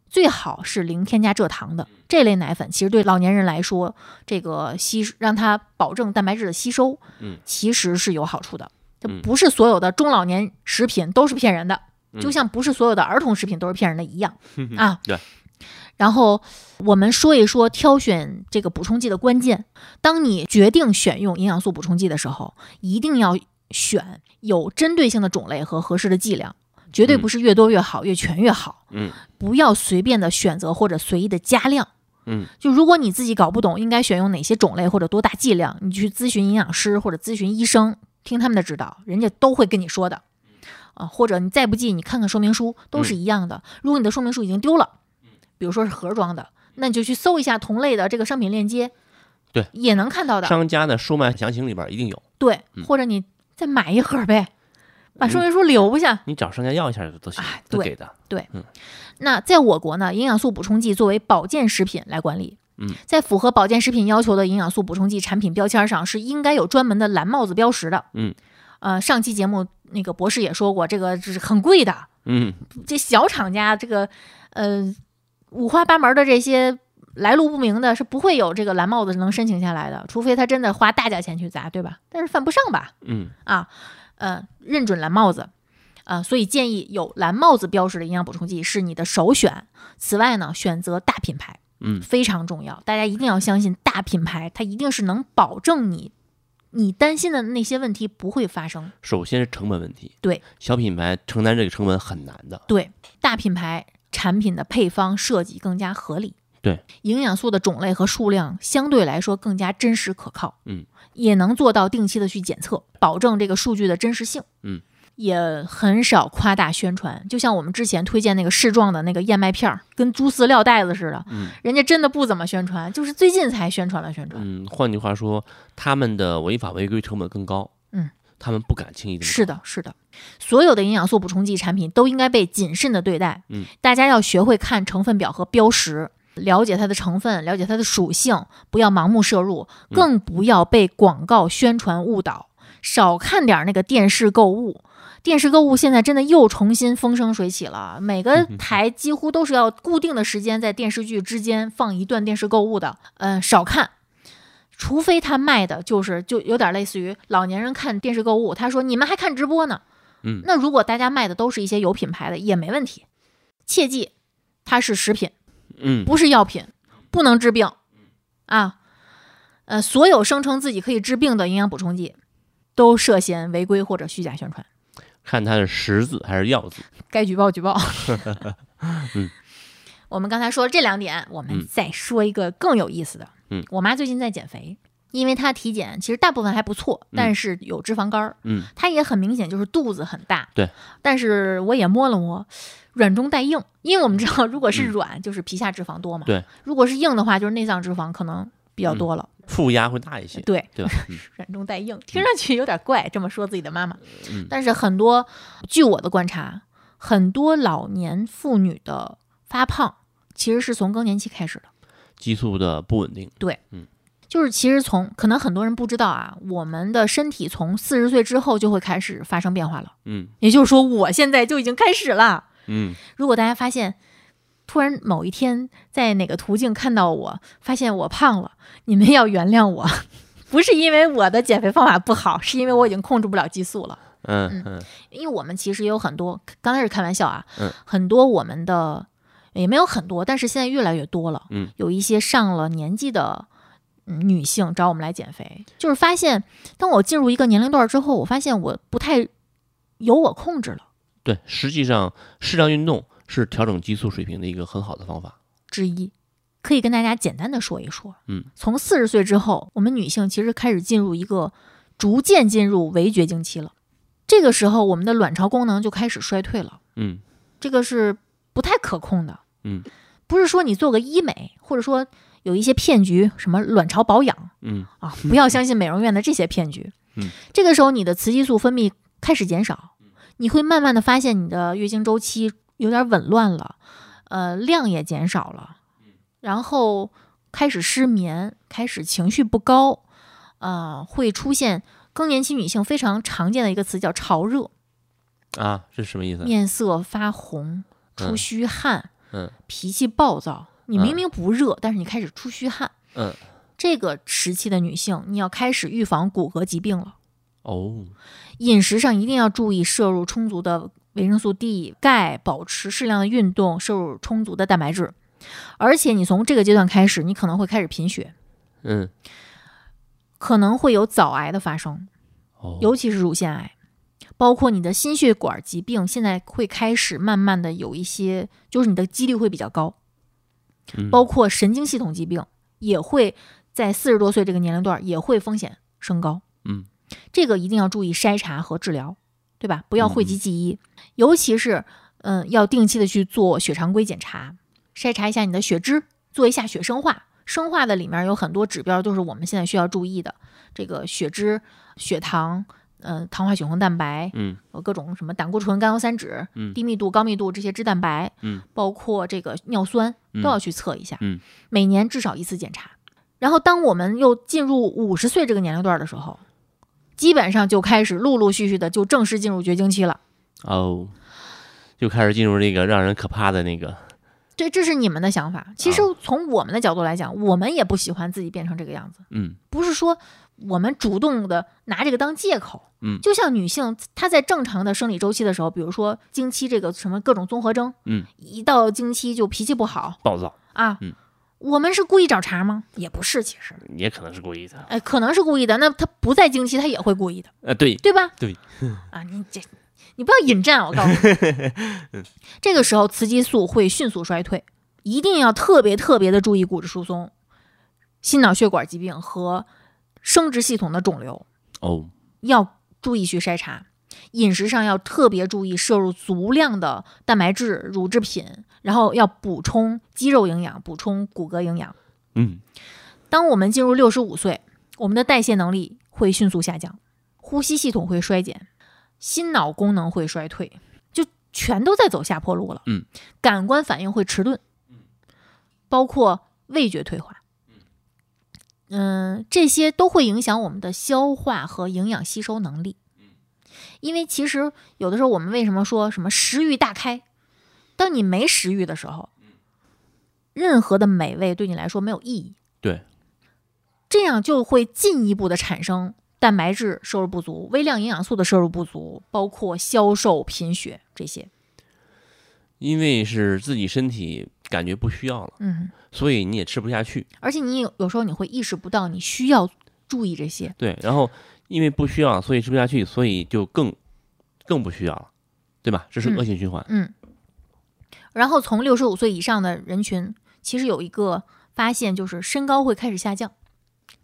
[SPEAKER 2] 最好是零添加蔗糖
[SPEAKER 3] 嗯
[SPEAKER 2] 的这类奶粉。其实对老年人来说，这个吸让它保证蛋白质的吸收，
[SPEAKER 3] 嗯，
[SPEAKER 2] 其实是有好处的。这
[SPEAKER 3] 嗯
[SPEAKER 2] 不是所有的中老年食品都是骗人的，就
[SPEAKER 3] 嗯
[SPEAKER 2] 像不是所有的儿童食品都是骗人的一 样啊。
[SPEAKER 3] 对。
[SPEAKER 2] 然后我们说一说挑选这个补充剂的关键。当你决定选用营养素补充剂的时候，一定要选有针对性的种类和合适的剂量，绝对
[SPEAKER 3] 嗯
[SPEAKER 2] 不是越多越好，越全越好。
[SPEAKER 3] 嗯，
[SPEAKER 2] 不要随便的选择或者随意的加量。
[SPEAKER 3] 嗯，
[SPEAKER 2] 就如果你自己搞不懂应该选用哪些种类或者多大剂量，你去咨询营养师或者咨询医生，听他们的指导，人家都会跟你说的。啊，或者你再不济，你看看说明书，都是一样的。
[SPEAKER 3] 嗯
[SPEAKER 2] 如果你的说明书已经丢了，比如说是盒装的，那你就去搜一下同类的这个商品链接，
[SPEAKER 3] 对，
[SPEAKER 2] 也能看到的。
[SPEAKER 3] 商家的售卖详情里边一定有。
[SPEAKER 2] 对，
[SPEAKER 3] 嗯
[SPEAKER 2] 或者你再买一盒呗。把说明书留下。
[SPEAKER 3] 你找商家要一下就都行
[SPEAKER 2] 哎，
[SPEAKER 3] 都
[SPEAKER 2] 对
[SPEAKER 3] 给的。
[SPEAKER 2] 那在我国呢，营养素补充剂作为保健食品来管理。
[SPEAKER 3] 嗯，
[SPEAKER 2] 在符合保健食品要求的营养素补充剂产品标签上是应该有专门的蓝帽子标识的。
[SPEAKER 3] 嗯，
[SPEAKER 2] 呃，上期节目那个博士也说过，这个是很贵的，
[SPEAKER 3] 嗯，
[SPEAKER 2] 这小厂家这个呃五花八门的这些来路不明的，是不会有这个蓝帽子能申请下来的，除非他真的花大价钱去砸，对吧？但是犯不上吧？
[SPEAKER 3] 嗯，
[SPEAKER 2] 啊，呃，认准蓝帽子。啊，所以建议有蓝帽子标识的营养补充剂是你的首选。此外呢，选择大品牌，
[SPEAKER 3] 嗯
[SPEAKER 2] 非常重要。大家一定要相信大品牌，它一定是能保证你你担心的那些问题不会发生。
[SPEAKER 3] 首先是成本问题，
[SPEAKER 2] 对，
[SPEAKER 3] 小品牌承担这个成本很难的。
[SPEAKER 2] 对，大品牌产品的配方设计更加合理，
[SPEAKER 3] 对，
[SPEAKER 2] 营养素的种类和数量相对来说更加真实可靠，
[SPEAKER 3] 嗯，
[SPEAKER 2] 也能做到定期的去检测，保证这个数据的真实性，
[SPEAKER 3] 嗯，
[SPEAKER 2] 也很少夸大宣传。就像我们之前推荐那个试状的那个燕麦片儿，跟猪饲料袋子似的，
[SPEAKER 3] 嗯，
[SPEAKER 2] 人家真的不怎么宣传，就是最近才宣传了宣传，
[SPEAKER 3] 嗯，换句话说，他们的违法违规成本更高。
[SPEAKER 2] 嗯，
[SPEAKER 3] 他们不敢轻易这么
[SPEAKER 2] 是
[SPEAKER 3] 搞，
[SPEAKER 2] 的，是的，所有的营养素补充剂产品都应该被谨慎的对待。
[SPEAKER 3] 嗯，
[SPEAKER 2] 大家要学会看成分表和标识，了解它的成分，了解它的属性，不要盲目摄入，
[SPEAKER 3] 嗯
[SPEAKER 2] 更不要被广告宣传误导。少看点儿那个电视购物，电视购物现在真的又重新风生水起了，每
[SPEAKER 3] 嗯
[SPEAKER 2] 个台几乎都是要固定的时间在电视剧之间放一段电视购物的。嗯，少看。除非他卖的就是就有点类似于老年人看电视购物，他说你们还看直播呢，
[SPEAKER 3] 嗯
[SPEAKER 2] 那如果大家卖的都是一些有品牌的也没问题，切记它是食品，
[SPEAKER 3] 嗯，
[SPEAKER 2] 不是药品，不能治病啊。呃，所有声称自己可以治病的营养补充剂，都涉嫌违规或者虚假宣传，
[SPEAKER 3] 看它是食字还是药字。
[SPEAKER 2] 该举报举报。
[SPEAKER 3] 嗯，
[SPEAKER 2] 我们刚才说了这两点，我们
[SPEAKER 3] 嗯
[SPEAKER 2] 再说一个更有意思的。
[SPEAKER 3] 嗯，
[SPEAKER 2] 我妈最近在减肥，因为她体检其实大部分还不错，但是有脂肪肝儿。
[SPEAKER 3] 嗯，
[SPEAKER 2] 她也很明显就是肚子很大。
[SPEAKER 3] 对，
[SPEAKER 2] 但是我也摸了摸，软中带硬，因为我们知道，如果是软，就是皮下脂肪多嘛。
[SPEAKER 3] 嗯对，嗯
[SPEAKER 2] 如果是硬的话，就是内脏脂肪可能比较多了。
[SPEAKER 3] 负压会大一些，
[SPEAKER 2] 对，
[SPEAKER 3] 对吧？嗯
[SPEAKER 2] 软中带硬，听上去有点怪，这么说自己的妈妈。
[SPEAKER 3] 嗯
[SPEAKER 2] 但是很多，据我的观察，很多老年妇女的发胖其实是从更年期开始的。
[SPEAKER 3] 激素的不稳定。
[SPEAKER 2] 就是其实从可能很多人不知道啊，我们的身体从四十岁之后就会开始发生变化了。
[SPEAKER 3] 嗯
[SPEAKER 2] 也就是说，我现在就已经开始了。
[SPEAKER 3] 嗯，
[SPEAKER 2] 如果大家发现突然某一天在哪个途径看到我，发现我胖了，你们要原谅我， 不是因为我的减肥方法不好，是因为我已经控制不了激素了。
[SPEAKER 3] 嗯嗯
[SPEAKER 2] 因为我们其实也有很多，刚开始开玩笑啊，
[SPEAKER 3] 嗯
[SPEAKER 2] 很多我们的也没有很多，但是现在越来越多了，
[SPEAKER 3] 嗯，
[SPEAKER 2] 有一些上了年纪的。嗯女性找我们来减肥，就是发现，当我进入一个年龄段之后，我发现我不太由我控制了。
[SPEAKER 3] 对，实际上适量运动是调整激素水平的一个很好的方法。
[SPEAKER 2] 之一，可以跟大家简单的说一说。
[SPEAKER 3] 嗯，
[SPEAKER 2] 从四十岁之后，我们女性其实开始进入一个逐渐进入围绝经期了。这个时候，我们的卵巢功能就开始衰退了，
[SPEAKER 3] 嗯
[SPEAKER 2] 这个是不太可控的。
[SPEAKER 3] 嗯，
[SPEAKER 2] 不是说你做个医美，或者说有一些骗局，什么卵巢保养
[SPEAKER 3] 嗯
[SPEAKER 2] 啊，不要相信美容院的这些骗局。
[SPEAKER 3] 嗯，
[SPEAKER 2] 这个时候你的雌激素分泌开始减少，你会慢慢的发现你的月经周期有点紊乱了，呃，量也减少了，
[SPEAKER 3] 嗯
[SPEAKER 2] 然后开始失眠，开始情绪不高，呃，会出现更年期女性非常常见的一个词叫潮热，
[SPEAKER 3] 啊，这是什么意思？
[SPEAKER 2] 面色发红，出虚汗，
[SPEAKER 3] 嗯
[SPEAKER 2] 脾气暴躁。你明明不热，但是你开始出虚汗。
[SPEAKER 3] 嗯
[SPEAKER 2] 这个时期的女性，你要开始预防骨骼疾病了。
[SPEAKER 3] 哦，
[SPEAKER 2] 饮食上一定要注意摄入充足的维生素 D、钙，保持适量的运动，摄入充足的蛋白质。而且你从这个阶段开始，你可能会开始贫血，
[SPEAKER 3] 嗯
[SPEAKER 2] 可能会有早癌的发生，
[SPEAKER 3] 哦，
[SPEAKER 2] 尤其是乳腺癌，包括你的心血管疾病，现在会开始慢慢的有一些，就是你的几率会比较高，
[SPEAKER 3] 嗯
[SPEAKER 2] 包括神经系统疾病也会在四十多岁这个年龄段儿也会风险升高。
[SPEAKER 3] 嗯
[SPEAKER 2] 这个一定要注意筛查和治疗，对吧？不要讳
[SPEAKER 3] 嗯
[SPEAKER 2] 疾忌医，尤其是嗯，要定期的去做血常规检查，筛查一下你的血脂，做一下血生化。生化的里面有很多指标都是我们现在需要注意的，这个血脂、血糖、呃糖化血红蛋白，
[SPEAKER 3] 嗯
[SPEAKER 2] 呃各种什么胆固醇、甘油三酯、
[SPEAKER 3] 嗯
[SPEAKER 2] 低密度、高密度这些脂蛋白，
[SPEAKER 3] 嗯，
[SPEAKER 2] 包括这个尿酸
[SPEAKER 3] 嗯
[SPEAKER 2] 都要去测一下，
[SPEAKER 3] 嗯
[SPEAKER 2] 每年至少一次检查。然后当我们又进入五十岁这个年龄段的时候，基本上就开始陆陆续续的就正式进入绝经期了。
[SPEAKER 3] 哦，就开始进入那个让人可怕的那个，
[SPEAKER 2] 这这是你们的想法。其
[SPEAKER 3] 哦
[SPEAKER 2] 实从我们的角度来讲，我们也不喜欢自己变成这个样子，
[SPEAKER 3] 嗯
[SPEAKER 2] 不是说我们主动的拿这个当借口。
[SPEAKER 3] 嗯
[SPEAKER 2] 就像女性她在正常的生理周期的时候，比如说经期这个什么各种综合征，
[SPEAKER 3] 嗯，
[SPEAKER 2] 一到经期就脾气不好
[SPEAKER 3] 暴躁，
[SPEAKER 2] 啊。
[SPEAKER 3] 嗯
[SPEAKER 2] 我们是故意找茬吗？也不是，其实，
[SPEAKER 3] 也可能是故意的。
[SPEAKER 2] 哎，可能是故意的。那她不在经期，她也会故意的。
[SPEAKER 3] 呃，对，
[SPEAKER 2] 对吧？
[SPEAKER 3] 对，
[SPEAKER 2] 啊，你这你不要引战，啊我告诉你，这个时候雌激素会迅速衰退，一定要特别特别的注意骨质疏松、心脑血管疾病和生殖系统的肿瘤，
[SPEAKER 3] 哦，
[SPEAKER 2] 要注意去筛查。饮食上要特别注意摄入足量的蛋白质、乳制品，然后要补充肌肉营养，补充骨骼营养。
[SPEAKER 3] 嗯
[SPEAKER 2] 当我们进入六十五岁，我们的代谢能力会迅速下降，呼吸系统会衰减，心脑功能会衰退，就全都在走下坡路了。
[SPEAKER 3] 嗯，
[SPEAKER 2] 感官反应会迟钝，包括味觉退化。嗯，这些都会影响我们的消化和营养吸收能力。因为其实有的时候我们为什么说什么食欲大开？当你没食欲的时候，任何的美味对你来说没有意义。
[SPEAKER 3] 对，
[SPEAKER 2] 这样就会进一步的产生蛋白质摄入不足、微量营养素的摄入不足，包括消瘦、贫血这些。
[SPEAKER 3] 因为是自己身体感觉不需要了，
[SPEAKER 2] 嗯，
[SPEAKER 3] 所以你也吃不下去。
[SPEAKER 2] 而且你有有时候你会意识不到你需要注意这些。
[SPEAKER 3] 对，然后因为不需要，所以吃不下去，所以就更更不需要了，对吧？这是
[SPEAKER 2] 嗯
[SPEAKER 3] 恶性循环。
[SPEAKER 2] 嗯，然后从六十五岁以上的人群，其实有一个发现就是身高会开始下降，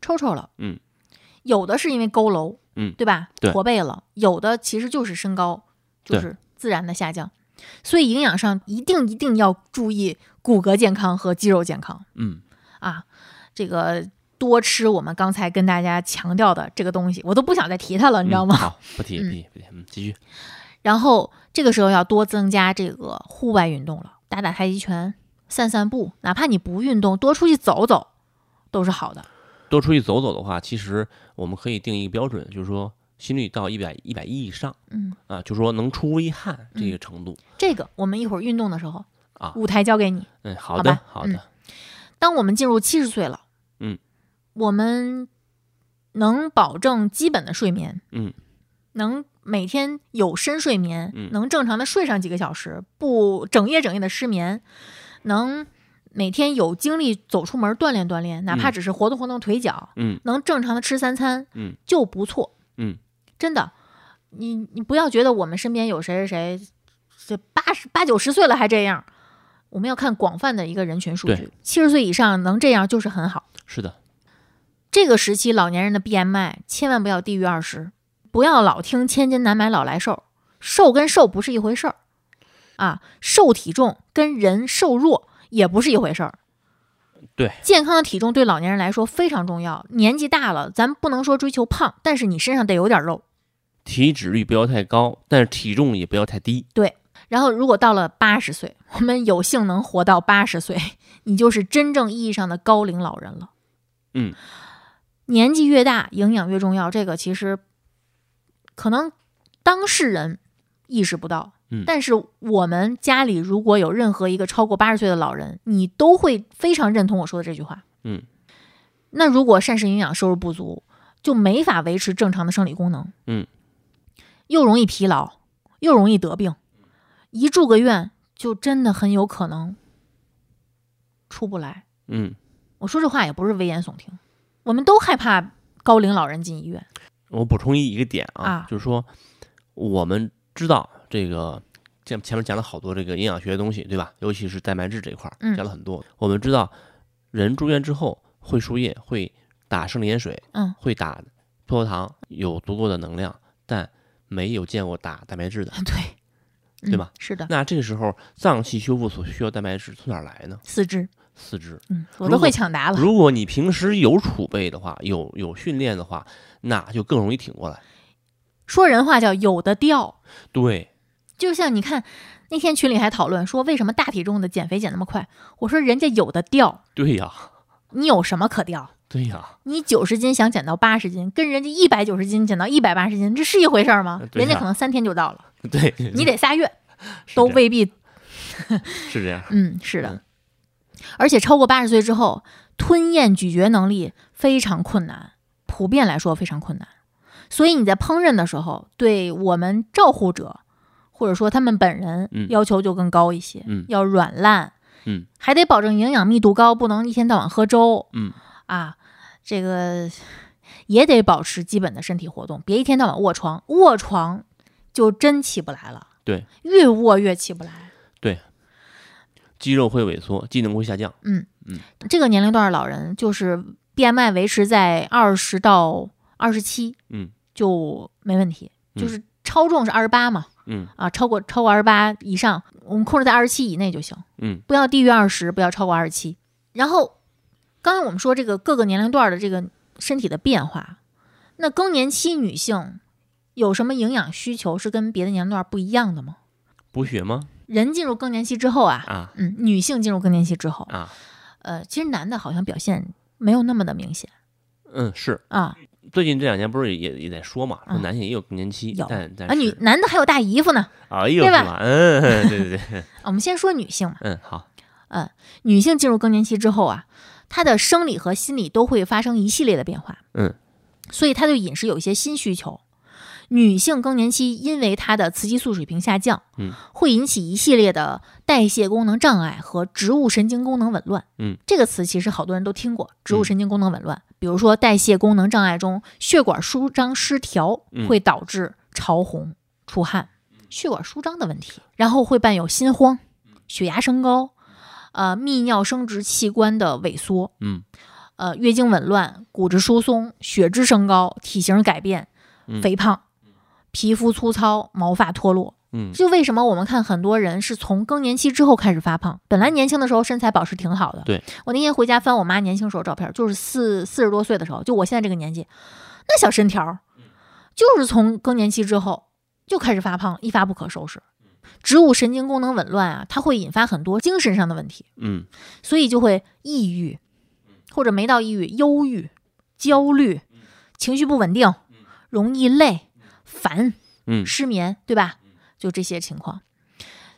[SPEAKER 2] 抽抽了。
[SPEAKER 3] 嗯，
[SPEAKER 2] 有的是因为佝偻，
[SPEAKER 3] 嗯
[SPEAKER 2] 对吧？
[SPEAKER 3] 对
[SPEAKER 2] 驼背了，有的其实就是身高就
[SPEAKER 3] 对
[SPEAKER 2] 是自然的下降，所以营养上一定一定要注意骨骼健康和肌肉健康
[SPEAKER 3] 嗯，
[SPEAKER 2] 啊，这个。多吃我们刚才跟大家强调的这个东西，我都不想再提它了，你知道
[SPEAKER 3] 嗯
[SPEAKER 2] 吗？
[SPEAKER 3] 好，不提，不提，不提，嗯，继续。
[SPEAKER 2] 然后这个时候要多增加这个户外运动了，打打太极拳、散散步，哪怕你不运动，多出去走走都是好的。
[SPEAKER 3] 多出去走走的话，其实我们可以定一个标准，就是说心率到一百一百一以上
[SPEAKER 2] 嗯，
[SPEAKER 3] 啊，就说能出微汗这个程度。
[SPEAKER 2] 这个我们一会儿运动的时候
[SPEAKER 3] 啊
[SPEAKER 2] 舞台交给你。
[SPEAKER 3] 嗯，好
[SPEAKER 2] 好
[SPEAKER 3] 的
[SPEAKER 2] 吧，
[SPEAKER 3] 好的，
[SPEAKER 2] 当我们进入七十岁了，
[SPEAKER 3] 嗯，
[SPEAKER 2] 我们能保证基本的睡眠，
[SPEAKER 3] 嗯，
[SPEAKER 2] 能每天有深睡眠，
[SPEAKER 3] 嗯
[SPEAKER 2] 能正常的睡上几个小时，不整夜整夜的失眠，能每天有精力走出门锻炼锻炼，哪怕
[SPEAKER 3] 嗯
[SPEAKER 2] 只是活动活动腿脚，
[SPEAKER 3] 嗯，
[SPEAKER 2] 能正常的吃三餐，
[SPEAKER 3] 嗯，
[SPEAKER 2] 就不错，
[SPEAKER 3] 嗯，
[SPEAKER 2] 真的，你你不要觉得我们身边有谁谁谁这八十八九十岁了还这样，我们要看广泛的一个人群数据
[SPEAKER 3] 对，
[SPEAKER 2] 七十岁以上能这样就是很好。
[SPEAKER 3] 是的，
[SPEAKER 2] 这个时期老年人的 BMI 千万不要低于二十，不要老听“千金难买老来瘦”，瘦跟瘦不是一回事儿啊，瘦体重跟人瘦弱也不是一回事儿。
[SPEAKER 3] 对，
[SPEAKER 2] 健康的体重对老年人来说非常重要。年纪大了，咱不能说追求胖，但是你身上得有点肉。
[SPEAKER 3] 体脂率不要太高，但是体重也不要太低。
[SPEAKER 2] 然后，如果到了八十岁，我们有幸能活到八十岁，你就是真正意义上的高龄老人了。
[SPEAKER 3] 嗯，
[SPEAKER 2] 年纪越大，营养越重要，这个其实可能当事人意识不到。
[SPEAKER 3] 嗯
[SPEAKER 2] 但是我们家里如果有任何一个超过八十岁的老人，你都会非常认同我说的这句话。
[SPEAKER 3] 嗯，
[SPEAKER 2] 那如果膳食营养摄入不足，就没法维持正常的生理功能。
[SPEAKER 3] 嗯，
[SPEAKER 2] 又容易疲劳，又容易得病，一住个院就真的很有可能出不来。
[SPEAKER 3] 嗯，
[SPEAKER 2] 我说这话也不是危言耸听，我们都害怕高龄老人进医院。
[SPEAKER 3] 我补充一一个点啊，
[SPEAKER 2] 啊
[SPEAKER 3] 就是说我们知道这个。前前面讲了好多这个营养学的东西，对吧？尤其是蛋白质这一块儿，
[SPEAKER 2] 嗯
[SPEAKER 3] 讲了很多。我们知道，人住院之后会输液，会打生理盐水，
[SPEAKER 2] 嗯
[SPEAKER 3] 会打葡萄糖，有足够的能量，但没有见过打蛋白质的。
[SPEAKER 2] 对，嗯
[SPEAKER 3] 对吧？
[SPEAKER 2] 是的，
[SPEAKER 3] 那这个时候，脏器修复所需要蛋白质从哪儿来呢？
[SPEAKER 2] 四肢，
[SPEAKER 3] 四肢。
[SPEAKER 2] 嗯，我
[SPEAKER 3] 如
[SPEAKER 2] 都会
[SPEAKER 3] 果
[SPEAKER 2] 抢答了。
[SPEAKER 3] 如果你平时有储备的话，有有训练的话，那就更容易挺过来。
[SPEAKER 2] 说人话叫有的掉。
[SPEAKER 3] 对，
[SPEAKER 2] 就像你看那天群里还讨论说，为什么大体重的减肥减那么快？我说人家有的掉，
[SPEAKER 3] 对呀，
[SPEAKER 2] 你有什么可掉？
[SPEAKER 3] 对呀，
[SPEAKER 2] 你九十斤想减到八十斤，跟人家一百九十斤减到一百八十斤，这是一回事儿吗？
[SPEAKER 3] 呃对呀
[SPEAKER 2] 人
[SPEAKER 3] 啊
[SPEAKER 2] 家可能三天就到了，
[SPEAKER 3] 对，
[SPEAKER 2] 你得仨月
[SPEAKER 3] 是
[SPEAKER 2] 都
[SPEAKER 3] 这样
[SPEAKER 2] 未必。
[SPEAKER 3] 是这样，
[SPEAKER 2] 嗯，是的
[SPEAKER 3] 嗯。
[SPEAKER 2] 而且超过八十岁之后，吞咽咀嚼能力非常困难，普遍来说非常困难。所以你在烹饪的时候，对我们照护者或者说他们本人
[SPEAKER 3] 嗯
[SPEAKER 2] 要求就更高一些，
[SPEAKER 3] 嗯
[SPEAKER 2] 要软烂，
[SPEAKER 3] 嗯，
[SPEAKER 2] 还得保证营养密度高，不能一天到晚喝粥
[SPEAKER 3] 嗯，
[SPEAKER 2] 啊，这个也得保持基本的身体活动，别一天到晚卧床，卧床就真起不来了，
[SPEAKER 3] 对，
[SPEAKER 2] 越卧越起不来。
[SPEAKER 3] 肌肉会萎缩，机能会下降，
[SPEAKER 2] 这个年龄段的老人，就是 BMI 维持在二十到二十七，
[SPEAKER 3] 嗯，
[SPEAKER 2] 就没问题。
[SPEAKER 3] 嗯
[SPEAKER 2] 就是超重是二十八嘛，
[SPEAKER 3] 嗯
[SPEAKER 2] 啊，超过超过二十八以上，我们控制在二十七以内就行，
[SPEAKER 3] 嗯
[SPEAKER 2] 不要低于二十，不要超过二十七。然后，刚才我们说这个各个年龄段的这个身体的变化，那更年期女性有什么营养需求是跟别的年龄段不一样的吗？
[SPEAKER 3] 补血吗？
[SPEAKER 2] 人进入更年期之后啊，
[SPEAKER 3] 啊
[SPEAKER 2] 嗯，女性进入更年期之后，
[SPEAKER 3] 啊，
[SPEAKER 2] 呃，其实男的好像表现没有那么的明显
[SPEAKER 3] 嗯是，
[SPEAKER 2] 啊
[SPEAKER 3] 最近这两年不是也也在说嘛，说
[SPEAKER 2] 嗯
[SPEAKER 3] 男性也有更年期
[SPEAKER 2] 有，
[SPEAKER 3] 但但
[SPEAKER 2] 啊，女
[SPEAKER 3] 是
[SPEAKER 2] 男的还有大姨夫呢。
[SPEAKER 3] 哎呦
[SPEAKER 2] 对
[SPEAKER 3] 是
[SPEAKER 2] 吧
[SPEAKER 3] 吧？嗯，对对对，
[SPEAKER 2] 我们先说女性嘛，
[SPEAKER 3] 嗯好，
[SPEAKER 2] 女性进入更年期之后啊，她的生理和心理都会发生一系列的变化，
[SPEAKER 3] 嗯，
[SPEAKER 2] 所以她对饮食有一些新需求。女性更年期因为她的雌激素水平下降，
[SPEAKER 3] 嗯，
[SPEAKER 2] 会引起一系列的代谢功能障碍和植物神经功能紊乱。
[SPEAKER 3] 嗯，
[SPEAKER 2] 这个词其实好多人都听过，植物神经功能紊乱，比如说代谢功能障碍中血管舒张失调
[SPEAKER 3] 嗯
[SPEAKER 2] 会导致潮红、出汗、血管舒张的问题，然后会伴有心慌、血压升高、呃泌尿生殖器官的萎缩，
[SPEAKER 3] 嗯
[SPEAKER 2] 呃月经紊乱、骨质疏松、血脂升高、体型改变、
[SPEAKER 3] 嗯
[SPEAKER 2] 肥胖、皮肤粗糙、毛发脱落。
[SPEAKER 3] 嗯
[SPEAKER 2] 就为什么我们看很多人是从更年期之后开始发胖，本来年轻的时候身材保持挺好的。
[SPEAKER 3] 对，
[SPEAKER 2] 我那天回家翻我妈年轻时候照片，就是四四十多岁的时候，就我现在这个年纪，那小身条儿，
[SPEAKER 3] 嗯
[SPEAKER 2] 就是从更年期之后就开始发胖，一发不可收拾。
[SPEAKER 3] 嗯
[SPEAKER 2] 植物神经功能紊乱啊，它会引发很多精神上的问题，
[SPEAKER 3] 嗯
[SPEAKER 2] 所以就会抑郁，或者没到抑郁，忧郁、焦虑、情绪不稳定、容易累、烦，
[SPEAKER 3] 嗯
[SPEAKER 2] 失眠，对吧？就这些情况。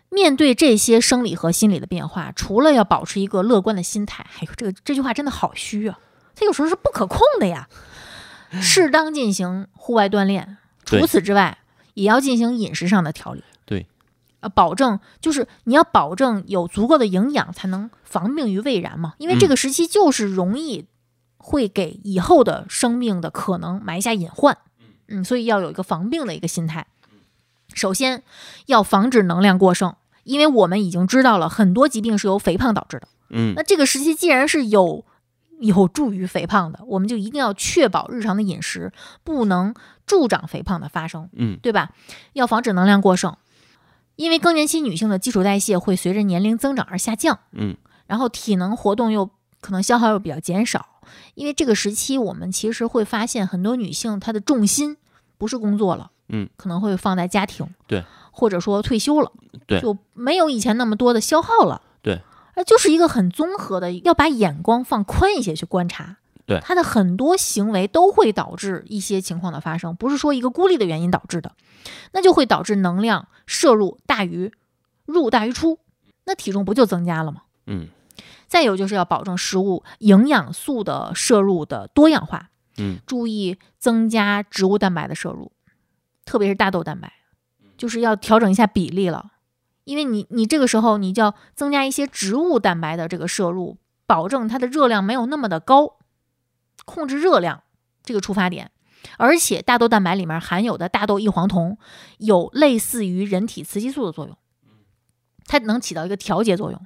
[SPEAKER 2] 面对这些生理和心理的变化，除了要保持一个乐观的心态，哎呦，这个这句话真的好虚啊！它有时候是不可控的 呀。适当进行户外锻炼，
[SPEAKER 3] 对
[SPEAKER 2] 除此之外，也要进行饮食上的调理。
[SPEAKER 3] 对，
[SPEAKER 2] 呃，保证就是你要保证有足够的营养，才能防病于未然嘛。因为这
[SPEAKER 3] 嗯
[SPEAKER 2] 个时期就是容易会给以后的生命的可能埋下隐患。嗯，所以要有一个防病的一个心态。
[SPEAKER 3] 嗯
[SPEAKER 2] 首先要防止能量过剩，因为我们已经知道了很多疾病是由肥胖导致的。
[SPEAKER 3] 嗯
[SPEAKER 2] 那这个时期既然是有有助于肥胖的，我们就一定要确保日常的饮食不能助长肥胖的发生，
[SPEAKER 3] 嗯
[SPEAKER 2] 对吧？要防止能量过剩，因为更年期女性的基础代谢会随着年龄增长而下降，
[SPEAKER 3] 嗯
[SPEAKER 2] 然后体能活动又可能消耗又比较减少，因为这个时期我们其实会发现很多女性她的重心不是工作了，
[SPEAKER 3] 嗯，
[SPEAKER 2] 可能会放在家庭，
[SPEAKER 3] 对，
[SPEAKER 2] 或者说退休了，
[SPEAKER 3] 对
[SPEAKER 2] 就没有以前那么多的消耗了，
[SPEAKER 3] 对，
[SPEAKER 2] 呃，就是一个很综合的，要把眼光放宽一些去观察。
[SPEAKER 3] 对
[SPEAKER 2] 她的很多行为都会导致一些情况的发生，不是说一个孤立的原因导致的，那就会导致能量摄入大于入大于出，那体重不就增加了吗？
[SPEAKER 3] 嗯
[SPEAKER 2] 再有就是要保证食物营养素的摄入的多样化，
[SPEAKER 3] 嗯，
[SPEAKER 2] 注意增加植物蛋白的摄入，特别是大豆蛋白，就是要调整一下比例了，因为你你这个时候你就要增加一些植物蛋白的这个摄入，保证它的热量没有那么的高，控制热量这个出发点。而且大豆蛋白里面含有的大豆异黄酮有类似于人体雌激素的作用，它能起到一个调节作用。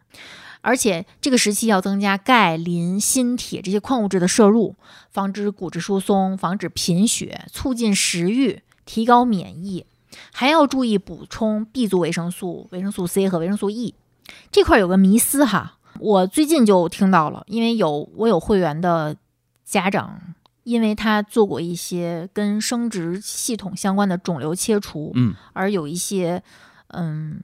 [SPEAKER 2] 而且这个时期要增加钙、磷、锌、铁这些矿物质的摄入，防止骨质疏松，防止贫血，促进食欲，提高免疫，还要注意补充 B 族维生素、维生素 C 和维生素 E。这块儿有个迷思哈，我最近就听到了，因为有我有会员的家长因为他做过一些跟生殖系统相关的肿瘤切除，
[SPEAKER 3] 嗯，
[SPEAKER 2] 而有一些嗯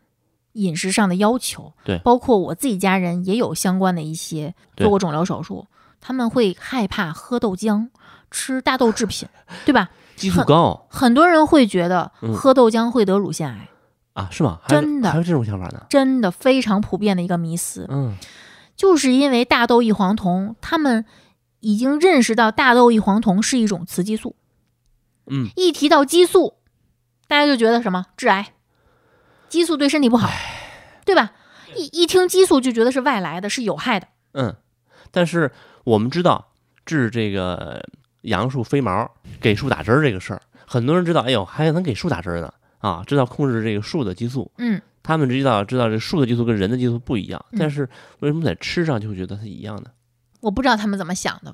[SPEAKER 2] 饮食上的要求。
[SPEAKER 3] 对
[SPEAKER 2] 包括我自己家人也有相关的一些
[SPEAKER 3] 对
[SPEAKER 2] 做过肿瘤手术，他们会害怕喝豆浆、吃大豆制品， 对吧？
[SPEAKER 3] 激素高
[SPEAKER 2] 很多人会觉得
[SPEAKER 3] 嗯
[SPEAKER 2] 喝豆浆会得乳腺癌，
[SPEAKER 3] 啊，是吗？还有
[SPEAKER 2] 真的
[SPEAKER 3] 还有这种想法呢？
[SPEAKER 2] 真的非常普遍的一个迷思，
[SPEAKER 3] 嗯，
[SPEAKER 2] 就是因为大豆异黄酮，他们已经认识到大豆异黄酮是一种雌激素。
[SPEAKER 3] 嗯，
[SPEAKER 2] 一提到激素，大家就觉得什么致癌，激素对身体不好，对吧？一一听激素就觉得是外来的，是有害的。
[SPEAKER 3] 嗯，但是我们知道治这个杨树飞毛给树打针儿这个事儿，很多人知道，哎呦，还能给树打针儿呢啊，知道控制这个树的激素，
[SPEAKER 2] 嗯，
[SPEAKER 3] 他们知道知道这树的激素跟人的激素不一样，
[SPEAKER 2] 嗯
[SPEAKER 3] 但是为什么在吃上就会觉得它一样呢？
[SPEAKER 2] 我不知道他们怎么想的，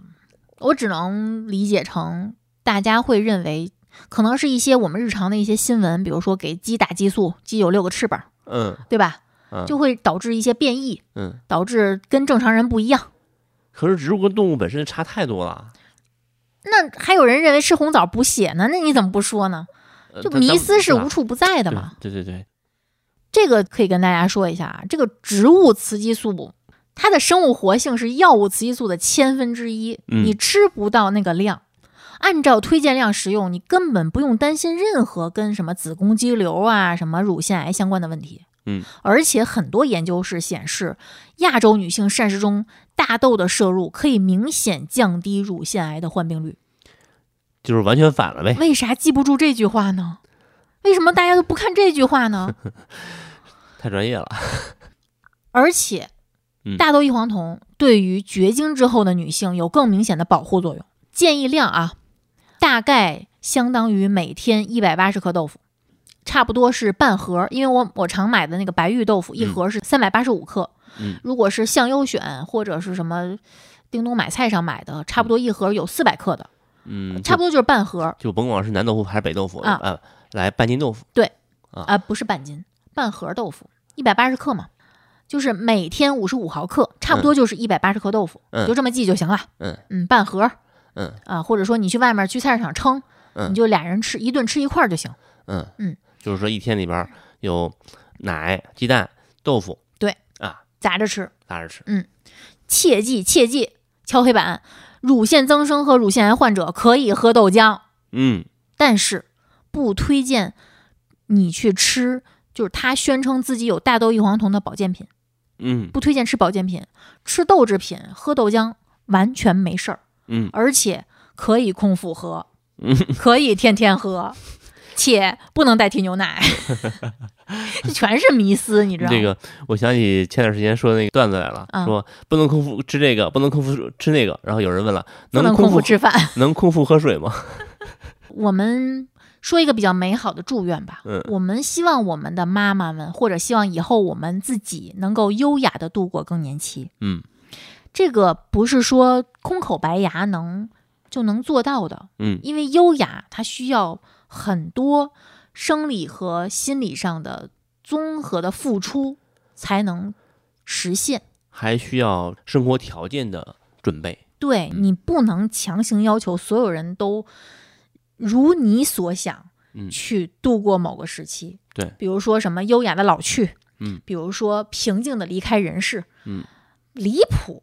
[SPEAKER 2] 我只能理解成大家会认为，可能是一些我们日常的一些新闻，比如说给鸡打激素，鸡有六个翅膀，
[SPEAKER 3] 嗯
[SPEAKER 2] 对吧？
[SPEAKER 3] 嗯
[SPEAKER 2] 就会导致一些变异，
[SPEAKER 3] 嗯，
[SPEAKER 2] 导致跟正常人不一样。
[SPEAKER 3] 可是植物跟动物本身差太多了，
[SPEAKER 2] 那还有人认为吃红枣补血呢，那你怎么不说呢？
[SPEAKER 3] 呃
[SPEAKER 2] 就
[SPEAKER 3] 它
[SPEAKER 2] 迷
[SPEAKER 3] 咱
[SPEAKER 2] 思是
[SPEAKER 3] 吧
[SPEAKER 2] 无处不在的嘛。
[SPEAKER 3] 对对对对，
[SPEAKER 2] 这个可以跟大家说一下啊，这个植物雌激素它的生物活性是药物雌激素的千分之一，
[SPEAKER 3] 嗯
[SPEAKER 2] 你吃不到那个量。按照推荐量食用，你根本不用担心任何跟什么子宫肌瘤啊、什么乳腺癌相关的问题。
[SPEAKER 3] 嗯，
[SPEAKER 2] 而且很多研究是显示，亚洲女性膳食中大豆的摄入可以明显降低乳腺癌的患病率。
[SPEAKER 3] 就是完全反了呗。
[SPEAKER 2] 为啥记不住这句话呢？为什么大家都不看这句话呢？
[SPEAKER 3] 太专业了，
[SPEAKER 2] 而且
[SPEAKER 3] 嗯，
[SPEAKER 2] 大豆异黄酮对于绝经之后的女性有更明显的保护作用。建议量啊，大概相当于每天一百八十克豆腐，差不多是半盒。因为我我常买的那个白玉豆腐一盒是三百八十五克，
[SPEAKER 3] 嗯
[SPEAKER 2] 如果是向优选或者是什么叮咚买菜上买的，差不多一盒有四百克的，
[SPEAKER 3] 嗯，
[SPEAKER 2] 差不多就是半盒啊、
[SPEAKER 3] 就甭管是南豆腐还是北豆腐呃
[SPEAKER 2] 啊
[SPEAKER 3] 来半斤豆腐，啊
[SPEAKER 2] 呃不是半斤，半盒豆腐一百八十克嘛。就是每天五十五毫克，差不多就是一百八十克豆腐，
[SPEAKER 3] 嗯
[SPEAKER 2] 就这么记就行了。
[SPEAKER 3] 嗯
[SPEAKER 2] 嗯，半盒，
[SPEAKER 3] 嗯
[SPEAKER 2] 啊，或者说你去外面去菜市场称，
[SPEAKER 3] 嗯
[SPEAKER 2] 你就俩人吃一顿吃一块儿就行。
[SPEAKER 3] 嗯
[SPEAKER 2] 嗯，
[SPEAKER 3] 就是说一天里边儿有奶、鸡蛋、豆腐
[SPEAKER 2] 砸着吃。
[SPEAKER 3] 拉着吃，
[SPEAKER 2] 切记切记，敲黑板，乳腺增生和乳腺癌患者可以喝豆浆，
[SPEAKER 3] 嗯
[SPEAKER 2] 但是不推荐你去吃，就是他宣称自己有大豆异黄酮的保健品，
[SPEAKER 3] 嗯
[SPEAKER 2] 不推荐吃保健品，吃豆制品、喝豆浆完全没事儿，
[SPEAKER 3] 嗯
[SPEAKER 2] 而且可以空腹喝，
[SPEAKER 3] 嗯，
[SPEAKER 2] 可以天天喝。且不能代替牛 奶，这全是迷思，你知道吗？
[SPEAKER 3] 这个我想起前段时间说的那个段子来了，
[SPEAKER 2] 嗯
[SPEAKER 3] 说不能空腹吃这个，不能空腹吃那个，然后有人问了，
[SPEAKER 2] 不
[SPEAKER 3] 能
[SPEAKER 2] 空
[SPEAKER 3] 空
[SPEAKER 2] 腹
[SPEAKER 3] 腹
[SPEAKER 2] 吃饭。
[SPEAKER 3] 能空腹喝水 吗？
[SPEAKER 2] 我们说一个比较美好的祝愿吧，
[SPEAKER 3] 嗯
[SPEAKER 2] 我们希望我们的妈妈们，或者希望以后我们自己能够优雅的度过更年期。
[SPEAKER 3] 嗯
[SPEAKER 2] 这个不是说空口白牙能就能做到的，
[SPEAKER 3] 嗯
[SPEAKER 2] 因为优雅它需要很多生理和心理上的综合的付出才能实现。
[SPEAKER 3] 还需要生活条件的准备，
[SPEAKER 2] 对
[SPEAKER 3] 嗯
[SPEAKER 2] 你不能强行要求所有人都如你所想
[SPEAKER 3] 嗯
[SPEAKER 2] 去度过某个时期。
[SPEAKER 3] 对
[SPEAKER 2] 比如说什么优雅的老去，
[SPEAKER 3] 嗯，
[SPEAKER 2] 比如说平静的离开人世，
[SPEAKER 3] 嗯，
[SPEAKER 2] 离 谱。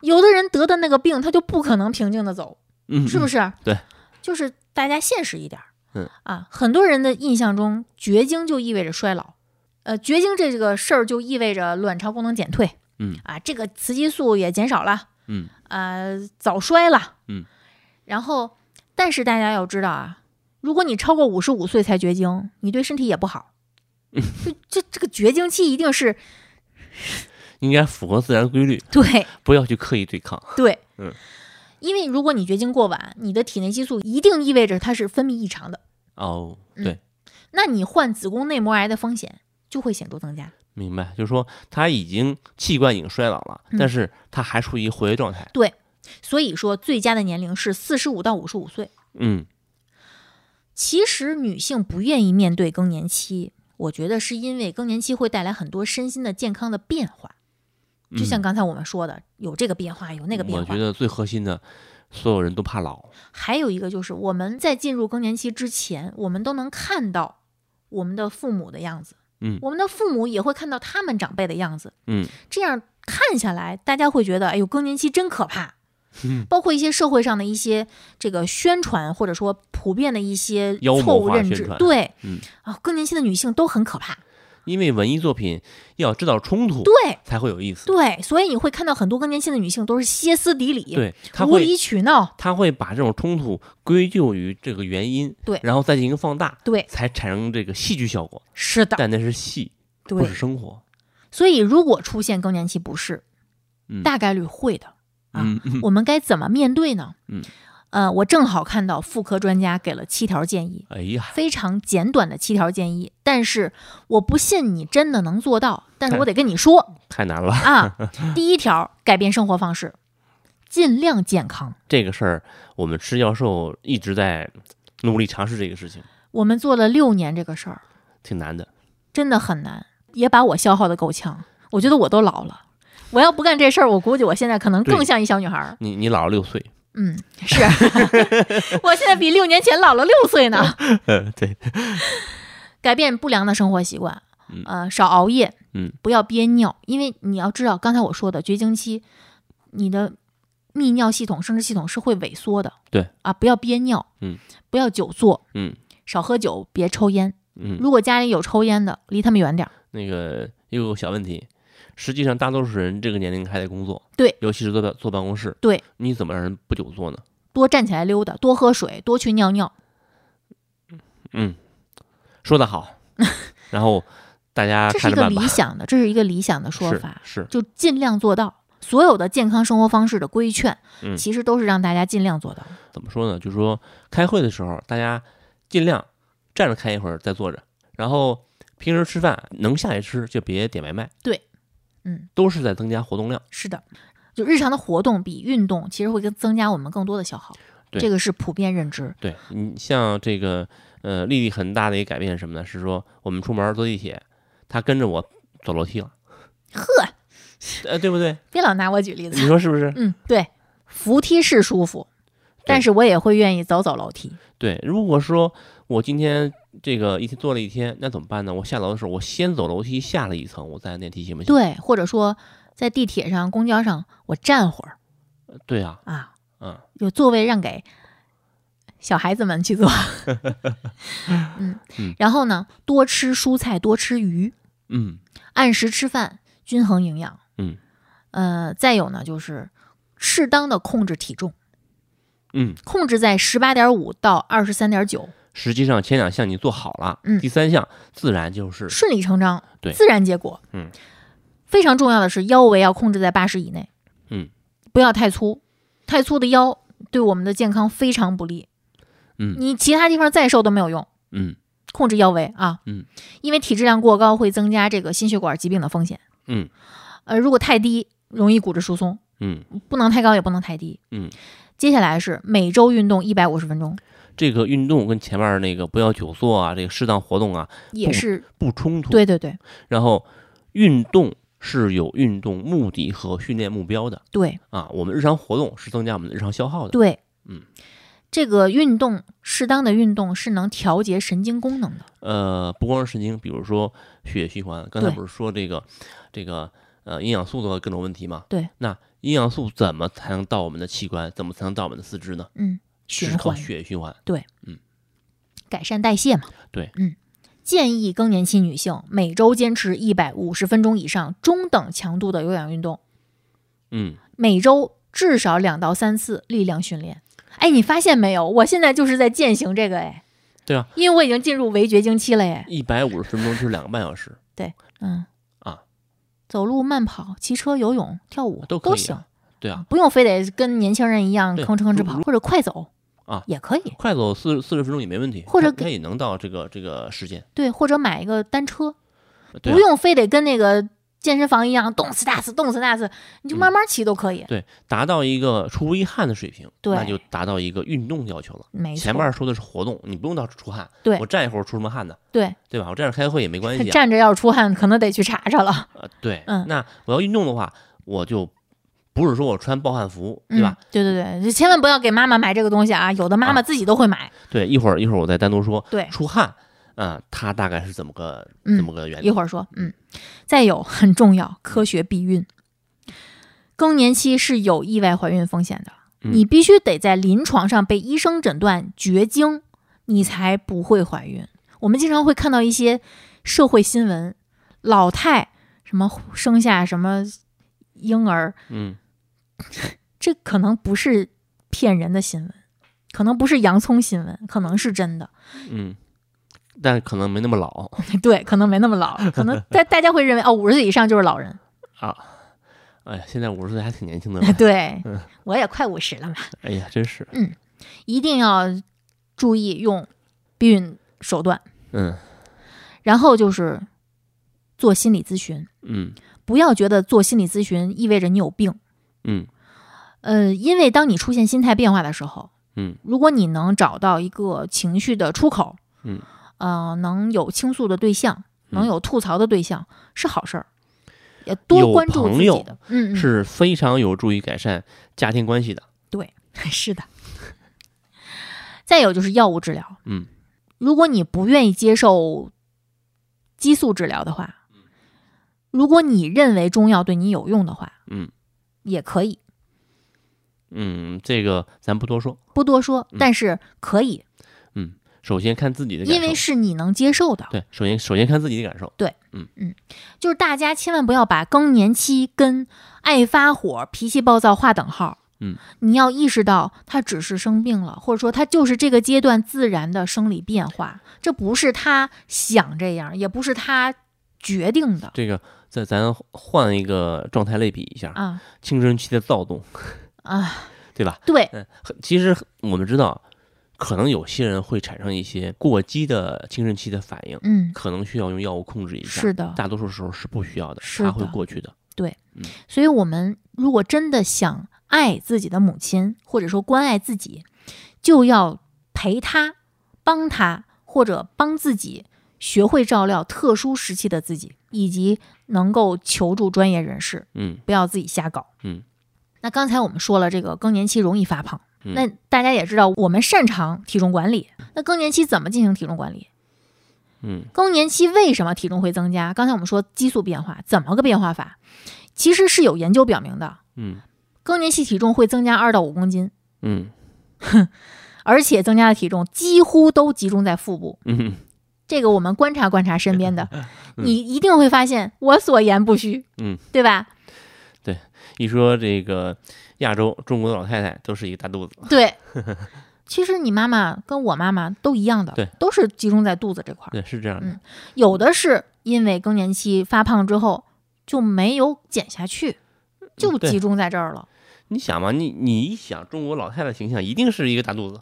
[SPEAKER 2] 有的人得的那个病，他就不可能平静的走，
[SPEAKER 3] 嗯，
[SPEAKER 2] 是不
[SPEAKER 3] 是？
[SPEAKER 2] 是？
[SPEAKER 3] 对，
[SPEAKER 2] 就是大家现实一点儿。
[SPEAKER 3] 嗯
[SPEAKER 2] 啊，很多人的印象中，绝经就意味着衰老，呃，绝经这个事儿就意味着卵巢功能减退，
[SPEAKER 3] 嗯
[SPEAKER 2] 啊，这个雌激素也减少了，
[SPEAKER 3] 嗯
[SPEAKER 2] 呃，早衰了，
[SPEAKER 3] 嗯，
[SPEAKER 2] 然后，但是大家要知道啊，如果你超过五十五岁才绝经，你对身体也不 好。就这这个绝经期一定是
[SPEAKER 3] 应该符合自然规律，
[SPEAKER 2] 对
[SPEAKER 3] 不要去刻意对抗。
[SPEAKER 2] 对，
[SPEAKER 3] 嗯，
[SPEAKER 2] 因为如果你绝经过晚，你的体内激素一定意味着它是分泌异常的，
[SPEAKER 3] 哦，
[SPEAKER 2] 嗯
[SPEAKER 3] 对，
[SPEAKER 2] 那你患子宫内膜癌的风险就会显著增加。
[SPEAKER 3] 明白，就是说他已经器官已经衰老了，
[SPEAKER 2] 嗯
[SPEAKER 3] 但是他还处于活跃状态。
[SPEAKER 2] 所以说，最佳的年龄是四十五到五十五岁。
[SPEAKER 3] 嗯
[SPEAKER 2] 其实女性不愿意面对更年期，我觉得是因为更年期会带来很多身心的健康的变化。就像刚才我们说的，有这个变化，有那个变
[SPEAKER 3] 我
[SPEAKER 2] 化
[SPEAKER 3] 觉。得最核心的所有人都怕老，
[SPEAKER 2] 还有一个就是我们在进入更年期之前，我们都能看到我们的父母的样子，
[SPEAKER 3] 嗯
[SPEAKER 2] 我们的父母也会看到他们长辈的样子，
[SPEAKER 3] 嗯，
[SPEAKER 2] 这样看下来，大家会觉得，哎呦，更年期真可怕。
[SPEAKER 3] 嗯
[SPEAKER 2] 包括一些社会上的一些这个宣传，或者说普遍的一些
[SPEAKER 3] 妖魔
[SPEAKER 2] 错误
[SPEAKER 3] 化
[SPEAKER 2] 认
[SPEAKER 3] 宣
[SPEAKER 2] 知，
[SPEAKER 3] 传
[SPEAKER 2] 对，
[SPEAKER 3] 嗯
[SPEAKER 2] 啊，更年期的女性都很可怕，
[SPEAKER 3] 因为文艺作品要制造冲突，
[SPEAKER 2] 对
[SPEAKER 3] 才会有意思。
[SPEAKER 2] 对，所以你会看到很多更年期的女性都是歇斯底里，
[SPEAKER 3] 对，他
[SPEAKER 2] 无
[SPEAKER 3] 会
[SPEAKER 2] 理取闹，
[SPEAKER 3] 他会把这种冲突归咎于这个原因，
[SPEAKER 2] 对
[SPEAKER 3] 然后再进行放大，
[SPEAKER 2] 对
[SPEAKER 3] 才产生这个戏剧效果。
[SPEAKER 2] 是的，
[SPEAKER 3] 但那是戏，不
[SPEAKER 2] 对
[SPEAKER 3] 是，生活。
[SPEAKER 2] 所以如果出现更年期不适，
[SPEAKER 3] 嗯
[SPEAKER 2] 大概率会的。啊
[SPEAKER 3] 嗯，嗯
[SPEAKER 2] 我们该怎么面对呢？
[SPEAKER 3] 嗯，
[SPEAKER 2] 呃，我正好看到妇科专家给了七条建议，
[SPEAKER 3] 哎呀，
[SPEAKER 2] 非常简短的七条建议，但是我不信你真的能做到，但是我得跟你说
[SPEAKER 3] 太难了。
[SPEAKER 2] 啊，第一条，改变生活方式，尽量健康。
[SPEAKER 3] 这个事儿，我们吃教授一直在努力尝试这个事情，
[SPEAKER 2] 我们做了六年这个事儿，
[SPEAKER 3] 挺难的。
[SPEAKER 2] 真的很难，也把我消耗的够呛。我觉得我都老了，我要不干这事儿，我估计我现在可能更
[SPEAKER 3] 对
[SPEAKER 2] 像一小女孩儿。
[SPEAKER 3] 你你老了六岁，
[SPEAKER 2] 嗯，是， 我现在比六年前老了六岁呢。
[SPEAKER 3] 呃，对，
[SPEAKER 2] 改变不良的生活习惯
[SPEAKER 3] 嗯，
[SPEAKER 2] 呃，少熬夜，
[SPEAKER 3] 嗯，
[SPEAKER 2] 不要憋尿，因为你要知道，刚才我说的绝经期，你的泌尿系统、生殖系统是会萎缩的。
[SPEAKER 3] 对
[SPEAKER 2] 啊，不要憋尿，
[SPEAKER 3] 嗯，
[SPEAKER 2] 不要久坐，
[SPEAKER 3] 嗯
[SPEAKER 2] 少喝酒，别抽烟。
[SPEAKER 3] 嗯，
[SPEAKER 2] 如果家里有抽烟的，离他们远点儿。
[SPEAKER 3] 那个有个小问题，实际上大多数人这个年龄还在工作，
[SPEAKER 2] 对，
[SPEAKER 3] 尤其是坐办坐办公室，
[SPEAKER 2] 对，
[SPEAKER 3] 你怎么让人不久坐呢？
[SPEAKER 2] 多站起来溜达，多喝水，多去尿尿。
[SPEAKER 3] 嗯，说 得好，然后大家
[SPEAKER 2] 这是
[SPEAKER 3] 看
[SPEAKER 2] 一
[SPEAKER 3] 着
[SPEAKER 2] 个
[SPEAKER 3] 办吧
[SPEAKER 2] 理。想的，这是一个理想的说
[SPEAKER 3] 是
[SPEAKER 2] 法。
[SPEAKER 3] 是，
[SPEAKER 2] 就尽量做到。所有的健康生活方式的规劝，
[SPEAKER 3] 嗯
[SPEAKER 2] 其实都是让大家尽量做到。
[SPEAKER 3] 怎么说呢？就是说开会的时候，大家尽量站着看一会儿再坐着，然后平时吃饭能下去吃就别点外卖。
[SPEAKER 2] 对，嗯，
[SPEAKER 3] 都是在增加活动量。
[SPEAKER 2] 是的，就日常的活动比运动其实会更增加我们更多的消耗，
[SPEAKER 3] 对
[SPEAKER 2] 这个是普遍认知。
[SPEAKER 3] 对你像这个呃，丽丽很大的一个改变是什么呢？是说我们出门坐地铁，她跟着我走楼梯 了，
[SPEAKER 2] 呵，
[SPEAKER 3] 呃，对不对？
[SPEAKER 2] 别老拿我举例
[SPEAKER 3] 你
[SPEAKER 2] 子。
[SPEAKER 3] 说是不是？
[SPEAKER 2] 嗯，对，扶梯是舒服，但是我也会愿意走走楼梯。
[SPEAKER 3] 对，如果说我今天这个一天坐了一天，那怎么办呢？我下楼的时候，我先走楼梯下了一层，我再按电梯行不行？
[SPEAKER 2] 对，或者说在地铁上、公交上，我站会儿
[SPEAKER 3] 对啊，
[SPEAKER 2] 啊，
[SPEAKER 3] 嗯，
[SPEAKER 2] 有座位让给小孩子们去 坐。嗯
[SPEAKER 3] 嗯，
[SPEAKER 2] 然后呢，多吃蔬菜，多吃鱼。
[SPEAKER 3] 嗯，
[SPEAKER 2] 按时吃饭，均衡营养。
[SPEAKER 3] 嗯，
[SPEAKER 2] 呃，再有呢，就是适当的控制体重，
[SPEAKER 3] 嗯，
[SPEAKER 2] 控制在十八点五到二十三点九，
[SPEAKER 3] 实际上前两项你做好了，
[SPEAKER 2] 嗯
[SPEAKER 3] 第三项自然就是
[SPEAKER 2] 顺理成章，
[SPEAKER 3] 对
[SPEAKER 2] 自然结果。
[SPEAKER 3] 嗯，
[SPEAKER 2] 非常重要的是腰围要控制在八十以内。
[SPEAKER 3] 嗯，
[SPEAKER 2] 不要太粗，太粗的腰对我们的健康非常不利。
[SPEAKER 3] 嗯
[SPEAKER 2] 你其他地方再瘦都没有用，
[SPEAKER 3] 嗯
[SPEAKER 2] 控制腰围啊。
[SPEAKER 3] 嗯，
[SPEAKER 2] 因为体质量过高会增加这个心血管疾病的风险。
[SPEAKER 3] 嗯
[SPEAKER 2] 呃，如果太低，容易骨质疏松。
[SPEAKER 3] 嗯，
[SPEAKER 2] 不能太高，也不能太低。
[SPEAKER 3] 嗯，
[SPEAKER 2] 接下来是每周运动一百五十分钟，
[SPEAKER 3] 这个运动跟前面那个不要久坐啊，这个适当活动啊
[SPEAKER 2] 也是
[SPEAKER 3] 不冲突。
[SPEAKER 2] 对对对
[SPEAKER 3] 然后运动是有运动目的和训练目标的
[SPEAKER 2] 对
[SPEAKER 3] 啊，我们日常活动是增加我们的日常消耗的。
[SPEAKER 2] 对，
[SPEAKER 3] 嗯，
[SPEAKER 2] 这个运动适当的运动是能调节神经功能的，
[SPEAKER 3] 呃，不光是神经，比如说血液循环，刚才
[SPEAKER 2] 对
[SPEAKER 3] 不是说这个这个呃营养素的各种问题吗？
[SPEAKER 2] 对，
[SPEAKER 3] 那营养素怎么才能到我们的器官？怎么才能到我们的四肢呢？
[SPEAKER 2] 嗯，
[SPEAKER 3] 是
[SPEAKER 2] 循
[SPEAKER 3] 靠
[SPEAKER 2] 环
[SPEAKER 3] 血液循环。
[SPEAKER 2] 改善代谢嘛。
[SPEAKER 3] 对，
[SPEAKER 2] 嗯，建议更年期女性每周坚持一百五十分钟以上中等强度的有氧运动，
[SPEAKER 3] 嗯，
[SPEAKER 2] 每周至少两到三次力量训练。哎，你发现没有？我现在就是在践行这个哎。
[SPEAKER 3] 对啊，
[SPEAKER 2] 因为我已经进入围绝经期了哎。
[SPEAKER 3] 一百五十分钟就是两个半小时。
[SPEAKER 2] 嗯
[SPEAKER 3] 啊，
[SPEAKER 2] 走路、慢跑、骑车、游泳、跳舞
[SPEAKER 3] 都可以啊
[SPEAKER 2] 行，
[SPEAKER 3] 对啊，
[SPEAKER 2] 不用非得跟年轻人一样
[SPEAKER 3] 对
[SPEAKER 2] 吭哧吭哧
[SPEAKER 3] 如
[SPEAKER 2] 跑
[SPEAKER 3] 如，
[SPEAKER 2] 或者快走
[SPEAKER 3] 啊
[SPEAKER 2] 也可以。
[SPEAKER 3] 快走四四十分钟也没问题，
[SPEAKER 2] 嗯或者
[SPEAKER 3] 它它也能到这个这个时间，
[SPEAKER 2] 对，或者买一个单车，
[SPEAKER 3] 对
[SPEAKER 2] 不
[SPEAKER 3] 啊、
[SPEAKER 2] 用非得跟那个健身房一样动次打次、动次打次，你就
[SPEAKER 3] 嗯
[SPEAKER 2] 慢慢骑都可以。
[SPEAKER 3] 对达到一个出一汗的水平，
[SPEAKER 2] 对
[SPEAKER 3] 那就达到一个运动要求了。
[SPEAKER 2] 没错，
[SPEAKER 3] 前面说的是活动，你不用到处出汗，
[SPEAKER 2] 对
[SPEAKER 3] 我站一会儿出什么汗呢？
[SPEAKER 2] 对，
[SPEAKER 3] 对吧？我站着开会也没关系、啊，
[SPEAKER 2] 站着要是出汗，可能得去查查了。
[SPEAKER 3] 呃，对，
[SPEAKER 2] 嗯
[SPEAKER 3] 那我要运动的话，我就不是说我穿暴汗服，
[SPEAKER 2] 嗯
[SPEAKER 3] 对吧？？
[SPEAKER 2] 对对对，就千万不要给妈妈买这个东西啊！有的妈妈自己都会买，
[SPEAKER 3] 对，一会儿一会儿我再单独说。
[SPEAKER 2] 对
[SPEAKER 3] 出汗啊、它大概是怎么个
[SPEAKER 2] 嗯
[SPEAKER 3] 怎么个原理？
[SPEAKER 2] 一会儿说。嗯，再有很重要，科学避孕。更年期是有意外怀孕风险的，
[SPEAKER 3] 嗯
[SPEAKER 2] 你必须得在临床上被医生诊断绝经，你才不会怀孕。我们经常会看到一些社会新闻，老太什么生下什么婴儿，
[SPEAKER 3] 嗯，
[SPEAKER 2] 这可能不是骗人的新闻，可能不是洋葱新闻，可能是真的。
[SPEAKER 3] 嗯，但可能没那么老
[SPEAKER 2] 对，可能没那么老，可能大大家会认为哦，五十岁以上就是老人。
[SPEAKER 3] 啊。哎呀，现在五十岁还挺年轻的 嘛。
[SPEAKER 2] 对
[SPEAKER 3] 嗯，
[SPEAKER 2] 我也快五十了嘛，
[SPEAKER 3] 哎呀，真是，
[SPEAKER 2] 一定要注意用避孕手段。
[SPEAKER 3] 嗯
[SPEAKER 2] 然后就是做心理咨询，
[SPEAKER 3] 嗯
[SPEAKER 2] 不要觉得做心理咨询意味着你有病。
[SPEAKER 3] 嗯
[SPEAKER 2] 呃，因为当你出现心态变化的时候，
[SPEAKER 3] 嗯
[SPEAKER 2] 如果你能找到一个情绪的出口，
[SPEAKER 3] 嗯，
[SPEAKER 2] 呃，能有倾诉的对象，能
[SPEAKER 3] 嗯
[SPEAKER 2] 有吐槽的对象，是好事儿，也
[SPEAKER 3] 有
[SPEAKER 2] 多关注
[SPEAKER 3] 朋
[SPEAKER 2] 自己
[SPEAKER 3] 友
[SPEAKER 2] 的，嗯，嗯，
[SPEAKER 3] 是非常有助于改善家庭关系的。
[SPEAKER 2] 是的。再有就是药物治疗，
[SPEAKER 3] 嗯，
[SPEAKER 2] 如果你不愿意接受激素治疗的话，如果你认为中药对你有用的话，
[SPEAKER 3] 嗯，
[SPEAKER 2] 也可以
[SPEAKER 3] 嗯，这个咱不多说。
[SPEAKER 2] 不多说，
[SPEAKER 3] 嗯
[SPEAKER 2] 但是可以，
[SPEAKER 3] 首先看自己的感
[SPEAKER 2] 因
[SPEAKER 3] 受，
[SPEAKER 2] 为是你能接受的，
[SPEAKER 3] 对，首先首先看自己的感受。
[SPEAKER 2] 就是大家千万不要把更年期跟爱发火、脾气暴躁划等号。
[SPEAKER 3] 嗯，
[SPEAKER 2] 你要意识到他只是生病了，或者说他就是这个阶段自然的生理变化，这不是他想这样，也不是他决定的
[SPEAKER 3] 这个，再咱换一个状态类比一下，
[SPEAKER 2] 啊
[SPEAKER 3] 青春期的躁动，
[SPEAKER 2] 啊！
[SPEAKER 3] 对吧？
[SPEAKER 2] 对，
[SPEAKER 3] 嗯，很其实我们知道，可能有些人会产生一些过激的青春期的反应，
[SPEAKER 2] 嗯，
[SPEAKER 3] 可能需要用药物控制一下。
[SPEAKER 2] 是的。
[SPEAKER 3] 大多数时候是不需要的，
[SPEAKER 2] 是
[SPEAKER 3] 它会
[SPEAKER 2] 的
[SPEAKER 3] 过去的。
[SPEAKER 2] 所以，我们如果真的想爱自己的母亲，或者说关爱自己，就要陪她、帮她或者帮自己，学会照料特殊时期的自己，以及能够求助专业人士，
[SPEAKER 3] 嗯
[SPEAKER 2] 不要自己瞎搞。
[SPEAKER 3] 嗯。
[SPEAKER 2] 那刚才我们说了，这个更年期容易发胖。
[SPEAKER 3] 嗯
[SPEAKER 2] 那大家也知道，我们擅长体重管理。那更年期怎么进行体重管理？
[SPEAKER 3] 嗯
[SPEAKER 2] 更年期为什么体重会增加？刚才我们说激素变化，怎么个变化法？其实是有研究表明的，
[SPEAKER 3] 嗯
[SPEAKER 2] 更年期体重会增加二到五公斤，
[SPEAKER 3] 嗯
[SPEAKER 2] 而且增加的体重几乎都集中在腹部。
[SPEAKER 3] 嗯
[SPEAKER 2] 这个我们观察观察身边 的，你一定会发现我所言不虚，
[SPEAKER 3] 嗯，
[SPEAKER 2] 对吧？
[SPEAKER 3] 一说这个亚洲中国的老太太都是一个大肚子。
[SPEAKER 2] 对。其实你妈妈跟我妈妈都一样的，
[SPEAKER 3] 对，
[SPEAKER 2] 都是集中在肚子这块儿。
[SPEAKER 3] 对，是这样的。
[SPEAKER 2] 嗯有的是因为更年期发胖之后就没有减下去，就
[SPEAKER 3] 嗯对
[SPEAKER 2] 集中在这儿了。
[SPEAKER 3] 你想嘛，你你一想中国老太太形象，一定是一个大肚子。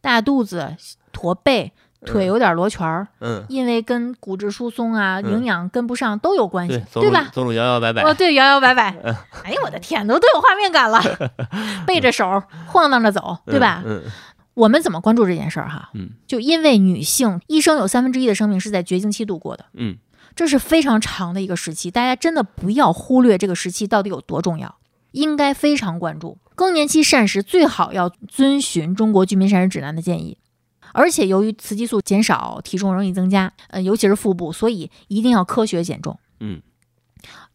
[SPEAKER 2] 大肚子、驼背、腿有点罗圈儿，
[SPEAKER 3] 嗯，
[SPEAKER 2] 因为跟骨质疏松啊、
[SPEAKER 3] 嗯
[SPEAKER 2] 营养跟不上都有关系，
[SPEAKER 3] 对，走
[SPEAKER 2] 哎对
[SPEAKER 3] 路
[SPEAKER 2] 吧？
[SPEAKER 3] 走路摇摇摆摆。嗯
[SPEAKER 2] 哦，对，摇摇摆摆，哎呀，我的天，都都有画面感了， 背着手晃荡着走，对吧？
[SPEAKER 3] 嗯嗯
[SPEAKER 2] 我们怎么关注这件事儿哈？
[SPEAKER 3] 嗯，
[SPEAKER 2] 就因为女性一生有三分之一的生命是在绝经期度过的，
[SPEAKER 3] 嗯，
[SPEAKER 2] 这是非常长的一个时期，大家真的不要忽略这个时期到底有多重要，应该非常关注。更年期膳食最好要遵循中国居民膳食指南的建议，而且由于雌激素减少，体重容易增加，呃，尤其是腹部，所以一定要科学减重。
[SPEAKER 3] 嗯，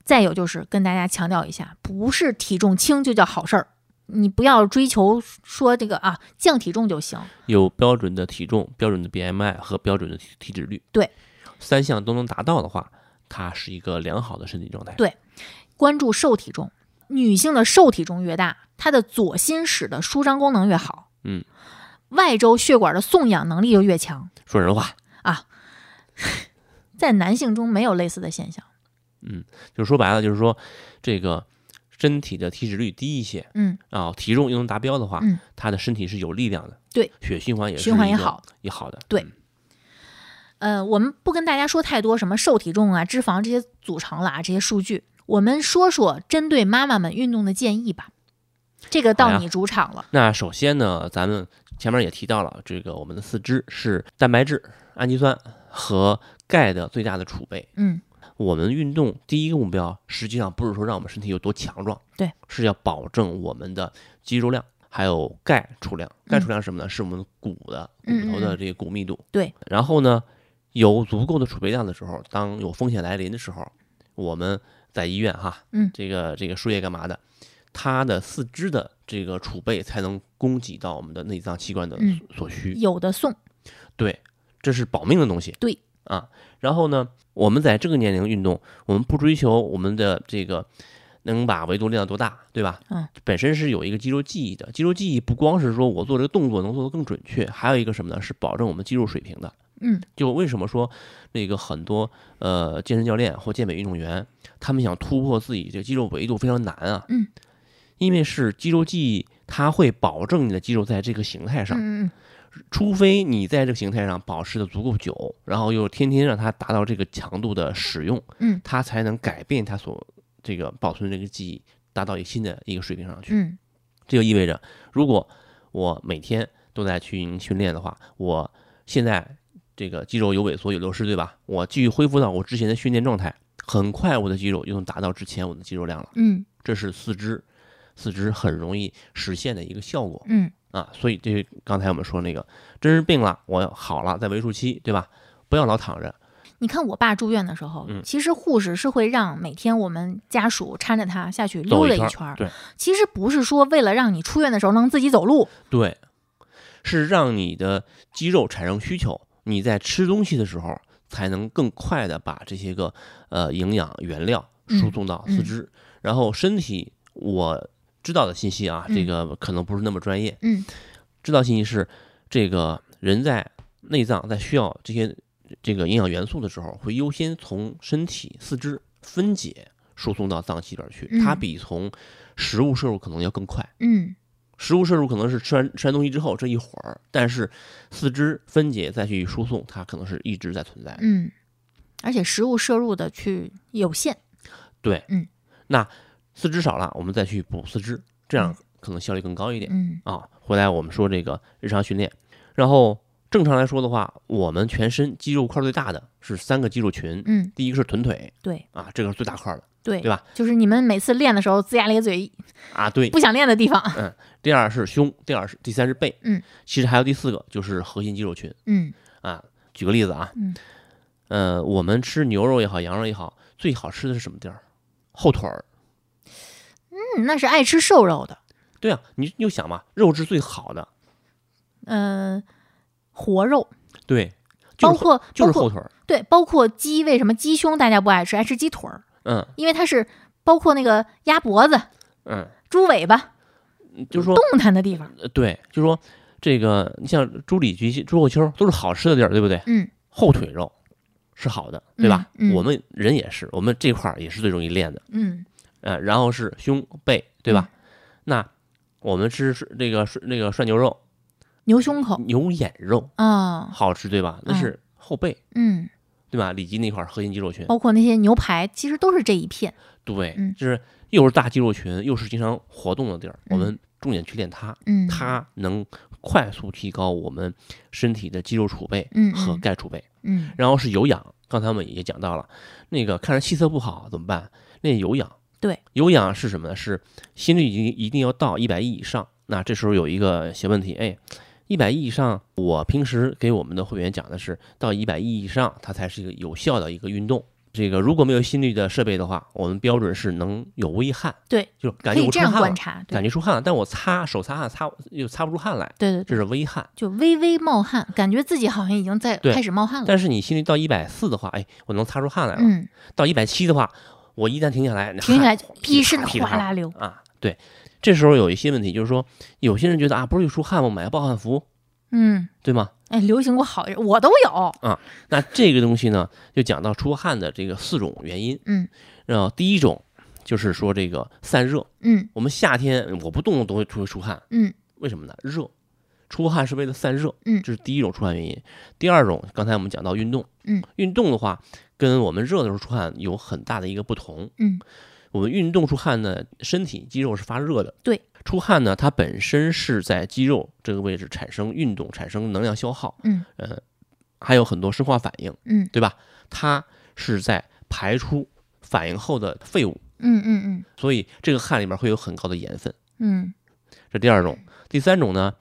[SPEAKER 2] 再有就是跟大家强调一下，不是体重轻就叫好事儿，你不要追求说这个啊降体重就行。
[SPEAKER 3] 有标准的体重、标准的 BMI 和标准的体体脂率，
[SPEAKER 2] 对，
[SPEAKER 3] 三项都能达到的话，它是一个良好的身体状态。
[SPEAKER 2] 对关注瘦体重，女性的瘦体重越大，她的左心室的舒张功能越好，
[SPEAKER 3] 嗯，
[SPEAKER 2] 外周血管的送氧能力就越强。
[SPEAKER 3] 说人话，
[SPEAKER 2] 在男性中没有类似的现象，
[SPEAKER 3] 就是说白了，就是说这个身体的体脂率低一些
[SPEAKER 2] 嗯，
[SPEAKER 3] 啊，体重又能达标的话，
[SPEAKER 2] 嗯
[SPEAKER 3] 他的身体是有力量的，
[SPEAKER 2] 对，
[SPEAKER 3] 血循环也是
[SPEAKER 2] 循环也
[SPEAKER 3] 一个
[SPEAKER 2] 好，
[SPEAKER 3] 也好的，
[SPEAKER 2] 对
[SPEAKER 3] 嗯
[SPEAKER 2] 呃，我们不跟大家说太多什么瘦体重啊、脂肪这些组成了啊这些数据，我们说说针对妈妈们运动的建议吧。这个
[SPEAKER 3] 好
[SPEAKER 2] 到
[SPEAKER 3] 呀
[SPEAKER 2] 你主场了，
[SPEAKER 3] 那首先呢，咱们前面也提到了，这个我们的四肢是蛋白质、氨基酸和钙的最大的储备。
[SPEAKER 2] 嗯
[SPEAKER 3] 我们运动第一个目标，实际上不是说让我们身体有多强壮，
[SPEAKER 2] 对，
[SPEAKER 3] 是要保证我们的肌肉量还有钙储量。钙
[SPEAKER 2] 嗯
[SPEAKER 3] 储量是什么呢？是我们骨的骨头的这个骨密度。
[SPEAKER 2] 对。
[SPEAKER 3] 然后呢，有足够的储备量的时候，当有风险来临的时候，我们在医院哈，
[SPEAKER 2] 嗯
[SPEAKER 3] 这个这个输液干嘛的，它的四肢的这个储备才能供给到我们的内脏器官的
[SPEAKER 2] 嗯
[SPEAKER 3] 所所需。
[SPEAKER 2] 有的送，
[SPEAKER 3] 对，这是保命的东西。
[SPEAKER 2] 对
[SPEAKER 3] 啊，然后呢，我们在这个年龄运动，我们不追求我们的这个能把维度练到多大，对吧？
[SPEAKER 2] 嗯，
[SPEAKER 3] 本身是有一个肌肉记忆的，肌肉记忆不光是说我做这个动作能做得更准确，还有一个什么呢？是保证我们肌肉水平的。
[SPEAKER 2] 嗯，
[SPEAKER 3] 就为什么说那个很多呃健身教练或健美运动员，他们想突破自己这个肌肉维度非常难啊。
[SPEAKER 2] 嗯，
[SPEAKER 3] 因为是肌肉记忆，它会保证你的肌肉在这个形态上。
[SPEAKER 2] 嗯嗯
[SPEAKER 3] 除非你在这个形态上保持的足够久，然后又天天让它达到这个强度的使用，
[SPEAKER 2] 嗯
[SPEAKER 3] 它才能改变它所这个保存这个记忆，达到一个新的一个水平上去。
[SPEAKER 2] 嗯
[SPEAKER 3] 这就意味着，如果我每天都在去进行训练的话，我现在这个肌肉有萎缩有流失，对吧？我继续恢复到我之前的训练状态，很快我的肌肉就能达到之前我的肌肉量了。
[SPEAKER 2] 嗯
[SPEAKER 3] 这是四肢，四肢很容易实现的一个效果。
[SPEAKER 2] 嗯
[SPEAKER 3] 啊，所以这刚才我们说那个，真是病了，我好了，在为术期，对吧？不要老躺着，
[SPEAKER 2] 你看我爸住院的时候，
[SPEAKER 3] 嗯
[SPEAKER 2] 其实护士是会让每天我们家属搀着他下去
[SPEAKER 3] 走
[SPEAKER 2] 溜达
[SPEAKER 3] 圈
[SPEAKER 2] 一
[SPEAKER 3] 儿，
[SPEAKER 2] 圈儿。
[SPEAKER 3] 对
[SPEAKER 2] 其实不是说为了让你出院的时候能自己走路，
[SPEAKER 3] 对，是让你的肌肉产生需求，你在吃东西的时候才能更快的把这些个呃营养原料输
[SPEAKER 2] 嗯
[SPEAKER 3] 送到
[SPEAKER 2] 嗯
[SPEAKER 3] 四肢，然后身体我知道的信息啊，这
[SPEAKER 2] 嗯
[SPEAKER 3] 个可能不是那么专业，
[SPEAKER 2] 嗯，
[SPEAKER 3] 知道信息是这个人在内脏在需要这些这个营养元素的时候，会优先从身体四肢分解输送到脏器里边去，
[SPEAKER 2] 嗯
[SPEAKER 3] 它比从食物摄入可能要更快。
[SPEAKER 2] 嗯
[SPEAKER 3] 食物摄入可能是吃完吃完东西之后这一会儿，但是四肢分解再去输送，它可能是一直在存在的。
[SPEAKER 2] 嗯，而且食物摄入的去有限，
[SPEAKER 3] 对，
[SPEAKER 2] 嗯，
[SPEAKER 3] 那四肢少了，我们再去补四肢，这样可能效率更高一点。
[SPEAKER 2] 嗯
[SPEAKER 3] 啊，回来我们说这个日常训练，然后正常来说的话，我们全身肌肉块最大的是三个肌肉群，
[SPEAKER 2] 嗯，
[SPEAKER 3] 第一个是臀腿
[SPEAKER 2] 对
[SPEAKER 3] 啊，这个是最大块的
[SPEAKER 2] 对
[SPEAKER 3] 对吧？
[SPEAKER 2] 就是你们每次练的时候龇牙咧嘴，
[SPEAKER 3] 啊，对，
[SPEAKER 2] 不想练的地方，
[SPEAKER 3] 第二是胸，第二是第三是背，
[SPEAKER 2] 嗯，
[SPEAKER 3] 其实还有第四个就是核心肌肉群
[SPEAKER 2] 嗯
[SPEAKER 3] 啊。举个例子啊，
[SPEAKER 2] 嗯，
[SPEAKER 3] 呃，我们吃牛肉也好，羊肉也好，最好吃的是什么地儿？后腿儿。
[SPEAKER 2] 嗯，那是爱吃瘦肉的，
[SPEAKER 3] 对啊，你你就想嘛，肉质最好的，
[SPEAKER 2] 嗯、活肉，
[SPEAKER 3] 对，就
[SPEAKER 2] 包
[SPEAKER 3] 是后
[SPEAKER 2] 括
[SPEAKER 3] 就是
[SPEAKER 2] 包括
[SPEAKER 3] 后腿儿，
[SPEAKER 2] 对，包括鸡，为什么鸡胸大家不爱吃，爱吃鸡腿儿？
[SPEAKER 3] 嗯
[SPEAKER 2] 因为它是包括那个鸭脖子、
[SPEAKER 3] 嗯，
[SPEAKER 2] 猪尾巴嗯
[SPEAKER 3] 就是说
[SPEAKER 2] 动弹的地方。
[SPEAKER 3] 呃，对，就说这个，你像猪里脊、猪后丘都是好吃的地儿，对不对？
[SPEAKER 2] 嗯，
[SPEAKER 3] 后腿肉是好的，对吧？
[SPEAKER 2] 嗯嗯
[SPEAKER 3] 我们人也是，我们这块儿也是最容易练的，
[SPEAKER 2] 嗯
[SPEAKER 3] 呃，然后是胸背，对吧？那我们吃是这个是那个涮牛肉、
[SPEAKER 2] 牛胸口
[SPEAKER 3] 牛眼肉
[SPEAKER 2] 啊，
[SPEAKER 3] 好吃，对吧？那
[SPEAKER 2] 嗯
[SPEAKER 3] 是后背，
[SPEAKER 2] 嗯，
[SPEAKER 3] 对吧？里脊那块儿核心肌肉群，
[SPEAKER 2] 包括那些牛排，其实都是这一片。
[SPEAKER 3] 对
[SPEAKER 2] 哦嗯，
[SPEAKER 3] 就是又是大肌肉群，又是经常活动的地儿，我
[SPEAKER 2] 嗯
[SPEAKER 3] 们重点去练它。
[SPEAKER 2] 嗯，
[SPEAKER 3] 它能快速提高我们身体的肌肉储备
[SPEAKER 2] 嗯嗯
[SPEAKER 3] 和钙储备，
[SPEAKER 2] 嗯
[SPEAKER 3] 然后是有氧。刚才我们也讲到了，那个看着气色不好怎么办？练有氧。
[SPEAKER 2] 对，
[SPEAKER 3] 有氧是什么呢？是心率已经一定要到一百亿以上。那这时候有一个小问题，哎，一百亿以上，我平时给我们的会员讲的是到一百亿以上，它才是一个有效的一个运动。这个如果没有心率的设备的话，我们标准是能有微汗，
[SPEAKER 2] 对，
[SPEAKER 3] 就感
[SPEAKER 2] 可
[SPEAKER 3] 觉
[SPEAKER 2] 以
[SPEAKER 3] 我
[SPEAKER 2] 这
[SPEAKER 3] 出
[SPEAKER 2] 样
[SPEAKER 3] 汗了
[SPEAKER 2] 观，察，
[SPEAKER 3] 感
[SPEAKER 2] 对
[SPEAKER 3] 觉出汗了，但我擦手擦汗擦又擦不出汗来，
[SPEAKER 2] 对对
[SPEAKER 3] 这
[SPEAKER 2] 对，
[SPEAKER 3] 是微汗。
[SPEAKER 2] 就微微冒汗，感觉自己好像已经在
[SPEAKER 3] 对
[SPEAKER 2] 开始冒汗了。
[SPEAKER 3] 但是你心率到一百四的话，哎，我能擦出汗来了。
[SPEAKER 2] 嗯，
[SPEAKER 3] 到一百七的话，我一旦停下来，
[SPEAKER 2] 停下来
[SPEAKER 3] 汗
[SPEAKER 2] 一身
[SPEAKER 3] 噼
[SPEAKER 2] 的
[SPEAKER 3] 里
[SPEAKER 2] 哗
[SPEAKER 3] 啪
[SPEAKER 2] 啦流。
[SPEAKER 3] 啊，对。这时候有一些问题，就是说有些人觉得啊，不是有出汗吗？买个暴汗服，
[SPEAKER 2] 嗯，
[SPEAKER 3] 对吗？
[SPEAKER 2] 哎，流行过好，我都有。
[SPEAKER 3] 那这个东西呢，就讲到出汗的这个四种原因。
[SPEAKER 2] 嗯，
[SPEAKER 3] 然后第一种就是说这个散热，
[SPEAKER 2] 嗯
[SPEAKER 3] 我们夏天我不动都会出出汗，
[SPEAKER 2] 嗯
[SPEAKER 3] 为什么呢？热，出汗是为了散热，
[SPEAKER 2] 嗯
[SPEAKER 3] 这是第一种出汗原因。第二种，刚才我们讲到运动，
[SPEAKER 2] 嗯，
[SPEAKER 3] 运动的话跟我们热的时候出汗有很大的一个不同，
[SPEAKER 2] 嗯，
[SPEAKER 3] 我们运动出汗呢，身体肌肉是发热的，
[SPEAKER 2] 对，
[SPEAKER 3] 出汗呢，它本身是在肌肉这个位置产生运动、产生能量消耗，
[SPEAKER 2] 嗯
[SPEAKER 3] 呃，还有很多生化反应，
[SPEAKER 2] 嗯
[SPEAKER 3] 对吧？它是在排出反应后的废物，
[SPEAKER 2] 嗯嗯
[SPEAKER 3] 所以这个汗里面会有很高的盐分。
[SPEAKER 2] 嗯
[SPEAKER 3] 这第二种，第三种呢，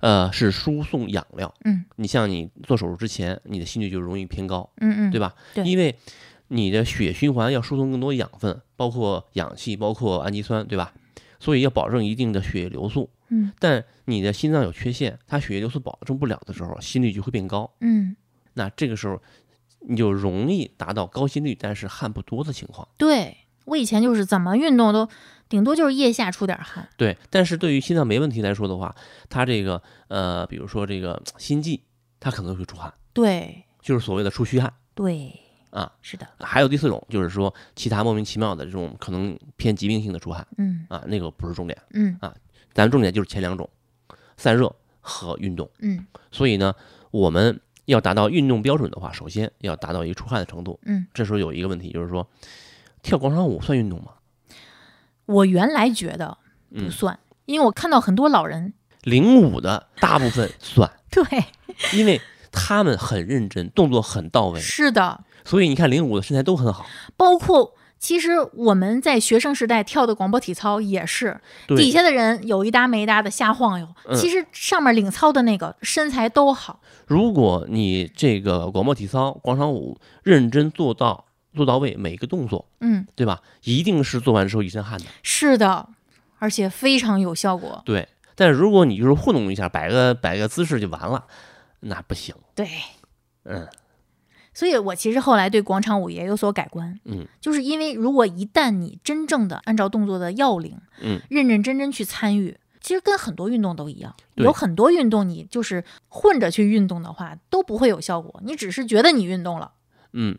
[SPEAKER 3] 呃，是输送养料。
[SPEAKER 2] 嗯，
[SPEAKER 3] 你像你做手术之前，你的心率就容易偏高，
[SPEAKER 2] 嗯嗯，
[SPEAKER 3] 对
[SPEAKER 2] 吧？
[SPEAKER 3] 吧？
[SPEAKER 2] 对
[SPEAKER 3] 因为你的血循环要输送更多养分，包括氧气，包括氨基酸，对吧？所以要保证一定的血液流速。
[SPEAKER 2] 嗯
[SPEAKER 3] 但你的心脏有缺陷，它血液流速保证不了的时候，心率就会变高。
[SPEAKER 2] 嗯，
[SPEAKER 3] 那这个时候，你就容易达到高心率，但是汗不多的情况。
[SPEAKER 2] 对我以前就是怎么运动都顶多就是腋下出点汗，
[SPEAKER 3] 对，但是对于心脏没问题来说的话，它这个呃，比如说这个心悸，它可能会出汗，
[SPEAKER 2] 对
[SPEAKER 3] 就是所谓的出虚汗
[SPEAKER 2] 对，
[SPEAKER 3] 啊。
[SPEAKER 2] 是的，
[SPEAKER 3] 还有第四种，就是说其他莫名其妙的这种可能偏疾病性的出汗
[SPEAKER 2] 嗯
[SPEAKER 3] 啊，那个不是重点，
[SPEAKER 2] 嗯
[SPEAKER 3] 咱们重点就是前两种，散热和运动。
[SPEAKER 2] 嗯
[SPEAKER 3] 所以呢，我们要达到运动标准的话，首先要达到一个出汗的程度。
[SPEAKER 2] 嗯，
[SPEAKER 3] 这时候有一个问题就是说，跳广场舞算运动吗？
[SPEAKER 2] 我原来觉得不
[SPEAKER 3] 嗯
[SPEAKER 2] 算，因为我看到很多老人，
[SPEAKER 3] 领舞的大部分算，
[SPEAKER 2] 对，
[SPEAKER 3] 因为他们很认真，动作很到位，
[SPEAKER 2] 是的，
[SPEAKER 3] 所以你看领舞的身材都很好。
[SPEAKER 2] 包括。其实我们在学生时代跳的广播体操也是，底
[SPEAKER 3] 对，
[SPEAKER 2] 下的人有一搭没一搭的瞎晃悠。
[SPEAKER 3] 嗯
[SPEAKER 2] 其实上面领操的那个身材都好，
[SPEAKER 3] 如果你这个广播体操、广场舞认真做到做到位每一个动作，
[SPEAKER 2] 嗯，
[SPEAKER 3] 对吧？一定是做完之后一身汗的。
[SPEAKER 2] 是的，而且非常有效果。
[SPEAKER 3] 对，但是如果你就是糊弄一下，摆个摆个姿势就完了，那不行。
[SPEAKER 2] 对，
[SPEAKER 3] 嗯
[SPEAKER 2] 所以我其实后来对广场舞也有所改观，
[SPEAKER 3] 嗯，
[SPEAKER 2] 就是因为如果一旦你真正的按照动作的要领，
[SPEAKER 3] 嗯，
[SPEAKER 2] 认认真真去参与，其实跟很多运动都一样，
[SPEAKER 3] 对
[SPEAKER 2] 有很多运动你就是混着去运动的话都不会有效果，你只是觉得你运动了，
[SPEAKER 3] 嗯。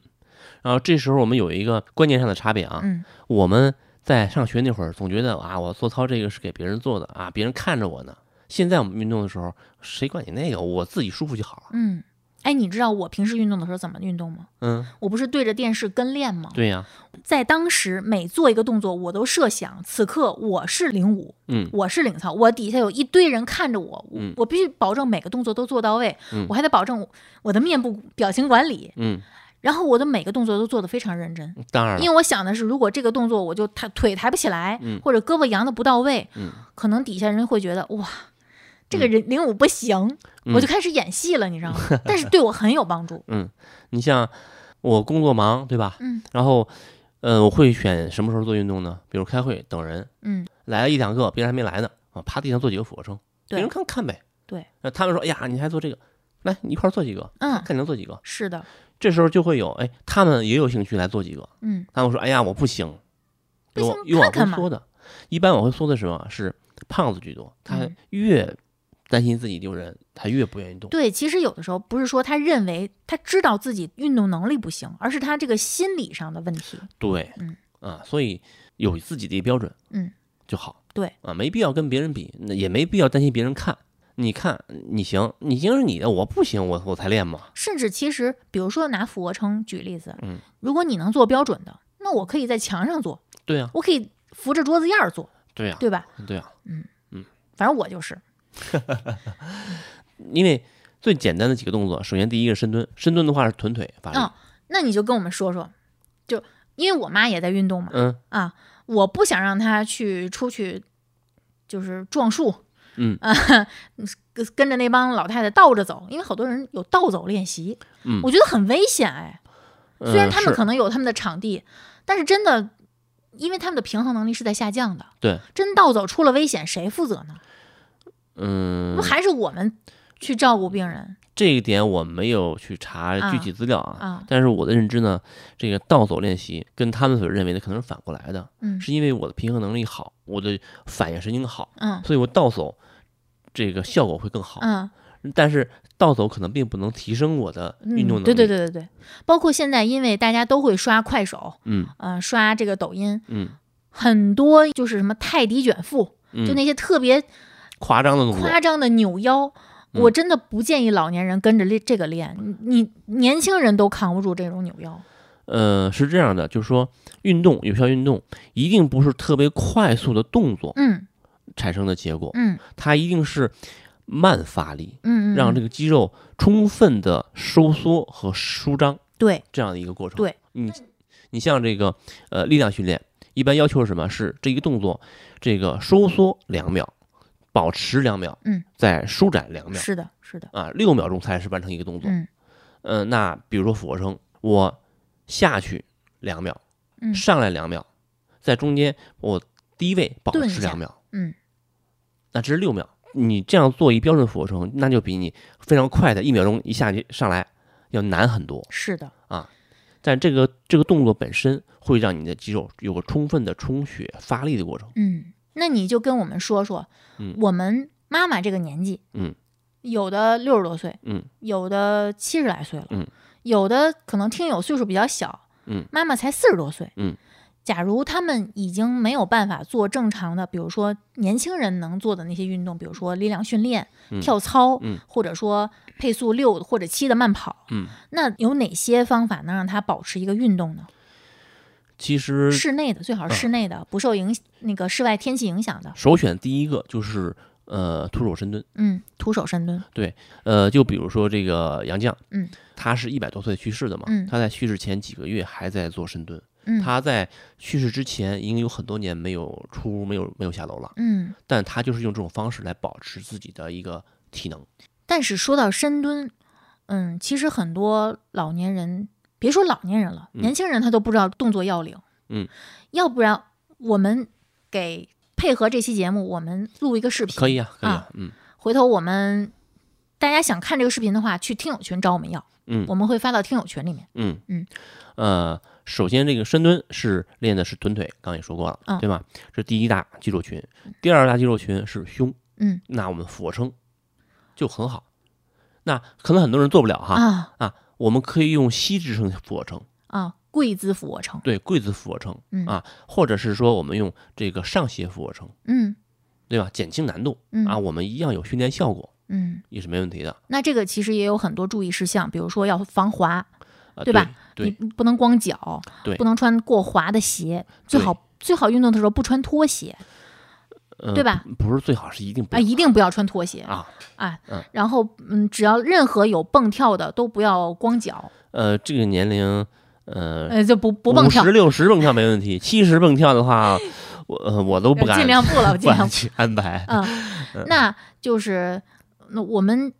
[SPEAKER 3] 然后这时候我们有一个观念上的差别啊，
[SPEAKER 2] 嗯
[SPEAKER 3] 我们在上学那会儿总觉得啊，我做操这个是给别人做的啊，别人看着我呢。现在我们运动的时候，谁管你那个？我自己舒服就好了。
[SPEAKER 2] 嗯。哎，你知道我平时运动的时候怎么运动吗？
[SPEAKER 3] 嗯，
[SPEAKER 2] 我不是对着电视跟练吗？
[SPEAKER 3] 对呀、
[SPEAKER 2] 在当时每做一个动作，我都设想此刻我是领舞，
[SPEAKER 3] 嗯
[SPEAKER 2] 我是领操，我底下有一堆人看着我，我
[SPEAKER 3] 嗯
[SPEAKER 2] 我必须保证每个动作都做到位，
[SPEAKER 3] 嗯
[SPEAKER 2] 我还得保证我的面部表情管理，
[SPEAKER 3] 嗯，
[SPEAKER 2] 然后我的每个动作都做得非常认真，
[SPEAKER 3] 当然
[SPEAKER 2] 因
[SPEAKER 3] 了，
[SPEAKER 2] 为我想的是，如果这个动作我就抬腿抬不起来，
[SPEAKER 3] 嗯
[SPEAKER 2] 或者胳膊扬的不到位，
[SPEAKER 3] 嗯
[SPEAKER 2] 可能底下人会觉得哇。这个人领舞不行，
[SPEAKER 3] 嗯
[SPEAKER 2] 我就开始演戏了，你知道吗？ 但是对我很有帮助。
[SPEAKER 3] 你像我工作忙，对吧？
[SPEAKER 2] 嗯
[SPEAKER 3] 然后，呃，我会选什么时候做运动呢？比如开会等人，
[SPEAKER 2] 嗯，
[SPEAKER 3] 来了一两个，别人还没来呢，啊，趴地上做几个俯卧撑，别
[SPEAKER 2] 对
[SPEAKER 3] 人，看看呗。
[SPEAKER 2] 对，
[SPEAKER 3] 那他们说，哎呀，你还做这个，来，你一块儿做几个，
[SPEAKER 2] 嗯，
[SPEAKER 3] 看你能做几个。
[SPEAKER 2] 是的，
[SPEAKER 3] 这时候就会有，哎，他们也有兴趣来做几个，
[SPEAKER 2] 嗯
[SPEAKER 3] 他们说，哎呀，我不行，
[SPEAKER 2] 不
[SPEAKER 3] 有
[SPEAKER 2] 行
[SPEAKER 3] 有往
[SPEAKER 2] 看看嘛
[SPEAKER 3] 回缩的。一般往回缩的时候啊，是胖子居多，他
[SPEAKER 2] 嗯
[SPEAKER 3] 越担心自己丢人，他越不愿意动。
[SPEAKER 2] 对，其实有的时候不是说他认为他知道自己运动能力不行，而是他这个心理上的问题。
[SPEAKER 3] 对，
[SPEAKER 2] 嗯
[SPEAKER 3] 啊，所以有自己的一个标准，
[SPEAKER 2] 嗯，
[SPEAKER 3] 就好。
[SPEAKER 2] 对
[SPEAKER 3] 啊，没必要跟别人比，那也没必要担心别人看。你看，你行，你行是你的，我不行，我我才练嘛。
[SPEAKER 2] 甚至其实，比如说拿俯卧撑举例子，
[SPEAKER 3] 嗯，
[SPEAKER 2] 如果你能做标准的，那我可以在墙上做，
[SPEAKER 3] 对呀、
[SPEAKER 2] 我可以扶着桌子沿儿做，
[SPEAKER 3] 对呀、
[SPEAKER 2] 对吧？
[SPEAKER 3] 对啊呀、
[SPEAKER 2] 反正我就是，
[SPEAKER 3] 因为最简单的几个动作，首先第一个是深蹲，深蹲的话是臀腿发力。
[SPEAKER 2] 嗯那你就跟我们说说，就因为我妈也在运动嘛，
[SPEAKER 3] 嗯
[SPEAKER 2] 啊，我不想让她去出去就是撞树，
[SPEAKER 3] 嗯
[SPEAKER 2] 啊，跟跟着那帮老太太倒着走，因为好多人有倒走练习，
[SPEAKER 3] 嗯
[SPEAKER 2] 我觉得很危险哎。虽然
[SPEAKER 3] 嗯
[SPEAKER 2] 他们
[SPEAKER 3] 是
[SPEAKER 2] 可能有他们的场地，但是真的，因为他们的平衡能力是在下降的。
[SPEAKER 3] 对，
[SPEAKER 2] 真盗走出了危险，谁负责呢？
[SPEAKER 3] 嗯
[SPEAKER 2] 不，还是我们去照顾病人
[SPEAKER 3] 这一点我没有去查
[SPEAKER 2] 啊
[SPEAKER 3] 具体资料啊，
[SPEAKER 2] 啊？
[SPEAKER 3] 但是我的认知呢，这个倒走练习跟他们所认为的可能是反过来的，
[SPEAKER 2] 嗯
[SPEAKER 3] 是因为我的平衡能力好，我的反应神经好，
[SPEAKER 2] 嗯
[SPEAKER 3] 所以我倒走这个效果会更好。
[SPEAKER 2] 嗯
[SPEAKER 3] 但是倒走可能并不能提升我的运动
[SPEAKER 2] 嗯，
[SPEAKER 3] 能力。
[SPEAKER 2] 对对，对对对，包括现在，因为大家都会刷快手，
[SPEAKER 3] 嗯
[SPEAKER 2] 呃，刷这个抖音，
[SPEAKER 3] 嗯
[SPEAKER 2] 很多就是什么泰迪卷腹，
[SPEAKER 3] 嗯，
[SPEAKER 2] 就那些特别
[SPEAKER 3] 夸张的动作，
[SPEAKER 2] 夸张的扭腰。
[SPEAKER 3] 嗯
[SPEAKER 2] 我真的不建议老年人跟着练这个练，你你年轻人都扛不住这种扭腰。
[SPEAKER 3] 呃，是这样的，就是说运动有效运动一定不是特别快速的动作
[SPEAKER 2] 嗯
[SPEAKER 3] 产生的结果，
[SPEAKER 2] 嗯
[SPEAKER 3] 它一定是慢发力，
[SPEAKER 2] 嗯嗯，
[SPEAKER 3] 让这
[SPEAKER 2] 个
[SPEAKER 3] 个肌肉充分的收缩和舒张
[SPEAKER 2] 对，
[SPEAKER 3] 这样的一个过程。
[SPEAKER 2] 对，
[SPEAKER 3] 你你像这个呃力量训练，一般要求是什么？是这一个动作，这个收缩两秒，保持两秒，
[SPEAKER 2] 嗯，
[SPEAKER 3] 再舒展两秒，
[SPEAKER 2] 是的，是的，
[SPEAKER 3] 啊，六秒钟才是完成一个动作。
[SPEAKER 2] 嗯
[SPEAKER 3] 嗯、那比如说俯卧撑，我下去两秒，
[SPEAKER 2] 嗯
[SPEAKER 3] 上来两秒，在中间我低位保
[SPEAKER 2] 顿一
[SPEAKER 3] 持
[SPEAKER 2] 下
[SPEAKER 3] 两秒，
[SPEAKER 2] 嗯，
[SPEAKER 3] 那这是六秒。你这样做一标准俯卧撑，那就比你非常快的一秒钟一下去上来要难很多。
[SPEAKER 2] 是的，
[SPEAKER 3] 但这个这个动作本身会让你的肌肉有个充分的充血发力的过程。
[SPEAKER 2] 嗯，那你就跟我们说说，
[SPEAKER 3] 嗯
[SPEAKER 2] 我们妈妈这个年纪，
[SPEAKER 3] 嗯，
[SPEAKER 2] 有的六十多岁，
[SPEAKER 3] 嗯，
[SPEAKER 2] 有的七十来岁了，
[SPEAKER 3] 嗯，
[SPEAKER 2] 有的可能听友岁数比较小，
[SPEAKER 3] 嗯，
[SPEAKER 2] 妈妈才四十多岁，
[SPEAKER 3] 嗯。
[SPEAKER 2] 假如他们已经没有办法做正常的，比如说年轻人能做的那些运动，比如说力量训练、
[SPEAKER 3] 嗯
[SPEAKER 2] 跳操，
[SPEAKER 3] 嗯
[SPEAKER 2] 或者说配速六或者七的慢跑，
[SPEAKER 3] 嗯，
[SPEAKER 2] 那有哪些方法能让他保持一个运动呢？
[SPEAKER 3] 其实
[SPEAKER 2] 室内的最
[SPEAKER 3] 啊
[SPEAKER 2] 好是室内的，不受影那个室外天气影响的。
[SPEAKER 3] 首选第一个就是呃徒手深蹲。
[SPEAKER 2] 嗯，徒手深蹲。
[SPEAKER 3] 呃，就比如说这个杨绛，
[SPEAKER 2] 嗯，
[SPEAKER 3] 他是一百多岁去世的嘛，
[SPEAKER 2] 嗯
[SPEAKER 3] 他在去世前几个月还在做深蹲，
[SPEAKER 2] 嗯，
[SPEAKER 3] 他在去世之前已经有很多年没有出屋，没有没有下楼了，
[SPEAKER 2] 嗯，
[SPEAKER 3] 但他就是用这种方式来保持自己的一个体能。
[SPEAKER 2] 但是说到深蹲，嗯，其实很多老年人，别说老年人了，
[SPEAKER 3] 嗯
[SPEAKER 2] 年轻人他都不知道动作要领。
[SPEAKER 3] 嗯，
[SPEAKER 2] 要不然我们给配合这期节目，我们录一个视频，
[SPEAKER 3] 可以啊，可以
[SPEAKER 2] 啊
[SPEAKER 3] 啊，嗯
[SPEAKER 2] 回头我们大家想看这个视频的话，去听友群找我们要，
[SPEAKER 3] 嗯
[SPEAKER 2] 我们会发到听友群里面。
[SPEAKER 3] 嗯
[SPEAKER 2] 嗯，
[SPEAKER 3] 呃，首先这个深蹲是练的是臀腿，刚刚也说过了，
[SPEAKER 2] 嗯
[SPEAKER 3] 对吧？这第一大肌肉群，第二大肌肉群是胸，
[SPEAKER 2] 嗯
[SPEAKER 3] 那我们俯卧撑就很好。那可能很多人做不了哈，
[SPEAKER 2] 啊
[SPEAKER 3] 我们可以用膝支撑俯卧撑，
[SPEAKER 2] 啊，跪姿俯卧撑。
[SPEAKER 3] 对，跪姿俯卧撑，
[SPEAKER 2] 嗯
[SPEAKER 3] 啊，或者是说我们用这个上斜俯卧撑，
[SPEAKER 2] 嗯
[SPEAKER 3] 对吧？减轻难度
[SPEAKER 2] 嗯
[SPEAKER 3] 啊，我们一样有训练效果，
[SPEAKER 2] 嗯，
[SPEAKER 3] 也是没问题的，
[SPEAKER 2] 那这个其实也有很多注意事项，比如说要防滑，
[SPEAKER 3] 啊，
[SPEAKER 2] 对吧？你
[SPEAKER 3] 对，
[SPEAKER 2] 不能光脚，
[SPEAKER 3] 对
[SPEAKER 2] 不能穿过滑的鞋，最
[SPEAKER 3] 对
[SPEAKER 2] 好最好运动的时候不穿拖鞋
[SPEAKER 3] 呃
[SPEAKER 2] 对吧？
[SPEAKER 3] 不不是最好，是一定不
[SPEAKER 2] 啊，一定不要穿拖鞋
[SPEAKER 3] 啊，
[SPEAKER 2] 啊
[SPEAKER 3] 嗯
[SPEAKER 2] 然后嗯，只要任何有蹦跳的都不要光脚，
[SPEAKER 3] 呃，这个年龄，呃，
[SPEAKER 2] 呃，就不不蹦跳
[SPEAKER 3] 五十，六十蹦跳没问题，七十蹦跳的话，我呃我都不敢
[SPEAKER 2] 尽量不了，
[SPEAKER 3] 不
[SPEAKER 2] 尽量
[SPEAKER 3] 敢
[SPEAKER 2] 不。
[SPEAKER 3] 去安排，
[SPEAKER 2] 嗯，那就是那我们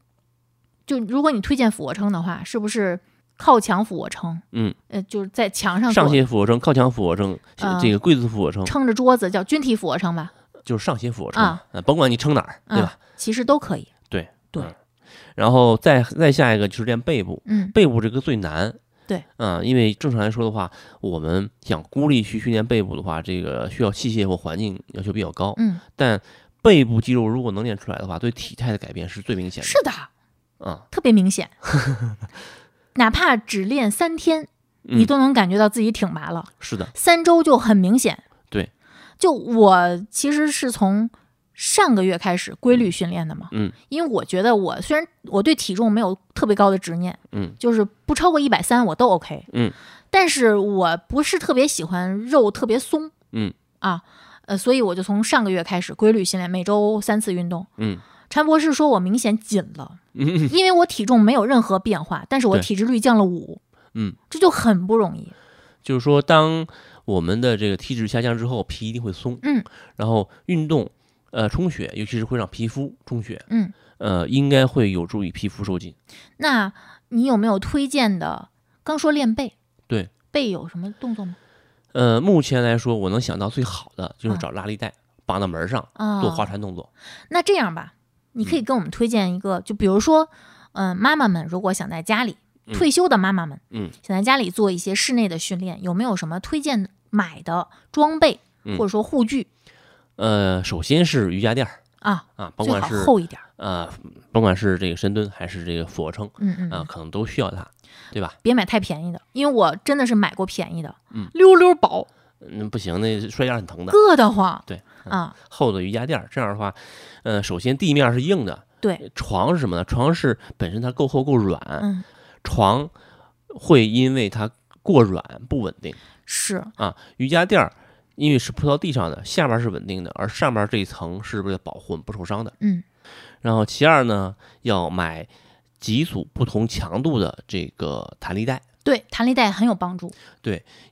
[SPEAKER 2] 就如果你推荐俯卧撑的话，是不是靠墙俯卧撑？
[SPEAKER 3] 嗯，
[SPEAKER 2] 呃，就是在墙上
[SPEAKER 3] 上
[SPEAKER 2] 做
[SPEAKER 3] 斜俯卧撑、靠墙俯卧撑
[SPEAKER 2] 嗯，
[SPEAKER 3] 这个跪姿俯卧撑
[SPEAKER 2] 撑着桌子叫军体俯卧撑吧，
[SPEAKER 3] 就是上斜俯卧撑
[SPEAKER 2] 啊，嗯
[SPEAKER 3] 呃甭管你撑哪儿，对吧？
[SPEAKER 2] 其实都可以。
[SPEAKER 3] 然后再再下一个就是练背部，
[SPEAKER 2] 嗯
[SPEAKER 3] 背部这个最难。
[SPEAKER 2] 对，
[SPEAKER 3] 嗯，因为正常来说的话，我们想孤立去训练背部的话，这个需要器械或环境要求比较高。
[SPEAKER 2] 嗯，
[SPEAKER 3] 但背部肌肉如果能练出来的话，对体态的改变是最明显
[SPEAKER 2] 是的。
[SPEAKER 3] 的。啊、
[SPEAKER 2] 特别明显，哪怕只练三天，
[SPEAKER 3] 嗯
[SPEAKER 2] 你都能感觉到自己挺拔了。
[SPEAKER 3] 是的，
[SPEAKER 2] 三周就很明显。
[SPEAKER 3] 对，
[SPEAKER 2] 就我其实是从上个月开始规律训练的嘛，
[SPEAKER 3] 嗯，
[SPEAKER 2] 因为我觉得我虽然我对体重没有特别高的执念，
[SPEAKER 3] 嗯，
[SPEAKER 2] 就是不超过一百三我都 OK，
[SPEAKER 3] 嗯，
[SPEAKER 2] 但是我不是特别喜欢肉特别松，
[SPEAKER 3] 嗯
[SPEAKER 2] 啊，呃，所以我就从上个月开始规律训练，每周三次运动，
[SPEAKER 3] 嗯，
[SPEAKER 2] 陈博士说我明显紧了，因为我体重没有任何变化，但是我
[SPEAKER 3] 对
[SPEAKER 2] 体脂率降了五，
[SPEAKER 3] 嗯，
[SPEAKER 2] 这就很不容易，
[SPEAKER 3] 就是说，当我们的这个体脂下降之后，皮一定会松。
[SPEAKER 2] 嗯，
[SPEAKER 3] 然后运动，呃，充血，尤其是会让皮肤充血。
[SPEAKER 2] 嗯，
[SPEAKER 3] 呃，应该会有助于皮肤收紧。
[SPEAKER 2] 那你有没有推荐的？刚说练背，
[SPEAKER 3] 对，
[SPEAKER 2] 背有什么动作吗？
[SPEAKER 3] 呃，目前来说，我能想到最好的就是
[SPEAKER 2] 嗯
[SPEAKER 3] 找拉力带绑到门上，
[SPEAKER 2] 啊，
[SPEAKER 3] 做划嗯船动作。
[SPEAKER 2] 那这样吧，你可以跟我们推荐一个，就比如说，嗯、妈妈们如果想在家里，
[SPEAKER 3] 嗯
[SPEAKER 2] 退休的妈妈们，
[SPEAKER 3] 嗯，
[SPEAKER 2] 想在家里做一些室内的训练，有没有什么推荐买的装备、
[SPEAKER 3] 嗯
[SPEAKER 2] 或者说护具
[SPEAKER 3] 呃，首先是瑜伽垫儿
[SPEAKER 2] 啊？
[SPEAKER 3] 啊，甭
[SPEAKER 2] 最
[SPEAKER 3] 管
[SPEAKER 2] 好
[SPEAKER 3] 是
[SPEAKER 2] 厚一点儿，
[SPEAKER 3] 呃，甭管是这个深蹲还是这个俯卧撑
[SPEAKER 2] 嗯嗯，
[SPEAKER 3] 啊、
[SPEAKER 2] 嗯
[SPEAKER 3] 可能都需要它，对吧？
[SPEAKER 2] 别买太便宜的，因为我真的是买过便宜的，
[SPEAKER 3] 嗯
[SPEAKER 2] 溜溜薄，
[SPEAKER 3] 嗯，不行，那摔跤很疼的。
[SPEAKER 2] 硌得慌，
[SPEAKER 3] 对
[SPEAKER 2] 啊，
[SPEAKER 3] 厚的瑜伽垫儿，这样的话，呃，首先地面是硬的，呃
[SPEAKER 2] 对，
[SPEAKER 3] 床是什么呢？床是本身它够厚够软，
[SPEAKER 2] 嗯，
[SPEAKER 3] 床会因为它过软不稳定
[SPEAKER 2] 是，
[SPEAKER 3] 啊。瑜伽垫儿因为是铺到地上的，下边儿是稳定的，而上边儿这一层是为了保护我们不受伤的。
[SPEAKER 2] 嗯
[SPEAKER 3] 然后其二呢，要买几组不同强度的这个弹力带，
[SPEAKER 2] 对，弹力带很有帮助。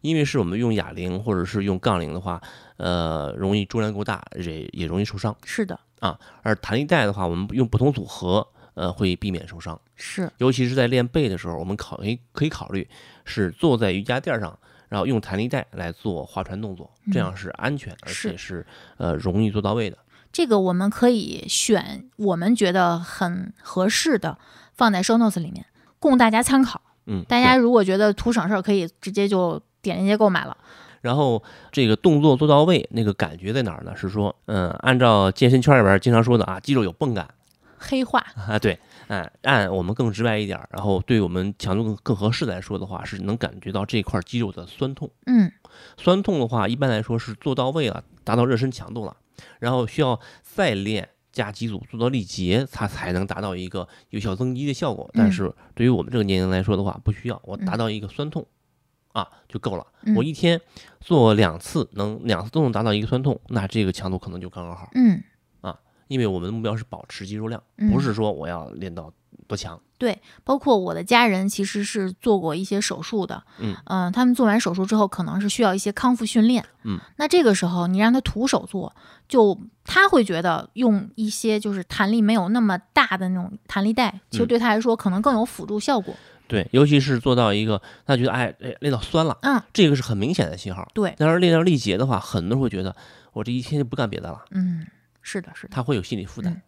[SPEAKER 3] 因为是我们用哑铃或者是用杠铃的话，呃，容易重量过大，也也容易受伤。
[SPEAKER 2] 是的，
[SPEAKER 3] 而弹力带的话，我们用不同组合，呃，会避免受伤。
[SPEAKER 2] 是
[SPEAKER 3] 尤其是在练背的时候，我们考可以可以考虑是坐在瑜伽垫上，然后用弹力带来做划船动作，这样是安全，
[SPEAKER 2] 嗯
[SPEAKER 3] 而
[SPEAKER 2] 是
[SPEAKER 3] 且是呃容易做到位的。
[SPEAKER 2] 这个我们可以选我们觉得很合适的放在 show notes 里面，供大家参考。
[SPEAKER 3] 嗯，
[SPEAKER 2] 大家如果觉得图省事儿，可以直接就点链接购买了。
[SPEAKER 3] 然后这个动作做到位，那个感觉在哪儿呢？是说，嗯，按照健身圈里边儿经常说的啊，肌肉有泵感
[SPEAKER 2] 黑化
[SPEAKER 3] 啊，对，哎，按我们更直白一点儿，然后对我们强度更更合适来说的话，是能感觉到这块肌肉的酸痛。
[SPEAKER 2] 嗯，
[SPEAKER 3] 酸痛的话，一般来说是做到位了，达到热身强度了，然后需要再练加几组，做到力竭，它才能达到一个有效增肌的效果。但是对于我们这个年龄来说的话，不需要，我达到一个酸痛。啊，就够了。
[SPEAKER 2] 嗯
[SPEAKER 3] 我一天做两次，能两次都能达到一个酸痛，那这个强度可能就刚刚好。
[SPEAKER 2] 嗯
[SPEAKER 3] 因为我们的目标是保持肌肉量，
[SPEAKER 2] 嗯，
[SPEAKER 3] 不是说我要练到多强。
[SPEAKER 2] 包括我的家人其实是做过一些手术的，
[SPEAKER 3] 嗯
[SPEAKER 2] 呃他们做完手术之后，可能是需要一些康复训练，
[SPEAKER 3] 嗯，
[SPEAKER 2] 那这个时候你让他徒手做，就他会觉得用一些就是弹力没有那么大的那种弹力带，其实
[SPEAKER 3] 嗯
[SPEAKER 2] 对他来说可能更有辅助效果。
[SPEAKER 3] 对，尤其是做到一个，他觉得哎哎练到酸了，
[SPEAKER 2] 嗯，
[SPEAKER 3] 这个是很明显的信号。
[SPEAKER 2] 对
[SPEAKER 3] 但是练到力竭的话，很多人会觉得我这一天就不干别的了，
[SPEAKER 2] 嗯，是的，是的，
[SPEAKER 3] 他会有心理负担，
[SPEAKER 2] 嗯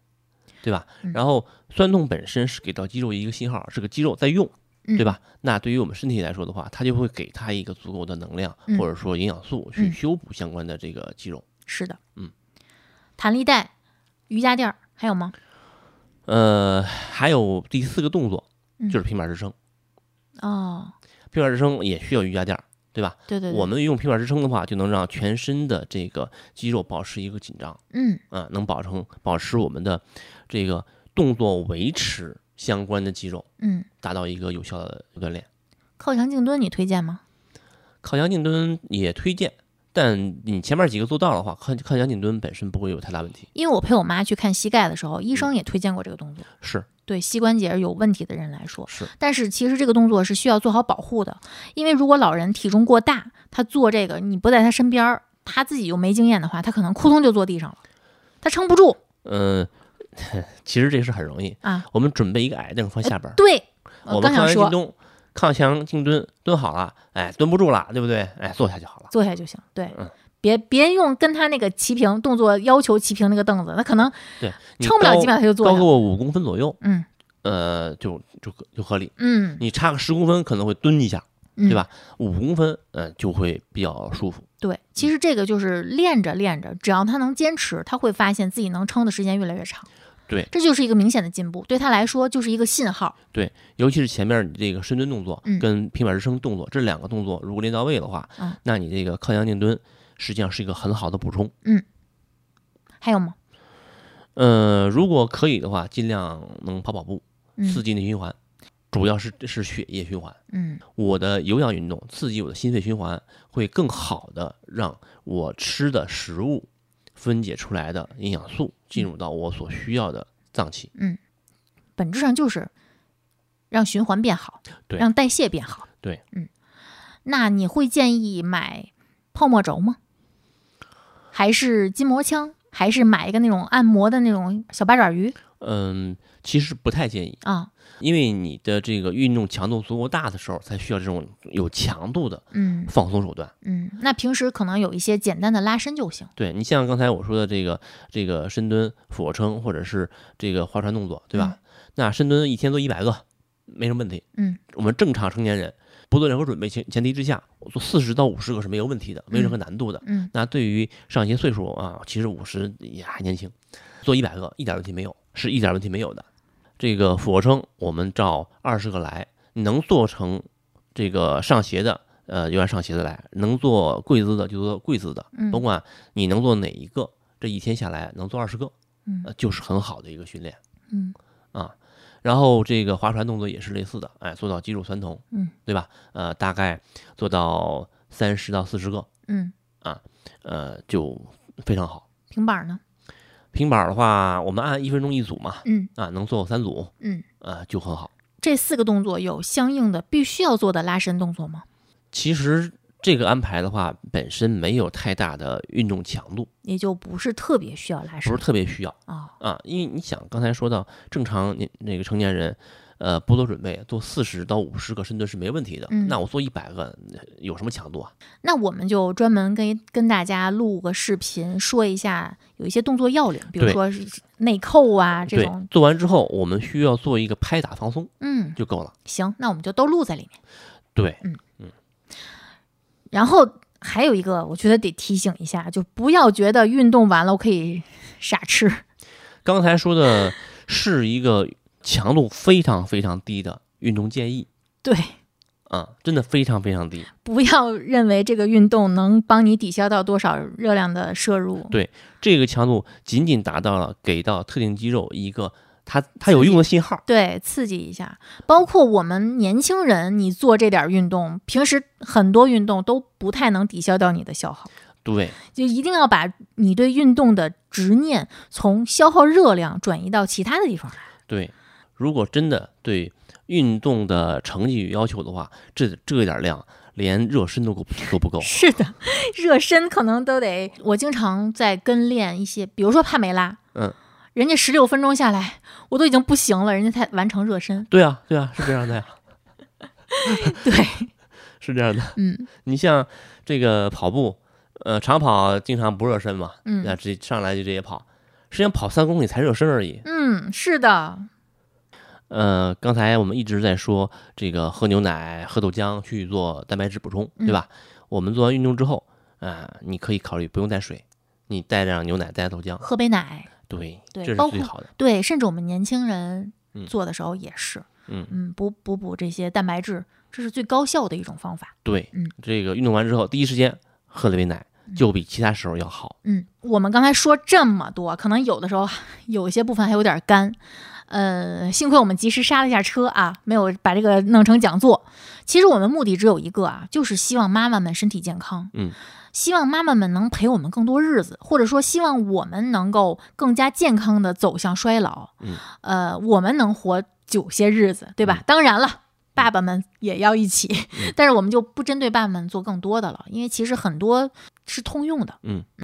[SPEAKER 3] 对吧
[SPEAKER 2] 嗯？
[SPEAKER 3] 然后酸痛本身是给到肌肉一个信号，是个肌肉在用，
[SPEAKER 2] 嗯
[SPEAKER 3] 对吧？那对于我们身体来说的话，它就会给它一个足够的能量、
[SPEAKER 2] 嗯
[SPEAKER 3] 或者说营养
[SPEAKER 2] 嗯
[SPEAKER 3] 素去修补相关的这个肌肉。
[SPEAKER 2] 是的，
[SPEAKER 3] 嗯，
[SPEAKER 2] 弹力带、瑜伽垫儿还有吗？
[SPEAKER 3] 呃，还有第四个动作就是平板支撑，
[SPEAKER 2] 嗯哦，
[SPEAKER 3] 平板支撑也需要瑜伽垫儿，对吧？
[SPEAKER 2] 对对对，
[SPEAKER 3] 我们用平板支撑的话，就能让全身的这个肌肉保持一个紧张，
[SPEAKER 2] 嗯
[SPEAKER 3] 啊，能保证保持我们的这个动作维持相关的肌肉，
[SPEAKER 2] 嗯，
[SPEAKER 3] 达到一个有效的锻炼。
[SPEAKER 2] 靠墙静蹲你推荐吗？
[SPEAKER 3] 靠墙静蹲也推荐，但你前面几个做到的话，靠靠墙静蹲本身不会有太大问题。
[SPEAKER 2] 因为我陪我妈去看膝盖的时候，医
[SPEAKER 3] 嗯
[SPEAKER 2] 生也推荐过这个动作。
[SPEAKER 3] 是
[SPEAKER 2] 对膝关节有问题的人来说，
[SPEAKER 3] 是，
[SPEAKER 2] 但是其实这个动作是需要做好保护的，因为如果老人体重过大，他做这个你不在他身边儿，他自己又没经验的话，他可能扑通就坐地上了，他撑不住
[SPEAKER 3] 嗯、 其实这个事很容易。
[SPEAKER 2] 啊。
[SPEAKER 3] 我们准备一个矮凳放下边儿，
[SPEAKER 2] 对，
[SPEAKER 3] 我
[SPEAKER 2] 我
[SPEAKER 3] 们
[SPEAKER 2] 呃刚想
[SPEAKER 3] 靠墙静
[SPEAKER 2] 说
[SPEAKER 3] 蹲，靠墙静蹲蹲好了，哎，蹲不住了，对不对？哎，坐下就好了。
[SPEAKER 2] 坐下就行，对，
[SPEAKER 3] 嗯
[SPEAKER 2] 别别用跟他那个齐平动作要求齐平那个凳子，那可能
[SPEAKER 3] 对，你
[SPEAKER 2] 撑不了
[SPEAKER 3] 高
[SPEAKER 2] 几秒他就坐
[SPEAKER 3] 高
[SPEAKER 2] 下
[SPEAKER 3] 过
[SPEAKER 2] 了。
[SPEAKER 3] 我五公分左右，
[SPEAKER 2] 嗯
[SPEAKER 3] 呃，就就就合理。
[SPEAKER 2] 嗯，
[SPEAKER 3] 你差个十公分可能会蹲一下，
[SPEAKER 2] 嗯
[SPEAKER 3] 对吧？五公分，嗯、就会比较舒服。
[SPEAKER 2] 对，其实这个就是练着练着，只要他能坚持，他会发现自己能撑的时间越来越长。
[SPEAKER 3] 对
[SPEAKER 2] 这就是一个明显的进步，对他来说就是一个信号。
[SPEAKER 3] 尤其是前面你这个深蹲动作
[SPEAKER 2] 嗯
[SPEAKER 3] 跟平板支撑动作、这两个动作，如果练到位的话，
[SPEAKER 2] 嗯
[SPEAKER 3] 那你这个靠墙静蹲实际上是一个很好的补充。
[SPEAKER 2] 还有吗？
[SPEAKER 3] 呃，如果可以的话，尽量能跑跑步，
[SPEAKER 2] 嗯
[SPEAKER 3] 刺激内循环，主要是是血液循环。
[SPEAKER 2] 嗯
[SPEAKER 3] 我的有氧运动刺激我的心肺循环，会更好的让我吃的食物分解出来的营养素进入到我所需要的脏器。
[SPEAKER 2] 本质上就是让循环变好，
[SPEAKER 3] 对
[SPEAKER 2] 让代谢变好。
[SPEAKER 3] 对，
[SPEAKER 2] 嗯，那你会建议买泡沫轴吗？还是筋膜枪？还是买一个那种按摩的那种小八爪鱼
[SPEAKER 3] 嗯，其实不太建议，
[SPEAKER 2] 啊？
[SPEAKER 3] 因为你的这个运动强度足够大的时候，才需要这种有强度的
[SPEAKER 2] 嗯
[SPEAKER 3] 放松手段。
[SPEAKER 2] 嗯，那平时可能有一些简单的拉伸就行。
[SPEAKER 3] 对你像刚才我说的这个这个深蹲、俯卧撑或者是这个划船动作，对吧？那深蹲一天做一百个没什么问题。
[SPEAKER 2] 嗯，
[SPEAKER 3] 我们正常成年人不做任何准备前前提之下，我做四十到五十个是没有问题的，没有任何难度的。
[SPEAKER 2] 嗯
[SPEAKER 3] 那对于上一些岁数啊，其实五十也还年轻，做一百个一点问题没有，是一点问题没有的。这个俯卧撑我们照二十个来，能做成这个上斜的，呃，就按上斜的来；能做跪姿的就做跪姿的，
[SPEAKER 2] 嗯
[SPEAKER 3] 甭管你能做哪一个，这一天下来能做二十个，
[SPEAKER 2] 嗯
[SPEAKER 3] 呃，就是很好的一个训练。
[SPEAKER 2] 嗯
[SPEAKER 3] 啊。然后这个划船动作也是类似的，哎，做到肌肉酸痛，
[SPEAKER 2] 嗯，
[SPEAKER 3] 对吧？呃，大概做到三十到四十个，
[SPEAKER 2] 嗯，
[SPEAKER 3] 呃，就非常好。
[SPEAKER 2] 平板呢？
[SPEAKER 3] 平板儿的话，我们按一分钟一组嘛，
[SPEAKER 2] 嗯
[SPEAKER 3] 啊，能做三组，
[SPEAKER 2] 嗯，
[SPEAKER 3] 啊，就很好。
[SPEAKER 2] 这四个动作有相应的必须要做的拉伸动作吗？
[SPEAKER 3] 其实这个安排的话，本身没有太大的运动强度，
[SPEAKER 2] 也就不是特别需要拉
[SPEAKER 3] 不
[SPEAKER 2] 伸
[SPEAKER 3] 是特别需要
[SPEAKER 2] 啊、
[SPEAKER 3] 啊。因为你想，刚才说到正常你那个成年人，呃，不做准备做四十到五十个深蹲是没问题的。
[SPEAKER 2] 嗯
[SPEAKER 3] 那我做一百个有什么强度啊？
[SPEAKER 2] 那我们就专门跟跟大家录个视频，说一下有一些动作要领，比如
[SPEAKER 3] 对
[SPEAKER 2] 说是内扣啊这
[SPEAKER 3] 对
[SPEAKER 2] 种，。
[SPEAKER 3] 做完之后我们需要做一个拍打放松
[SPEAKER 2] 嗯，
[SPEAKER 3] 就够了。
[SPEAKER 2] 行，那我们就都录在里面。
[SPEAKER 3] 对，
[SPEAKER 2] 然后还有一个，我觉得得提醒一下，就不要觉得运动完了我可以 傻吃。
[SPEAKER 3] 刚才说的是一个强度非常非常低的运动建议
[SPEAKER 2] 对，
[SPEAKER 3] 啊，真的非常非常低。
[SPEAKER 2] 不要认为这个运动能帮你抵消到多少热量的摄入。
[SPEAKER 3] 对这个强度仅仅达到了给到特定肌肉一个它它有用的信号。
[SPEAKER 2] 对，刺激一下。包括我们年轻人，你做这点儿运动，平时很多运动都不太能抵消掉你的消耗，
[SPEAKER 3] 对，
[SPEAKER 2] 就一定要把你对运动的执念从消耗热量转移到其他的地方来。
[SPEAKER 3] 对，如果真的对运动的成绩有要求的话，这这点量连热身都够都不够。
[SPEAKER 2] 是的， 热身可能都得。我经常在跟练一些，比如说帕梅拉，
[SPEAKER 3] 嗯，
[SPEAKER 2] 人家十六分钟下来，我都已经不行了，人家才完成热 身。
[SPEAKER 3] 对啊，对啊，是这样的呀，
[SPEAKER 2] 对，
[SPEAKER 3] 是这样的。
[SPEAKER 2] 嗯
[SPEAKER 3] 你像这个跑步，呃，长跑经常不热身嘛，那
[SPEAKER 2] 嗯
[SPEAKER 3] 直接上来就直接跑，实际上跑三公里才热身而已。
[SPEAKER 2] 嗯，是的，
[SPEAKER 3] 呃，刚才我们一直在说这个喝牛奶、喝豆浆去做蛋白质补充，
[SPEAKER 2] 嗯
[SPEAKER 3] 对吧？我们做完运动之后，啊、你可以考虑不用带水，你带上牛奶、带豆浆，
[SPEAKER 2] 喝杯奶，
[SPEAKER 3] 对，
[SPEAKER 2] 对
[SPEAKER 3] 这
[SPEAKER 2] 包
[SPEAKER 3] 是最
[SPEAKER 2] 括
[SPEAKER 3] 好的。
[SPEAKER 2] 对，甚至我们年轻人
[SPEAKER 3] 嗯
[SPEAKER 2] 做的时候也是，
[SPEAKER 3] 嗯
[SPEAKER 2] 补补补这些蛋白质，这是最高效的一种方法。
[SPEAKER 3] 对，
[SPEAKER 2] 嗯
[SPEAKER 3] 这个运动完之后，第一时间喝了杯奶，就比其他时候要好。
[SPEAKER 2] 嗯，我们刚才说这么多，可能有的时候有一些部分还有点干，呃，幸亏我们及时刹了一下车啊，没有把这个弄成讲座。其实我们目的只有一个啊，就是希望妈妈们身体健康，
[SPEAKER 3] 嗯，
[SPEAKER 2] 希望妈妈们能陪我们更多日子，或者说希望我们能够更加健康的走向衰老，
[SPEAKER 3] 嗯，
[SPEAKER 2] 呃，我们能活久些日子，对吧？当然了。爸爸们也要一起，
[SPEAKER 3] 嗯
[SPEAKER 2] 但是我们就不针对爸爸们做更多的了，因为其实很多是通用的。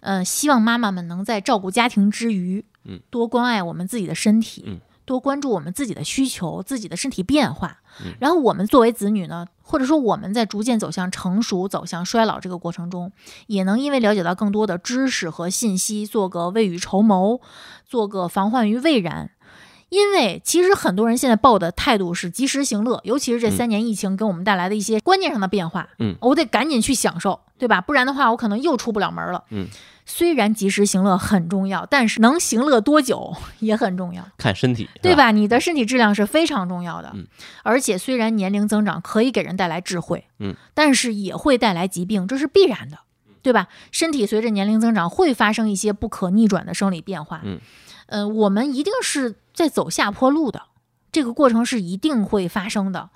[SPEAKER 2] 呃，希望妈妈们能在照顾家庭之余，
[SPEAKER 3] 嗯，
[SPEAKER 2] 多关爱我们自己的身体，
[SPEAKER 3] 嗯，
[SPEAKER 2] 多关注我们自己的需求、自己的身体变化。
[SPEAKER 3] 嗯
[SPEAKER 2] 然后我们作为子女呢，或者说我们在逐渐走向成熟、走向衰老这个过程中，也能因为了解到更多的知识和信息，做个未雨绸缪，做个防患于未然。因为其实很多人现在抱的态度是及时行乐，尤其是这
[SPEAKER 3] 嗯
[SPEAKER 2] 三年疫情给我们带来的一些观念上的变化，
[SPEAKER 3] 嗯
[SPEAKER 2] 我得赶紧去享受，对吧？不然的话，我可能又出不了门了。
[SPEAKER 3] 嗯，
[SPEAKER 2] 虽然及时行乐很重要，但是能行乐多久 也很重要，
[SPEAKER 3] 看身体，
[SPEAKER 2] 对
[SPEAKER 3] 吧？
[SPEAKER 2] 吧？你的身体质量是非常重要的。
[SPEAKER 3] 嗯
[SPEAKER 2] 而且虽然年龄增长可以给人带来智慧，
[SPEAKER 3] 嗯，
[SPEAKER 2] 但是也会带来疾病，这是必然的，对吧？身体随着年龄增长会发生一些不可逆转的生理变化。
[SPEAKER 3] 嗯，
[SPEAKER 2] 呃，我们一定是在走下坡路的，这个过程是一定会发生的。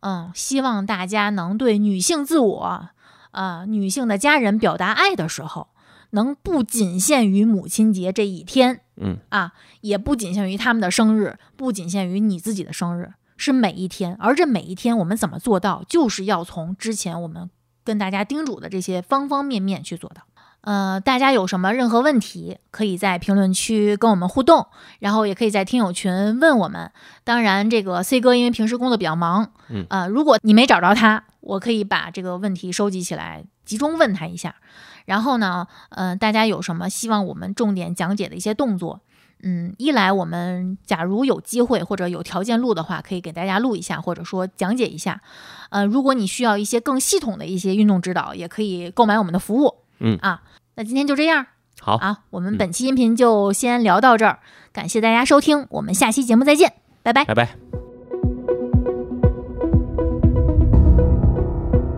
[SPEAKER 2] 嗯，希望大家能对女性自我，呃，女性的家人表达爱的时候，能不仅限于母亲节这一天，
[SPEAKER 3] 嗯
[SPEAKER 2] 啊，也不仅限于他们的生日，不仅限于你自己的生日，是每一天。而这每一天，我们怎么做到，就是要从之前我们跟大家叮嘱的这些方方面面去做到。呃，大家有什么任何问题，可以在评论区跟我们互动，然后也可以在听友群问我们。当然，这个 C 哥因为平时工作比较忙，
[SPEAKER 3] 嗯
[SPEAKER 2] 呃，如果你没找着他，我可以把这个问题收集起来，集中问他一下。然后呢，呃，大家有什么希望我们重点讲解的一些动作？嗯，一来我们假如有机会或者有条件录的话，可以给大家录一下，或者说讲解一下。呃，如果你需要一些更系统的一些运动指导，也可以购买我们的服务。
[SPEAKER 3] 嗯
[SPEAKER 2] 啊，那今天就这样
[SPEAKER 3] 好，
[SPEAKER 2] 啊，我们
[SPEAKER 3] 嗯
[SPEAKER 2] 本期音频就先聊到这儿，感谢大家收听，我们下期节目再见，拜拜。
[SPEAKER 3] 拜拜。